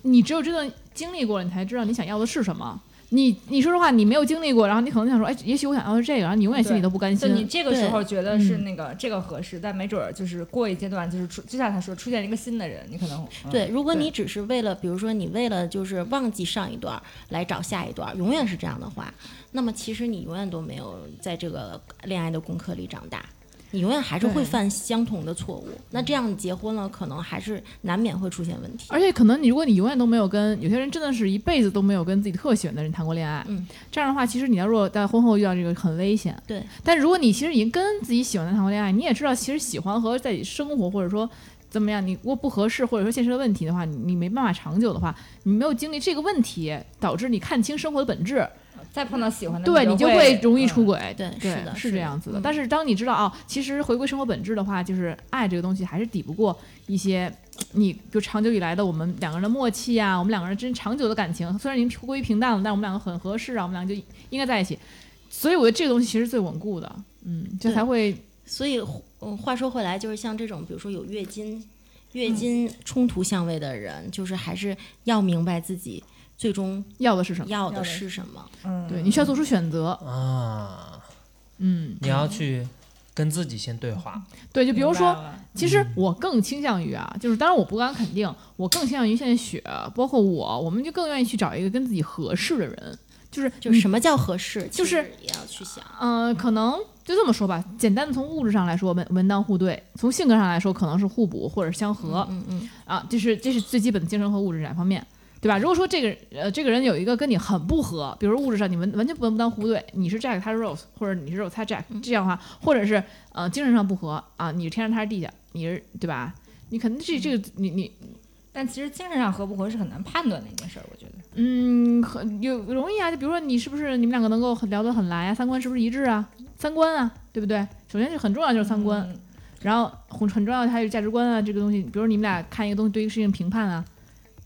[SPEAKER 2] 你只有真的经历过了，你才知道你想要的是什么。你你说实话，你没有经历过，然后你可能想说，哎，也许我想要的是这个，然后你永远心里
[SPEAKER 5] 对
[SPEAKER 2] 都不甘
[SPEAKER 5] 就
[SPEAKER 2] 心。
[SPEAKER 5] 你这个时候觉得
[SPEAKER 2] 对嗯
[SPEAKER 5] 是那个这个合适，但没准儿就是过一阶段，就是出就像他说出现一个新的人，你可能嗯
[SPEAKER 6] 对，如果
[SPEAKER 5] 对
[SPEAKER 6] 你只是为了，比如说你为了就是忘记上一段儿来找下一段儿，永远是这样的话，那么其实你永远都没有在这个恋爱的功课里长大，你永远还是
[SPEAKER 2] 对
[SPEAKER 6] 会犯相同的错误。那这样你结婚了，可能还是难免会出现问题。
[SPEAKER 2] 而且可能你如果你永远都没有跟有些人真的是一辈子都没有跟自己特喜欢的人谈过恋爱，
[SPEAKER 6] 嗯，
[SPEAKER 2] 这样的话，其实你要如果在婚后遇到这个很危险。
[SPEAKER 6] 对，
[SPEAKER 2] 但如果你其实已经跟自己喜欢的谈过恋爱，你也知道其实喜欢和在一起生活或者说怎么样，你如果不合适或者说现实的问题的话，你你没办法长久的话，你没有经历这个问题，导致你看清生活的本质，
[SPEAKER 5] 再碰到喜欢的，
[SPEAKER 2] 对你就会容易出
[SPEAKER 5] 轨。
[SPEAKER 2] 轨。
[SPEAKER 6] 对
[SPEAKER 2] 对，
[SPEAKER 6] 是的，
[SPEAKER 2] 是这
[SPEAKER 6] 的
[SPEAKER 2] 样子的。
[SPEAKER 6] 嗯
[SPEAKER 2] 但是当你知道啊、其实回归生活本质的话，就是爱这个东西还是抵不过一些你比如长久以来的我们两个人的默契啊，我们两个人真长久的感情，虽然已经归于平淡了，但我们两个很合适啊，我们两个就应该在一起。所以我觉得这个东西其实最稳固的，嗯，这
[SPEAKER 6] 对
[SPEAKER 2] 才会
[SPEAKER 6] 所以，嗯，话说回来，就是像这种，比如说有月经、月经冲突相位的人，就是还是要明白自己最终
[SPEAKER 2] 要的是什么？
[SPEAKER 6] 要
[SPEAKER 5] 要
[SPEAKER 6] 的
[SPEAKER 5] 的
[SPEAKER 6] 是什么。
[SPEAKER 5] 嗯，
[SPEAKER 2] 对，你需要做出选择，
[SPEAKER 4] 啊，
[SPEAKER 2] 嗯，
[SPEAKER 4] 你要去跟自己先对话。
[SPEAKER 2] 对，就比如说
[SPEAKER 5] 明，白了
[SPEAKER 2] 其
[SPEAKER 6] 嗯
[SPEAKER 2] 实我更倾向于啊，就是当然我不敢肯定，我更倾向于现在雪，包括我，我们就更愿意去找一个跟自己合适的人，就是
[SPEAKER 6] 就
[SPEAKER 2] 你
[SPEAKER 6] 是什么叫合适，
[SPEAKER 2] 就
[SPEAKER 6] 其
[SPEAKER 2] 是
[SPEAKER 6] 实也要去想。
[SPEAKER 2] 嗯、可能就这么说吧，简单的从物质上来说门门当户对，从性格上来说可能是互补或者相合、
[SPEAKER 6] 嗯嗯，
[SPEAKER 2] 啊，这是这是最基本的精神和物质两方面，对吧？如果说这个呃这个人有一个跟你很不合，比如说物质上你们完全不门当户对，你是 Jack 他是 Rose，或者你是 Rose 他 Jack，这样的话，或者是呃精神上不合啊，你是天上他是地下，你是对吧？你肯定这这个你你
[SPEAKER 5] 但其实精神上合不合是很难判断的一件事儿，我觉得。
[SPEAKER 2] 嗯，很有容易啊，就比如说你是不是你们两个能够很聊得很来啊，三观是不是一致啊，三观啊，对不对？首先是很重要就是三观，
[SPEAKER 5] 嗯
[SPEAKER 2] 然后很很重要的还有价值观啊，这个东西，比如你们俩看一个东西对一个事情评判啊，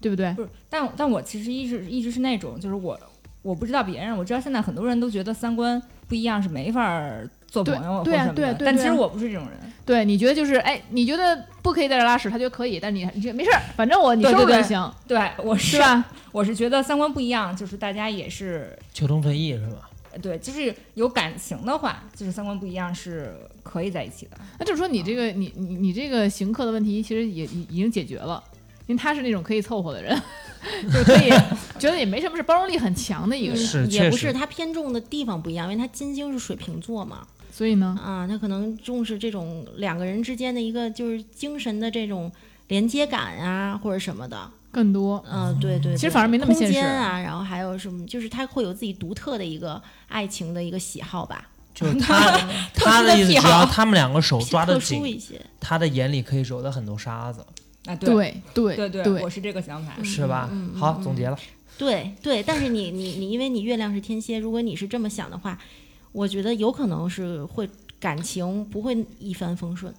[SPEAKER 2] 对不对？
[SPEAKER 5] 不是，但但我其实一直一直是那种，就是我我不知道别人，我知道现在很多人都觉得三观不一样是没法儿做朋
[SPEAKER 2] 对
[SPEAKER 5] 友或
[SPEAKER 2] 对啊
[SPEAKER 5] 什么
[SPEAKER 2] 对啊
[SPEAKER 5] 的，
[SPEAKER 2] 对啊
[SPEAKER 5] 但
[SPEAKER 2] 对
[SPEAKER 5] 其实
[SPEAKER 2] 啊
[SPEAKER 5] 我不是这种人，
[SPEAKER 2] 对，你觉得就是哎，你觉得不可以在这儿拉屎，他觉得可以，但你你觉得没事儿，反正我你
[SPEAKER 5] 对
[SPEAKER 2] 收
[SPEAKER 5] 对
[SPEAKER 2] 拾就
[SPEAKER 5] 对
[SPEAKER 2] 行，
[SPEAKER 5] 对我是啊
[SPEAKER 2] 是吧？
[SPEAKER 5] 我是觉得三观不一样，就是大家也是
[SPEAKER 4] 求同存异是吧？
[SPEAKER 5] 呃对，就是有感情的话，就是三观不一样是可以在一起的。
[SPEAKER 2] 那就是说你这个你你你这个行客的问题其实也已已经解决了，因为他是那种可以凑合的人， 就可以 觉得也没什么事，包容力很强的一个人，
[SPEAKER 5] 嗯
[SPEAKER 4] 是
[SPEAKER 6] 也
[SPEAKER 4] 确
[SPEAKER 6] 不
[SPEAKER 4] 实
[SPEAKER 6] 是，他偏重的地方不一样，因为他金星是水瓶座嘛，
[SPEAKER 2] 所以呢，
[SPEAKER 6] 啊，他可能重视这种两个人之间的一个就是精神的这种连接感啊，或者什么的。
[SPEAKER 2] 更多
[SPEAKER 6] 嗯、对对对
[SPEAKER 2] 其实反而没那么现实
[SPEAKER 6] 空间啊，然后还有什么，就是他会有自己独特的一个爱情的一个喜好吧，
[SPEAKER 4] 就是他他
[SPEAKER 5] 特殊的
[SPEAKER 4] 意思，
[SPEAKER 5] 癖
[SPEAKER 4] 只
[SPEAKER 5] 好
[SPEAKER 4] 要他们两个手抓 得
[SPEAKER 6] 特殊一
[SPEAKER 4] 紧，
[SPEAKER 6] 些。
[SPEAKER 4] 他的眼里可以揉得很多沙子，
[SPEAKER 5] 啊，
[SPEAKER 2] 对对
[SPEAKER 5] 对
[SPEAKER 2] 对
[SPEAKER 5] 我是这个想法。
[SPEAKER 4] 是吧？
[SPEAKER 6] 嗯嗯嗯
[SPEAKER 4] 好，总结了，
[SPEAKER 6] 对对，但是你你你，因为你月亮是天蝎，如果你是这么想的话，我觉得有可能是会感情不会一帆风顺，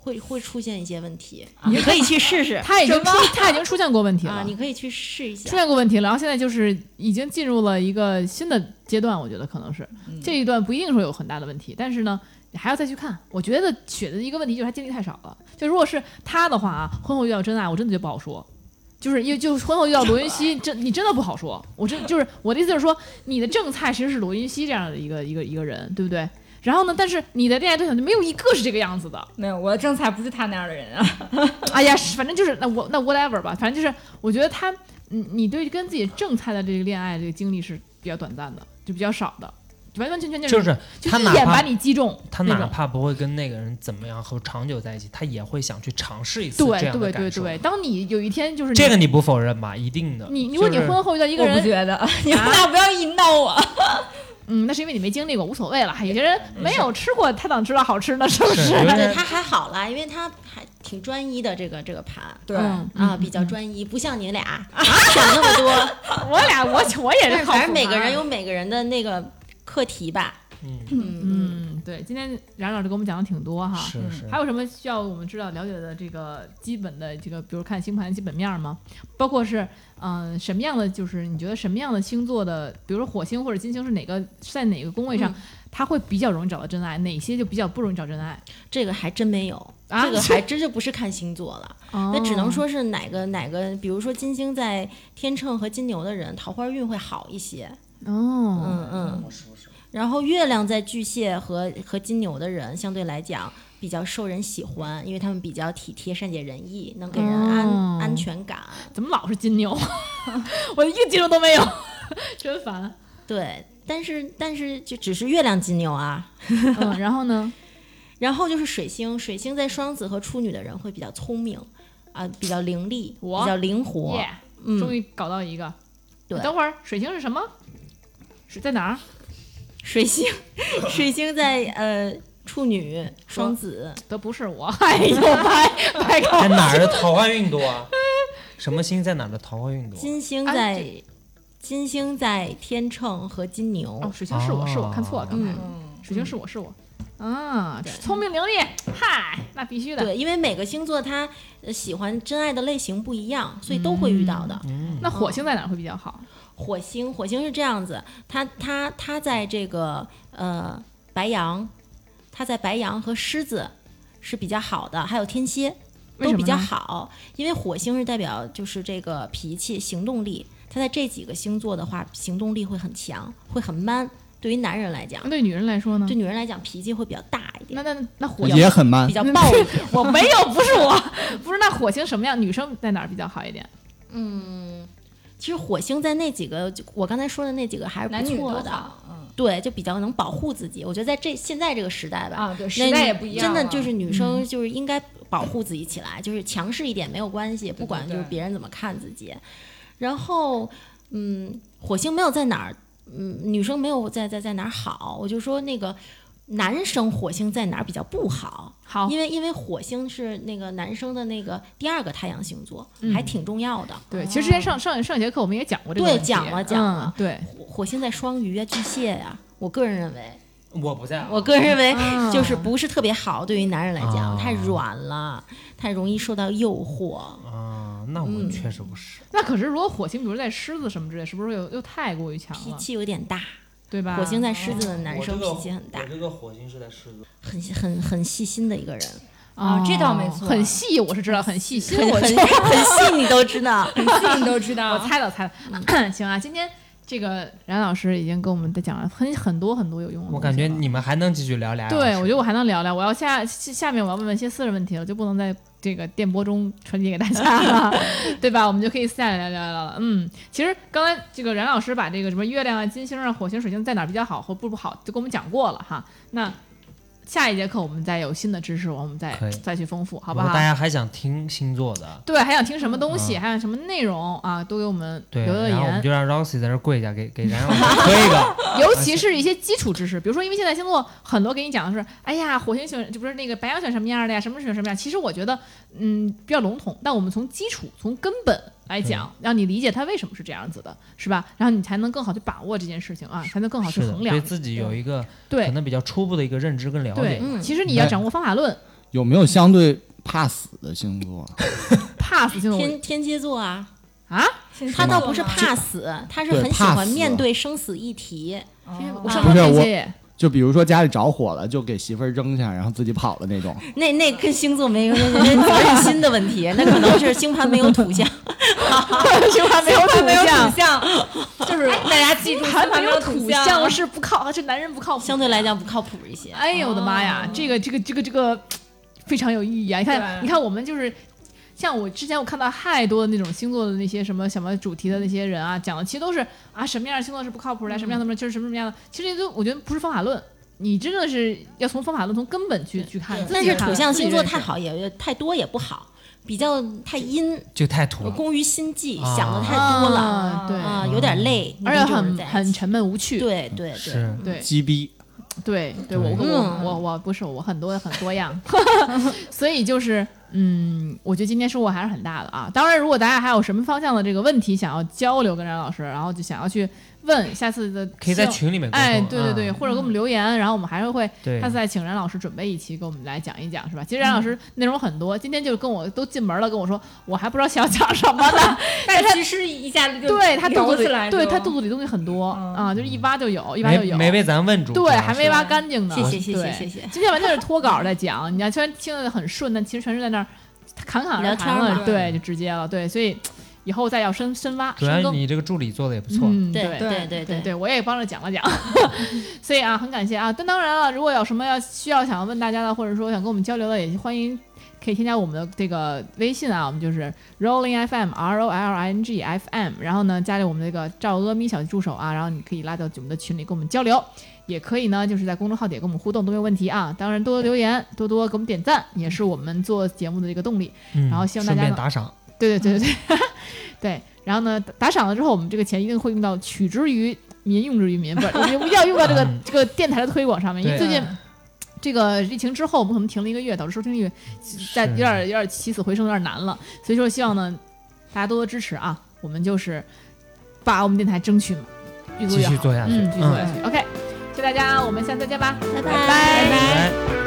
[SPEAKER 6] 会会出现一些问 题。你可以去试试啊
[SPEAKER 2] 他已经出他已经出现过问题了，
[SPEAKER 6] 啊，你可以去试一
[SPEAKER 2] 出
[SPEAKER 6] 下。啊
[SPEAKER 2] 现过问题了，然后现在就是已经进入了一个新的阶段，我觉得可能是
[SPEAKER 5] 嗯
[SPEAKER 2] 这一段不一定说有很大的问题，但是呢，你还要再去看。我觉得雪的一个问题就是她经历太少了，就如果是她的话啊，婚后遇到真爱，我真的就不好说。就是因为就是婚后遇到罗云熙，真你真的不好说。我真就是我的意思就是说，你的正菜其实是罗云熙这样的一个一个一个人，对不对？然后呢，但是你的恋爱对象就没有一个是这个样子的。
[SPEAKER 5] 没有，我的正菜不是他那样的人啊。
[SPEAKER 2] 哎呀，是反正就是那我那 whatever 吧，反正就是我觉得他，嗯，你对跟自己正菜的这个恋爱这个经历是比较短暂的，就比较少的，完完全全就是
[SPEAKER 4] 就是
[SPEAKER 2] 就
[SPEAKER 4] 他
[SPEAKER 2] 一
[SPEAKER 4] 哪
[SPEAKER 2] 眼把
[SPEAKER 4] 怕
[SPEAKER 2] 你击中
[SPEAKER 4] 他
[SPEAKER 2] 那
[SPEAKER 4] 哪
[SPEAKER 2] 种。
[SPEAKER 4] 怕不会跟那个人怎么样和长久在一起，他也会想去尝试一次这
[SPEAKER 2] 对
[SPEAKER 4] 样
[SPEAKER 2] 对对
[SPEAKER 4] 的感受。
[SPEAKER 2] 对，当你有一天就是你
[SPEAKER 4] 这个你不否认吧？一定的。
[SPEAKER 2] 你，如果你
[SPEAKER 4] 就是
[SPEAKER 2] 婚后遇到一个
[SPEAKER 5] 我不
[SPEAKER 2] 人，
[SPEAKER 5] 觉得，你们俩不要引导我。
[SPEAKER 2] 嗯，那是因为你没经历过，无所谓了。有些人没有吃过，他怎知道好吃呢？是不
[SPEAKER 4] 嗯是
[SPEAKER 2] 是？
[SPEAKER 4] 有
[SPEAKER 6] 对，
[SPEAKER 4] 点
[SPEAKER 6] 他还好啦，因为他还挺专一的这个这个盘。
[SPEAKER 5] 对
[SPEAKER 2] 嗯
[SPEAKER 6] 啊，比较专一，不像你俩想那么 多。
[SPEAKER 2] 我俩我我也是靠谱嘛，啊
[SPEAKER 6] 反正每个人有每个人的那个课题吧。
[SPEAKER 4] 嗯，
[SPEAKER 6] 嗯嗯，
[SPEAKER 2] 嗯，对。今天冉老师给我们讲的挺多哈，
[SPEAKER 4] 是
[SPEAKER 5] 嗯
[SPEAKER 4] 是，
[SPEAKER 2] 还有什么需要我们知道了解的这个基本的这个，比如看星盘基本面儿吗？包括是嗯、呃什么样的，就是你觉得什么样的星座的，比如说火星或者金星是哪个在哪个宫位
[SPEAKER 6] 嗯
[SPEAKER 2] 上，它会比较容易找到真爱，哪些就比较不容易找真爱？
[SPEAKER 6] 这个还真没有，
[SPEAKER 2] 啊
[SPEAKER 6] 这个还真就不是看星座了。
[SPEAKER 2] 那
[SPEAKER 6] 那只能说是哪个哪个，比如说金星在天秤和金牛的人，桃花运会好一些。
[SPEAKER 2] 哦，
[SPEAKER 6] 嗯嗯。然后月亮在巨蟹和和金牛的人，相对来讲比较受人喜欢，因为他们比较体贴、善解人意，能给人安、
[SPEAKER 2] 哦
[SPEAKER 6] 安全感。
[SPEAKER 2] 怎么老是金牛？ 我一个金牛都没有，真 烦。
[SPEAKER 6] 对，但是但是就只是月亮金牛啊。
[SPEAKER 2] 嗯，然后呢？
[SPEAKER 6] 然后就是水星，水星在双子和处女的人会比较聪明，啊、比较伶俐，
[SPEAKER 2] 我
[SPEAKER 6] 比较灵活。
[SPEAKER 2] 耶、终
[SPEAKER 6] 嗯，
[SPEAKER 2] 于搞到一个。
[SPEAKER 6] 对
[SPEAKER 2] 等会儿水星是什么？是在哪儿？
[SPEAKER 6] 水星，水星在呃处女、双子，
[SPEAKER 2] 都不是 我，哎呦，白白搞
[SPEAKER 4] 哎，哪儿的桃花运多啊？ 什么星在哪儿的桃花运多？啊
[SPEAKER 6] 金星
[SPEAKER 2] 哎
[SPEAKER 6] 在、
[SPEAKER 2] 这
[SPEAKER 6] 金星在天秤和金牛。
[SPEAKER 2] 哦，水星是我是我看错了，刚才、
[SPEAKER 6] 嗯，
[SPEAKER 2] 水星是我是我啊
[SPEAKER 6] 对，
[SPEAKER 2] 聪明伶俐，嗨，那必须的。
[SPEAKER 6] 对，因为每个星座它呃喜欢真爱的类型不一样，所以都会遇到的。
[SPEAKER 4] 嗯，
[SPEAKER 2] 那火星在哪儿会比较好？
[SPEAKER 6] 火星，火星是这样子，它它它在这个呃白羊，它在白羊和狮子是比较好的，还有天蝎
[SPEAKER 2] 为
[SPEAKER 6] 都
[SPEAKER 2] 什么
[SPEAKER 6] 比较
[SPEAKER 2] 呢
[SPEAKER 6] 好，因为火星是代表就是这个脾气、行动力，它在这几个星座的话，行动力会很强，会很 man。对于男人来讲，
[SPEAKER 2] 嗯对女人来说呢
[SPEAKER 6] 对？女人来讲，脾气会比较大一
[SPEAKER 2] 那
[SPEAKER 6] 点，
[SPEAKER 2] 那那嗯火
[SPEAKER 3] 也很慢
[SPEAKER 6] 比，较 暴力。
[SPEAKER 2] 我没有，不是我，不是那火星什么样？女生在哪儿比较好一点？
[SPEAKER 6] 嗯，其实火星在那几个我刚才说的那几个还是
[SPEAKER 5] 男
[SPEAKER 6] 不
[SPEAKER 5] 女都
[SPEAKER 6] 错的，
[SPEAKER 5] 好，嗯
[SPEAKER 6] 对，就比较能保护自己。我觉得在这现在这个时代吧，
[SPEAKER 5] 啊，对，
[SPEAKER 6] 那
[SPEAKER 5] 时代
[SPEAKER 6] 你
[SPEAKER 5] 也不一样了，嗯
[SPEAKER 6] 真的就是女生就是应该保护自己起来，就是强势一点没有关系，不管就是
[SPEAKER 5] 对
[SPEAKER 6] 别人怎么看自己。然后，嗯，火星没有在哪儿，嗯，女生没有在在在哪儿好，我就说那个男生火星在哪儿比较不好，
[SPEAKER 5] 哦
[SPEAKER 2] 好，
[SPEAKER 6] 因为因为火星是那个男生的那个第二个太阳星座，
[SPEAKER 2] 嗯
[SPEAKER 6] 还挺重要的。
[SPEAKER 2] 对，其实之前上上上一节课我们也讲过这个
[SPEAKER 6] 对
[SPEAKER 2] 问题
[SPEAKER 6] 讲了讲了
[SPEAKER 2] 嗯对，
[SPEAKER 6] 火火星在双鱼啊、巨蟹呀、我个人认为，
[SPEAKER 4] 我不在，
[SPEAKER 6] 我个人认为
[SPEAKER 2] 啊
[SPEAKER 6] 就是不是特别好，对于男人来讲，
[SPEAKER 4] 啊
[SPEAKER 6] 太软了，太容易受到诱惑。
[SPEAKER 4] 啊，那我
[SPEAKER 6] 嗯
[SPEAKER 4] 确实不是。
[SPEAKER 2] 那可是如果火星，比如在狮子什么之类，是不是又又太过于强
[SPEAKER 6] 脾
[SPEAKER 2] 了？
[SPEAKER 6] 气有点大，
[SPEAKER 2] 对吧？
[SPEAKER 6] 火星在狮子的男生脾气很大
[SPEAKER 4] 我，这个火星是在狮子，
[SPEAKER 6] 很很很细心的一个人，
[SPEAKER 2] 哦
[SPEAKER 5] 啊这倒没错
[SPEAKER 2] 很细，我是知道，很细心，
[SPEAKER 6] 很
[SPEAKER 2] 我
[SPEAKER 6] 很
[SPEAKER 2] 就
[SPEAKER 6] 很细，你都知道。
[SPEAKER 5] 自己都知
[SPEAKER 2] 我
[SPEAKER 5] 道，啊
[SPEAKER 2] 猜了猜了。 行啊，今天这个冉老师已经跟我们讲了很很多很多有用的东西了。
[SPEAKER 4] 我感觉你哎们还能继续聊俩小时。
[SPEAKER 2] 对，我觉得我还能聊聊。我要下下下面我要问问一些私人问题了，就不能在这个电波中传递给大家了，对吧？我们就可以私下聊聊聊了。嗯，其实刚才这个冉老师把这个什么月亮啊、金星啊、火星、水星在哪儿比较好或不不好，就跟我们讲过了哈。那下一节课我们再有新的知识，我们再
[SPEAKER 4] 可以
[SPEAKER 2] 再去丰富，好
[SPEAKER 4] 如
[SPEAKER 2] 不
[SPEAKER 4] 果
[SPEAKER 2] 好
[SPEAKER 4] 大？家还想听星座的，
[SPEAKER 2] 对，还想听什么东西，
[SPEAKER 4] 嗯
[SPEAKER 2] 还有什么内容啊，都给我们
[SPEAKER 4] 对，
[SPEAKER 2] 留留
[SPEAKER 4] 然后我们
[SPEAKER 2] 言
[SPEAKER 4] 就，让 Rosie 在这儿跪下，给 给然后磕一个。
[SPEAKER 2] 尤其是一些基础知识，比如说，因为现在星座很多给你讲的是，哎呀，火星选就不是那个白羊选什么样的呀，什么选什么样。其实我觉得，嗯，比较笼统，但我们从基础、从根本来讲，让你理解它为什么是这样子的，是吧？然后你才能更好去把握这件事情啊，才能 更好去
[SPEAKER 4] 是的，
[SPEAKER 2] 衡量
[SPEAKER 4] 对。自己有一个可
[SPEAKER 2] 对
[SPEAKER 4] 能比较初步的一个认知跟了
[SPEAKER 2] 对
[SPEAKER 4] 解。，
[SPEAKER 6] 嗯
[SPEAKER 2] 其实你要掌握方法论，
[SPEAKER 3] 有没有相对怕死的星座？
[SPEAKER 2] 怕死星座
[SPEAKER 6] 天天蝎座啊，
[SPEAKER 2] 啊，
[SPEAKER 6] 他倒不是怕死，他是
[SPEAKER 3] 对
[SPEAKER 6] 很喜
[SPEAKER 3] 怕
[SPEAKER 6] 欢
[SPEAKER 3] 死
[SPEAKER 6] 面对生死议题。
[SPEAKER 5] 哦
[SPEAKER 6] 我
[SPEAKER 2] 啊
[SPEAKER 6] 上
[SPEAKER 3] 不是
[SPEAKER 2] 天
[SPEAKER 3] 我
[SPEAKER 2] 蝎也
[SPEAKER 3] 就比如说家里着火了，就给媳妇儿扔下，然后自己跑了那种。
[SPEAKER 6] 那那跟星座没有 那那那责任心的问题，那可能是星盘没有土象。
[SPEAKER 2] 星盘没有 土象，
[SPEAKER 5] 象，就是大家记住，
[SPEAKER 2] 盘没有
[SPEAKER 5] 土啊
[SPEAKER 2] 土象是不靠，这男人不靠谱，
[SPEAKER 6] 相对来讲不靠谱一些。
[SPEAKER 2] 哎呦我的妈呀，这个这个这个这个非常有意义啊！你看，
[SPEAKER 5] 对
[SPEAKER 2] 你看我们就是。像我之前我看到太多的那种星座的那些什么什么主题的那些人啊，讲的其实都是啊什么样的星座是不靠谱的，什么样的什么就是什么什么样的，其实这都我觉得不是方法论，你真的是要从方法论从根本去去看。 自
[SPEAKER 6] 但
[SPEAKER 2] 己
[SPEAKER 6] 是
[SPEAKER 2] 看
[SPEAKER 6] 土象
[SPEAKER 2] 自己
[SPEAKER 6] 星座
[SPEAKER 2] 认识
[SPEAKER 6] 太好也也太多也不好，比较太阴，
[SPEAKER 4] 就太土了。
[SPEAKER 6] 呃工于心计，
[SPEAKER 4] 啊
[SPEAKER 6] 想的太多了
[SPEAKER 2] 啊对，
[SPEAKER 6] 啊，有点累，
[SPEAKER 2] 而且
[SPEAKER 6] 你跟这
[SPEAKER 2] 很
[SPEAKER 6] 种人在一
[SPEAKER 2] 很
[SPEAKER 6] 起
[SPEAKER 2] 沉闷无趣。
[SPEAKER 6] 对对对，
[SPEAKER 4] 是，
[SPEAKER 2] 对，
[SPEAKER 3] 鸡逼，
[SPEAKER 2] 对对，我
[SPEAKER 4] 对
[SPEAKER 2] 我
[SPEAKER 6] 嗯
[SPEAKER 2] 我我不是我很多很多样， 所以就是嗯，我觉得今天收获还是很大的啊。当然，如果大家还有什么方向的这个问题想要交流跟冉老师，然后就想要去问下次的，
[SPEAKER 4] 可以在。群里面沟通。
[SPEAKER 2] 哎，对对对，
[SPEAKER 4] 啊
[SPEAKER 2] 或者给我们留言，然后我们还是会
[SPEAKER 4] 对
[SPEAKER 2] 下次再请冉老师准备一期给我们来讲一讲，是吧？其实
[SPEAKER 6] 嗯
[SPEAKER 2] 冉老师内容很多，今天就跟我都进门了，跟我说我还不知道想讲什么 呢，
[SPEAKER 5] 但其实一下子就
[SPEAKER 2] 对他肚
[SPEAKER 5] 聊
[SPEAKER 2] 子
[SPEAKER 5] 起
[SPEAKER 2] 里
[SPEAKER 5] 来，，
[SPEAKER 2] 对他肚子里东西很多
[SPEAKER 5] 嗯
[SPEAKER 2] 啊，就是一挖就有，一挖就
[SPEAKER 4] 没
[SPEAKER 2] 有，
[SPEAKER 4] 没被咱问住，主
[SPEAKER 2] 对，
[SPEAKER 4] 要
[SPEAKER 2] 还
[SPEAKER 4] 是
[SPEAKER 2] 没挖干净呢。
[SPEAKER 6] 谢谢谢
[SPEAKER 2] 对
[SPEAKER 6] 谢谢 谢。
[SPEAKER 2] 今天完全是脱稿在讲，你看虽然听得很顺，但其实全是在那儿侃侃而谈
[SPEAKER 6] 聊天
[SPEAKER 2] 了，
[SPEAKER 6] 嘛
[SPEAKER 2] 对，就直接了，对，所以以后再要深深挖
[SPEAKER 4] 主
[SPEAKER 2] 深
[SPEAKER 4] 要
[SPEAKER 2] 耕。
[SPEAKER 4] 你这个助理做的也不错。
[SPEAKER 2] 嗯，
[SPEAKER 6] 对
[SPEAKER 2] 对
[SPEAKER 6] 对对
[SPEAKER 2] 对
[SPEAKER 6] 对，
[SPEAKER 2] 对，我也帮着讲了讲， 所以啊，很感谢啊。但当然了，如果有什么要需要想问大家的，或者说想跟我们交流的，也欢迎可以添加我们的这个微信啊，我们就是 Rolling FM R O L I N G F M，然后呢加入我们这个赵阿咪小助手啊，然后你可以拉到我们的群里跟我们交流，也可以呢就是在公众号底下跟我们互动都没有问题啊。当然多多留言，多多给我们点赞，也是我们做节目的一个动力。
[SPEAKER 4] 嗯
[SPEAKER 2] 然后希望大家
[SPEAKER 4] 顺便
[SPEAKER 2] 能
[SPEAKER 4] 打赏。
[SPEAKER 2] 对对对对
[SPEAKER 4] 嗯
[SPEAKER 2] 对 对。然后呢，打打赏了之后，我们这个钱一定会用到取之于民，用之于 民，不是我们要用到这个
[SPEAKER 4] 嗯
[SPEAKER 2] 这个电台的推广上面，因为
[SPEAKER 4] 对
[SPEAKER 2] 最近。这个疫情之后，我们可能停了一个月，导致收听率在有点有点起死回生，有点难了。所以说，希望呢大家多多支持啊！我们就是把我们电台争取越做
[SPEAKER 4] 继
[SPEAKER 2] 越好，
[SPEAKER 4] 续
[SPEAKER 2] 嗯
[SPEAKER 4] 做下去，嗯
[SPEAKER 2] 嗯，继续做下去。OK，谢谢大家，我们下次再见吧，
[SPEAKER 6] 拜
[SPEAKER 2] 拜
[SPEAKER 6] 拜
[SPEAKER 4] 拜拜。